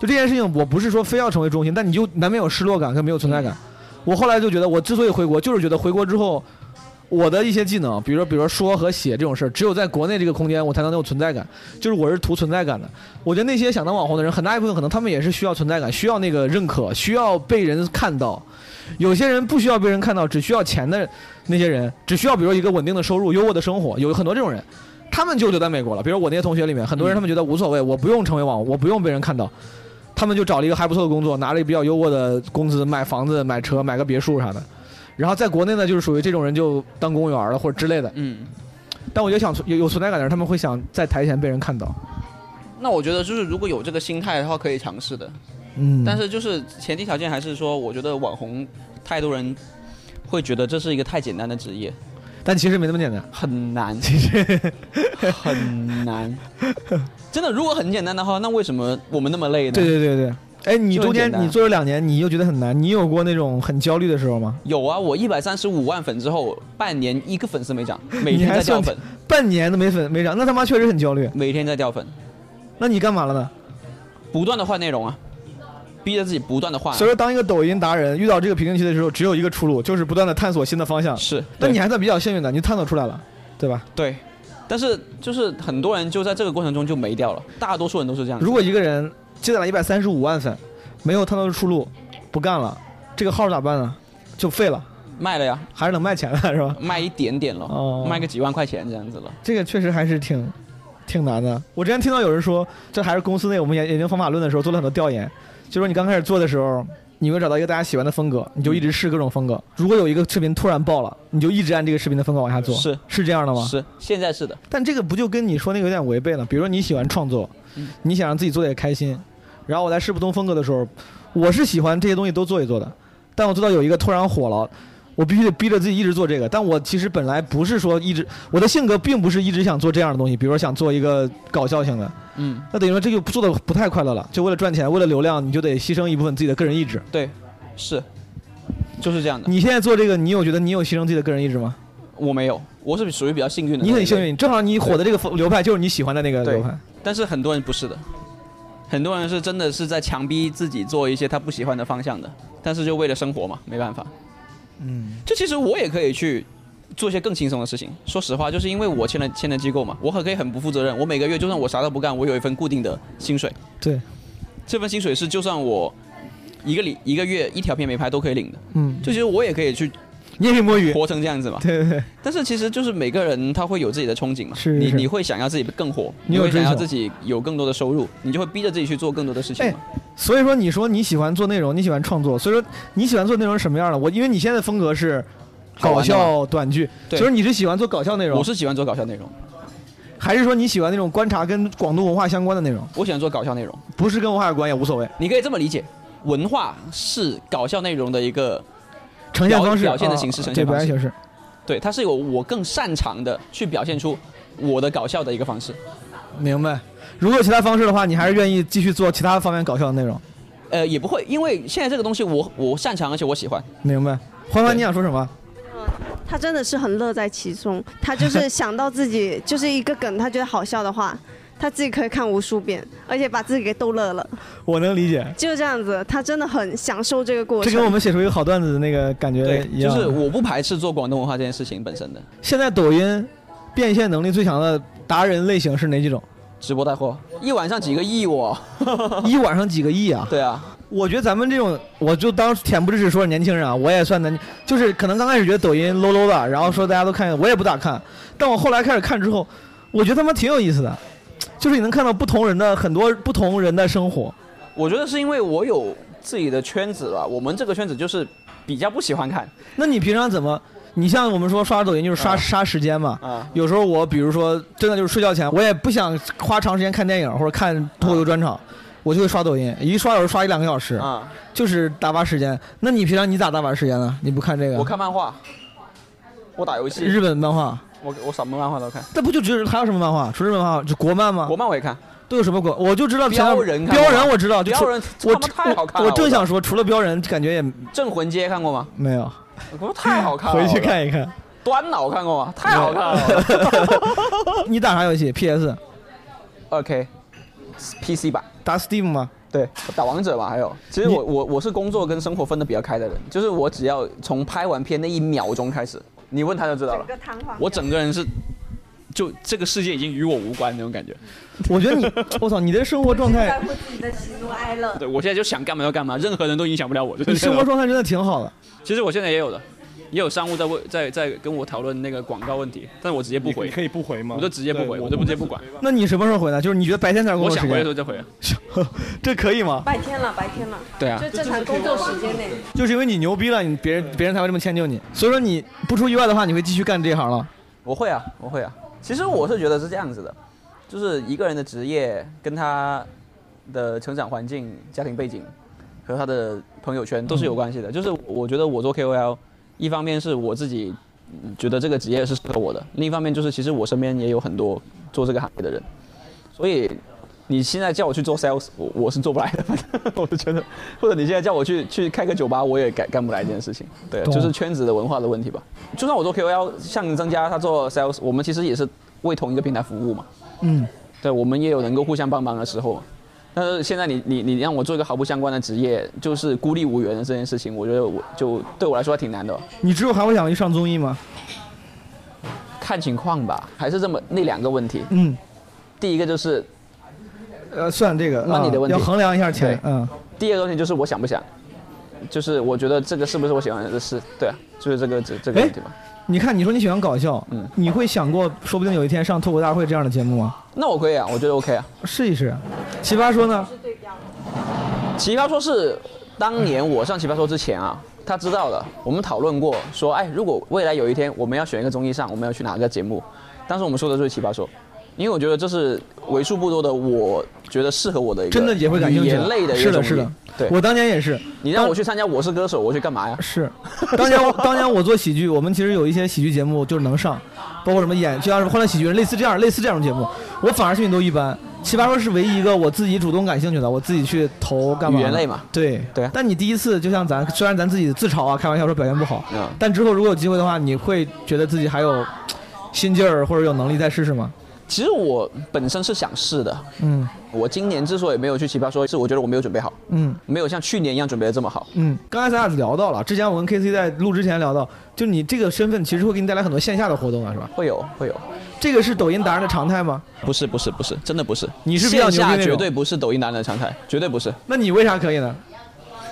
就这件事情，我不是说非要成为中心，但你就难免有失落感跟没有存在感。我后来就觉得，我之所以回国，就是觉得回国之后，我的一些技能，比如说比如说说和写这种事儿，只有在国内这个空间，我才能有存在感。就是我是图存在感的。我觉得那些想当网红的人，很大一部分可能他们也是需要存在感，需要那个认可，需要被人看到。有些人不需要被人看到，只需要钱的那些人，只需要比如一个稳定的收入、优渥的生活，有很多这种人。他们就留在美国了。比如我那些同学里面，很多人他们觉得无所谓，我不用成为网红，我不用被人看到，他们就找了一个还不错的工作，拿了一个比较优渥的工资，买房子、买车、买个别墅啥的。然后在国内呢，就是属于这种人就当公务员了或者之类的。嗯，但我觉得想存有有存在感的人，他们会想在台前被人看到。那我觉得就是如果有这个心态的话，可以尝试的。嗯但是就是前提条件还是说，我觉得网红太多人会觉得这是一个太简单的职业，但其实没那么简单，很 *laughs* 难，其实很难。真的，如果很简单的话，那为什么我们那么累呢？对对对对。哎，你就很中间简单你做了两年，你又觉得很难，你有过那种很焦虑的时候吗？有啊，我一百三十五万粉之后，半年一个粉丝没涨，每你天还在算掉 *laughs* 粉，半年都没粉没涨，那他妈确实很焦虑。每天在掉粉，那你干嘛了呢？不断的换内容啊，逼着自己不断的换啊、所以说，当一个抖音达人遇到这个瓶颈期的时候，只有一个出路，就是不断的探索新的方向。是，那对你还算比较幸运的，你探索出来了，对吧？对，但是就是很多人就在这个过程中就没掉了，大多数人都是这样子。如果一个人积攒了一百三十五万粉，没有探索出路，不干了，这个号咋办呢？就废了，卖了呀，还是能卖钱的，是吧？卖一点点了，哦卖个几万块钱这样子了。这个确实还是挺挺难的。我之前听到有人说，这还是公司内我们研研究方法论的时候做了很多调研，就说你刚开始做的时候，你会找到一个大家喜欢的风格，你就一直试各种风格。如果有一个视频突然爆了，你就一直按这个视频的风格往下做，是是这样的吗？是，现在是的，但这个不就跟你说那个有点违背了？比如说你喜欢创作，你想让自己做的也开心，然后我在试不同风格的时候，我是喜欢这些东西都做一做的，但我做到有一个突然火了。我必须得逼着自己一直做这个，但我其实本来不是说一直，我的性格并不是一直想做这样的东西，比如说想做一个搞笑型的，嗯，那等于说这就做的不太快乐了，就为了赚钱，为了流量，你就得牺牲一部分自己的个人意志。对，是，就是这样的。你现在做这个，你有觉得你有牺牲自己的个人意志吗？我没有，我是属于比较幸运的。你很幸运，，正好你火的这个风流派就是你喜欢的那个流派。但是很多人不是的，很多人是真的是在强逼自己做一些他不喜欢的方向的，但是就为了生活嘛，没办法。嗯，这其实我也可以去做一些更轻松的事情。说实话，就是因为我签了签了机构嘛，我很可以很不负责任。我每个月就算我啥都不干，我有一份固定的薪水，对，这份薪水是就算我一个礼一个月一条片没拍都可以领的。嗯，就其实我也可以去，你也可以摸鱼，活成这样子嘛。 *laughs* 对对对，但是其实就是每个人他会有自己的憧憬嘛，是是你是你会想要自己更火，你你有会想追要求自己有更多的收入，你就会逼着自己去做更多的事情哎嘛。，所以说你说你喜欢做内容，你喜欢创作，所以说你喜欢做内容是什么样的？我因为你现在的风格是好搞玩的嘛笑短剧，所对以说你是喜欢做搞笑内容，我是喜欢做搞笑内容，还是说你喜欢那种观察跟广东文化相关的内容？我喜欢做搞笑内容，不是跟文化有关也无所谓，你可以这么理解，文化是搞笑内容的一个呈现表方式、表现的啊形式，呈对现表方现形式，式。对，它是有我更擅长的去表现出我的搞笑的一个方式。明白。如果有其他方式的话，你还是愿意继续做其他方面搞笑的内容。呃，也不会，因为现在这个东西我我擅长，而且我喜欢。明白。欢欢，你想说什么？他真的是很乐在其中，他就 *laughs* 是想到自己就是一个梗，他觉得好笑的话，他自己可以看无数遍，而且把自己给逗乐了，我能理解，就这样子，他真的很享受这个过这程。跟我们写出一个好段子的那个感觉对，一就样。是我不排斥做广东文化这件事情本身的现在抖音变现能力最强的达人类型是哪几种？直播带货，一晚上几个亿我。一晚上几个亿啊？对啊，我觉得咱们这种，我就当恬不知耻说年轻人啊，我也算年，就是可能刚开始觉得抖音 low low 的，然后说大家都看，我也不咋看，但我后来开始看之后，我觉得他妈挺有意思的，就是你能看到不同人的很多不同人的生活。我觉得是因为我有自己的圈子吧，我们这个圈子就是比较不喜欢看。那你平常怎么？你像我们说刷抖音就是刷、杀时间嘛，啊有时候我比如说真的就是睡觉前，我也不想花长时间看电影或者看脱口秀专场，我就会刷抖音，一刷有时候刷一两个小时，啊就是打发时间。那你平常你咋打发时间呢？你不看这个？我看漫画，我打游戏，日本漫画，我我什么漫画都看，那不就只有还有什么漫画？除日本漫画，就国漫吗？国漫我也看。都有什么国？我就知道前标人看标过人我知道，就标除人我他妈太好看我了我正想说，除了标人，感觉也《镇魂街》看过吗？没有。我太好看了，回去看一看。 《端脑》看过吗？太好看 *laughs* 了。 *laughs* 你打啥游戏？PS？二 K PC 版。打 Steam 吗？对，打王者嘛，还有，其实我我我是工作跟生活分得比较开的人，就是我只要从拍完片那一秒钟开始，你问他就知道了，我整个人是，就这个世界已经与我无关那种感觉。我 *laughs* 觉得你，我操，你的生活状态，乎自己的喜怒哀乐对我现在就想干嘛就干嘛，任何人都影响不了我。就是你这种生活状态真的挺好的。其实我现在也有的，也有商务在问，在在跟我讨论那个广告问题，但我直接不回。你可以不回吗我就直接不回，对我就不直接不管。那你什么时候回呢？就是你觉得白天才是工我作想时回的时间候，再回。啊这可以吗？白天了，白天了，对啊就正常工作时间内。就是因为你牛逼了，你别人别人才会这么迁就你。所以说你不出意外的话，你会继续干这一行了。我会啊，我会啊，其实我是觉得是这样子的，就是一个人的职业跟他的成长环境、家庭背景和他的朋友圈都是有关系的。就是我觉得我做 KOL，一方面是我自己嗯觉得这个职业是适合我的，另一方面就是其实我身边也有很多做这个行业的人，所以你现在叫我去做 sales，我我是做不来的， *laughs* 我是觉得，或者你现在叫我去去开个酒吧，我也干干不来这件事情。对，啊懂就是圈子的文化的问题吧。就算我做 KOL，像增加他做 sales，我们其实也是为同一个平台服务嘛。嗯，对，我们也有能够互相帮忙的时候。但是现在你你你让我做一个毫不相关的职业，就是孤立无援的这件事情，我觉得我就对我来说还挺难的。你之后还会想去上综艺吗？看情况吧，还是这么那两个问题。嗯，第一个就是呃，算这个，那你的问题啊要衡量一下钱对，嗯，第二个问题就是我想不想，就是我觉得这个是不是我喜欢的事，对啊，就是这个这这个问题吧。你看，你说你喜欢搞笑，嗯你会想过说不定有一天上脱口大会这样的节目吗？那我可以啊，我觉得 OK 啊。试一试。奇葩说呢？奇葩说是当年我上奇葩说之前啊，他知道的，我们讨论过说，哎，如果未来有一天我们要选一个综艺上，我们要去哪个节目？当时我们说的就是奇葩说，因为我觉得这是为数不多的，我觉得适合我的一个真的也会感兴趣语言类的一是个的，综艺。是的。对，我当年也是。你让我去参加《我是歌手》，我去干嘛呀？是，当年我当年我做喜剧，我们其实有一些喜剧节目就是能上，包括什么演，就像是《欢乐喜剧人》类似这样类似这样的节目，我反而兴趣都一般。奇葩说是唯一一个我自己主动感兴趣的，我自己去投干嘛？语言类嘛对对啊但你第一次，就像咱虽然咱自己自嘲啊，开玩笑说表现不好，嗯但之后如果有机会的话，你会觉得自己还有心劲儿或者有能力再试试吗？其实我本身是想试的，嗯我今年之所以没有去奇葩说，是我觉得我没有准备好，嗯没有像去年一样准备的这么好。嗯，刚才咱俩聊到了，之前我跟 K C 在录之前聊到，就你这个身份其实会给你带来很多线下的活动啊，是吧？会有会有，这个是抖音达人的常态吗？不是不是不是，真的不是。你是比较线下牛逼那种绝对不是抖音男人的常态，绝对不是。那你为啥可以呢？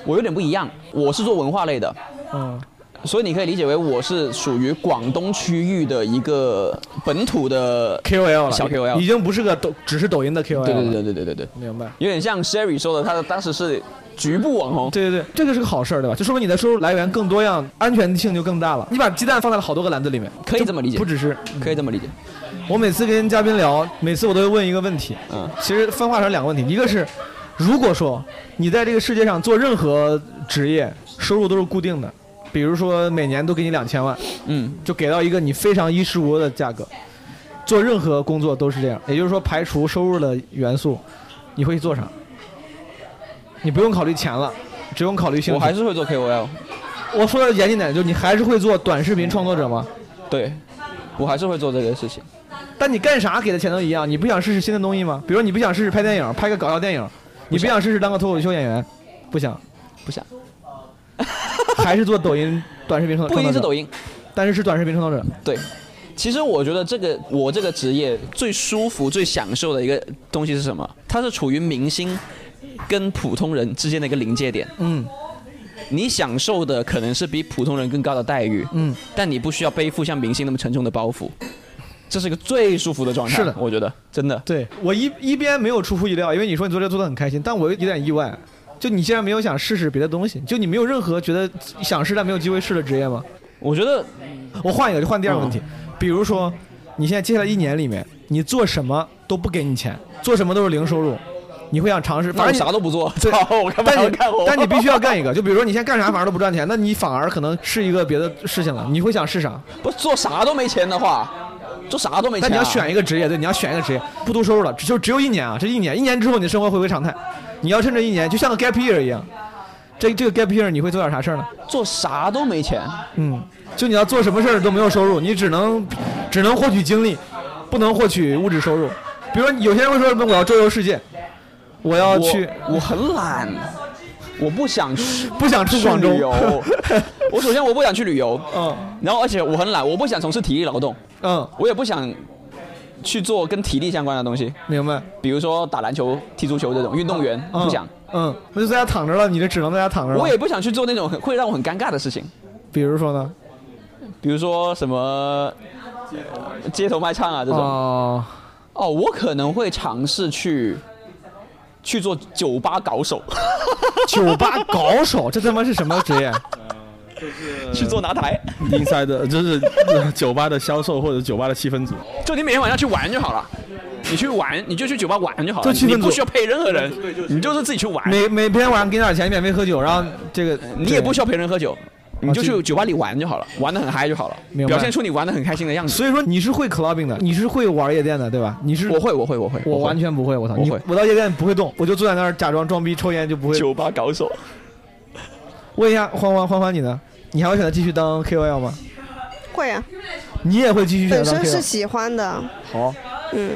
我有点不一样，我是做文化类的，嗯，所以你可以理解为我是属于广东区域的一个本土的 KOL 了，小 KOL，已经不是个抖，只是抖音的 KOL 了。对对对对对对对，明白。有点像 Sherry 说的，他当时是局部网红。对对对，这个是个好事儿，对吧？就说明你的收入来源更多样，安全性就更大了。你把鸡蛋放在了好多个篮子里面，可以这么理解不只是可以这么理解。我每次跟嘉宾聊，每次我都会问一个问题，嗯，其实分化成两个问题，一个是如果说你在这个世界上做任何职业，收入都是固定的，比如说每年都给你两千万，嗯，就给到一个你非常衣食无忧的价格，做任何工作都是这样，也就是说排除收入的元素，你会做啥？你不用考虑钱了，只用考虑兴趣。我还是会做 KOL，我说的严谨点，就是你还是会做短视频创作者吗？对，我还是会做这个事情。但你干啥给的钱都一样，你不想试试新的东西吗？比如说你不想试试拍电影，拍个搞笑电影，你不想试试当个脱口秀演员，不想，不想，还是做抖音短视频创不一定是抖音，音，但是是短视频创作者。对。其实我觉得这个我这个职业最舒服、最享受的一个东西是什么？它是处于明星跟普通人之间的一个临界点。嗯你享受的可能是比普通人更高的待遇，嗯，但你不需要背负像明星那么沉重的包袱，这是一个最舒服的状态。是的我觉得真的。对我一一边没有出乎意料，因为你说你做这个做的很开心，但我有点意外。就你竟然没有想试试别的东西，就你没有任何觉得想试但没有机会试的职业吗？我觉得，我换一个，就换第二个问题，嗯比如说，你现在接下来一年里面，你做什么都不给你钱，做什么都是零收入，你会想尝试，那反我正你啥都不做， *laughs* 对，操我干嘛但要你干活？但你必须要干一个，就比如说你现在干啥反而都不赚钱，那你反而可能是一个别的事情了。你会想是啥？ *laughs* 不做啥都没钱的话，做啥都没但钱、啊。你要选一个，个职业，对，你要选一个职业，不读收入了，只就只有一年啊，这一年，一年之后你的生活回归常态，你要趁这一年，就像个 gap year 一样。这这个 gap year 你会做点啥事儿呢？做啥都没钱。嗯，就你要做什么事儿都没有收入，你只能只能获取精力，不能获取物质收入。比如说有些人会说什么我要周游世界，我要呃去，我很懒，我不想去，不想出广州旅游。 *laughs* *laughs* 我首先我不想去旅游，嗯，然后而且我很懒，我不想从事体力劳动，嗯，我也不想去做跟体力相关的东西，明白？比如说打篮球、踢足球这种运动员，嗯不想。嗯，那就在家躺着了，你这只能在家躺着了。我也不想去做那种很会让我很尴尬的事情，比如说呢？比如说什么街头卖唱啊这种。哦，哦，我可能会尝试去去做酒吧搞手。酒吧搞手，这他妈是什么职业？去做拿台， inside 就是呃酒吧的销售或者酒吧的气氛组。就你每天晚上去玩就好了，你去玩，你就去酒吧玩就好了，就气你氛组不需要配任何人，你就是自己去玩，每每天晚上给你点钱免费喝酒，然后这个你也不需要陪人喝酒，你就这去酒吧里玩就好了，玩的很嗨就好了明，白表现出你玩的很开心的样子。所以说你是会 clubbing 的，你是会玩夜店的，对吧？你是我会，我会，我会，我完全不会，我操！我你会我到夜店不会动，我就坐在那儿假装装逼抽烟就不会。酒吧高手，问一下欢欢欢欢你呢？你还会选择继续当 KOL 吗？会啊，你也会继续选本择当身 KOL？是喜欢的，好，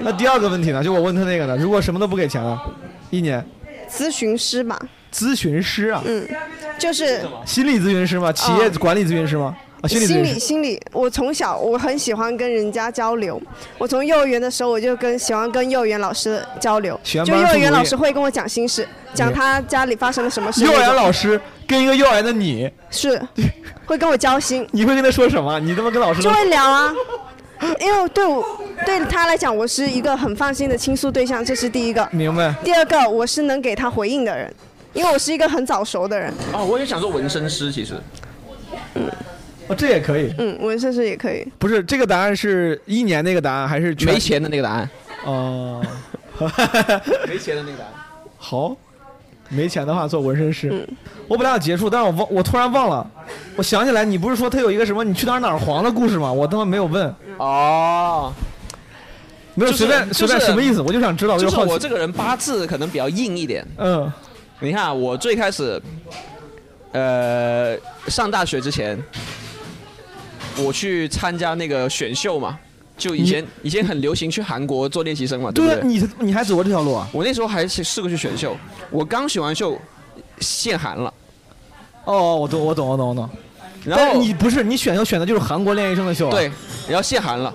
那第二个问题呢？就我问他那个呢，如果什么都不给钱了，一年咨询师吧，咨询师啊，嗯，就是心理咨询师吗？企业管理咨询师吗？啊，心理咨哦心询理师。心理，我从小我很喜欢跟人家交流。我从幼儿园的时候我就跟喜欢跟幼儿园老师交流，喜欢就帮幼助儿园作业老师会跟我讲心事，讲他家里发生了什么事。幼儿园老师师跟一个幼儿园的你，是会跟我交心，你会跟他说什么？你他妈跟老师就都会聊啊。因为对我对他来讲，我是一个很放心的倾诉对象，这是第一个。明白？第二个，我是能给他回应的人，因为我是一个很早熟的人。哦，我也想做纹身师，其实哦，这也可以。嗯，纹身师也可以。不是这个答案是一年那个答案，还是全没钱的那个答案？ *laughs* 哦，没钱的那个答案。好，没钱的话做纹身师。嗯我本来要结束，但是我忘，我突然忘了，我想起来，你不是说他有一个什么你去哪儿哪儿黄的故事吗？我他妈没有问，哦，没有就随是便、随便就是什么意思，我就想知道，就我是好奇。我这个人八字可能比较硬一点。嗯，你看啊我最开始，呃，上大学之前，我去参加那个选秀嘛，就以前以前很流行去韩国做练习生嘛，对对不啊对？你你还走过这条路啊？我那时候还是试过去选秀，我刚选完秀，限韩了。哦，我懂，我懂，我懂，我懂。然后但是你不是你选秀选的就是韩国练习生的秀、 *laughs* 啊，对，，然后限韩了，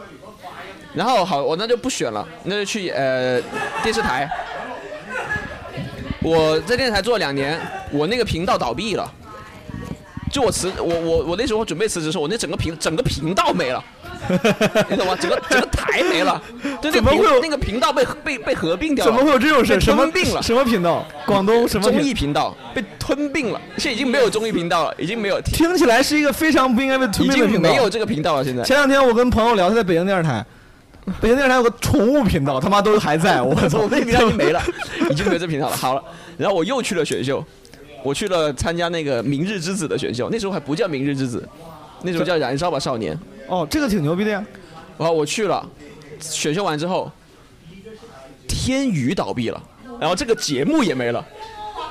然后好，我那就不选了，那就去呃电视台。我在电视台做了两年，我那个频道倒闭了，就我辞我我我那时候准备辞职的时候，我那整个频整个频道没了，你懂吗？整个整个台没了，对，那怎个么频会有那个频道被被被合并掉了，怎么会有这种事？被什么吞并了？什么频道？广东什么综艺频道被吞并了，现在已经没有综艺频道了，已经没有，已听起来是一个非常不应该被吞并的经频道。没有这个频道了。现在前两天我跟朋友聊，他在北京电视台，北京电视台有个宠物频道，他妈都还 *laughs* 在，我操，哎我那频道已经没了，已经没有这频道了。好了，然后我又去了选秀，我去了参加那个《明日之子》的选秀，那时候还不叫《明日之子》，那时候叫《燃烧吧少年》。哦，这个挺牛逼的呀。然后我去了，选秀完之后，天娱倒闭了，然后这个节目也没了，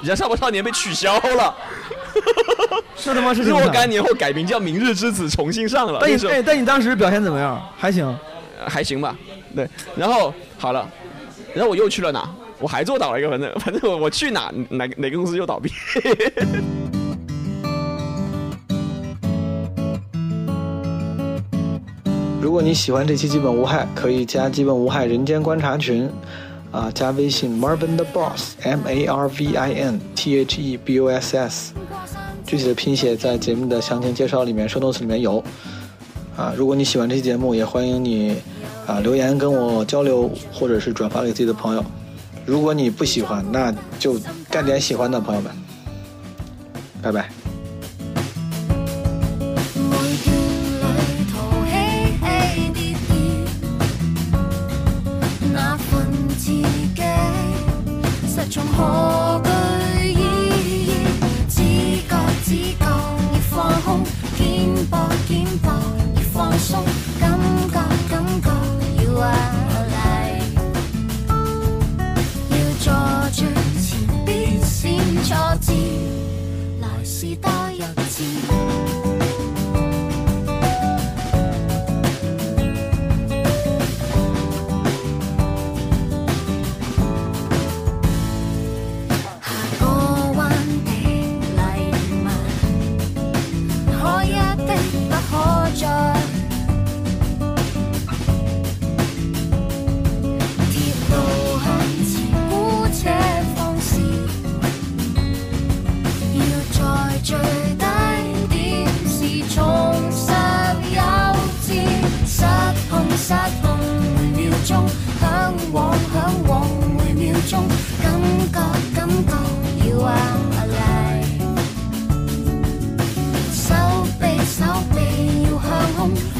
《燃烧吧少年》被取消了。那他 *laughs* 妈是挺若惨干年后改名叫《明日之子》，重新上了。但那时你候哎，但你当时表现怎么样？还行。呃还行吧，对。然后好了，然后我又去了哪？我还做倒了一个，反正反正我我去哪哪哪个公司就倒闭。如果你喜欢这期基本无害，可以加基本无害人间观察群，啊，加微信 Marvin the Boss M A R V I N T H E B O S S，具体的拼写在节目的详情介绍里面 show notes 里面有。啊，如果你喜欢这期节目，也欢迎你啊留言跟我交流，或者是转发给自己的朋友。如果你不喜欢，那就干点喜欢的，朋友们，拜拜。淘氣啲啲，那份自己實從何懼意義？只覺只覺要放空，肩膊肩膊要放鬆，感覺感覺要華麗，要坐住前必閃挫折，來是多一次。過彎的禮物，可一的不可再。鐵路向前，姑且放肆，要在最低點是重拾幼稚，失控失控每秒鐘，向往向往每秒鐘，感覺感覺要啊嚟，手空，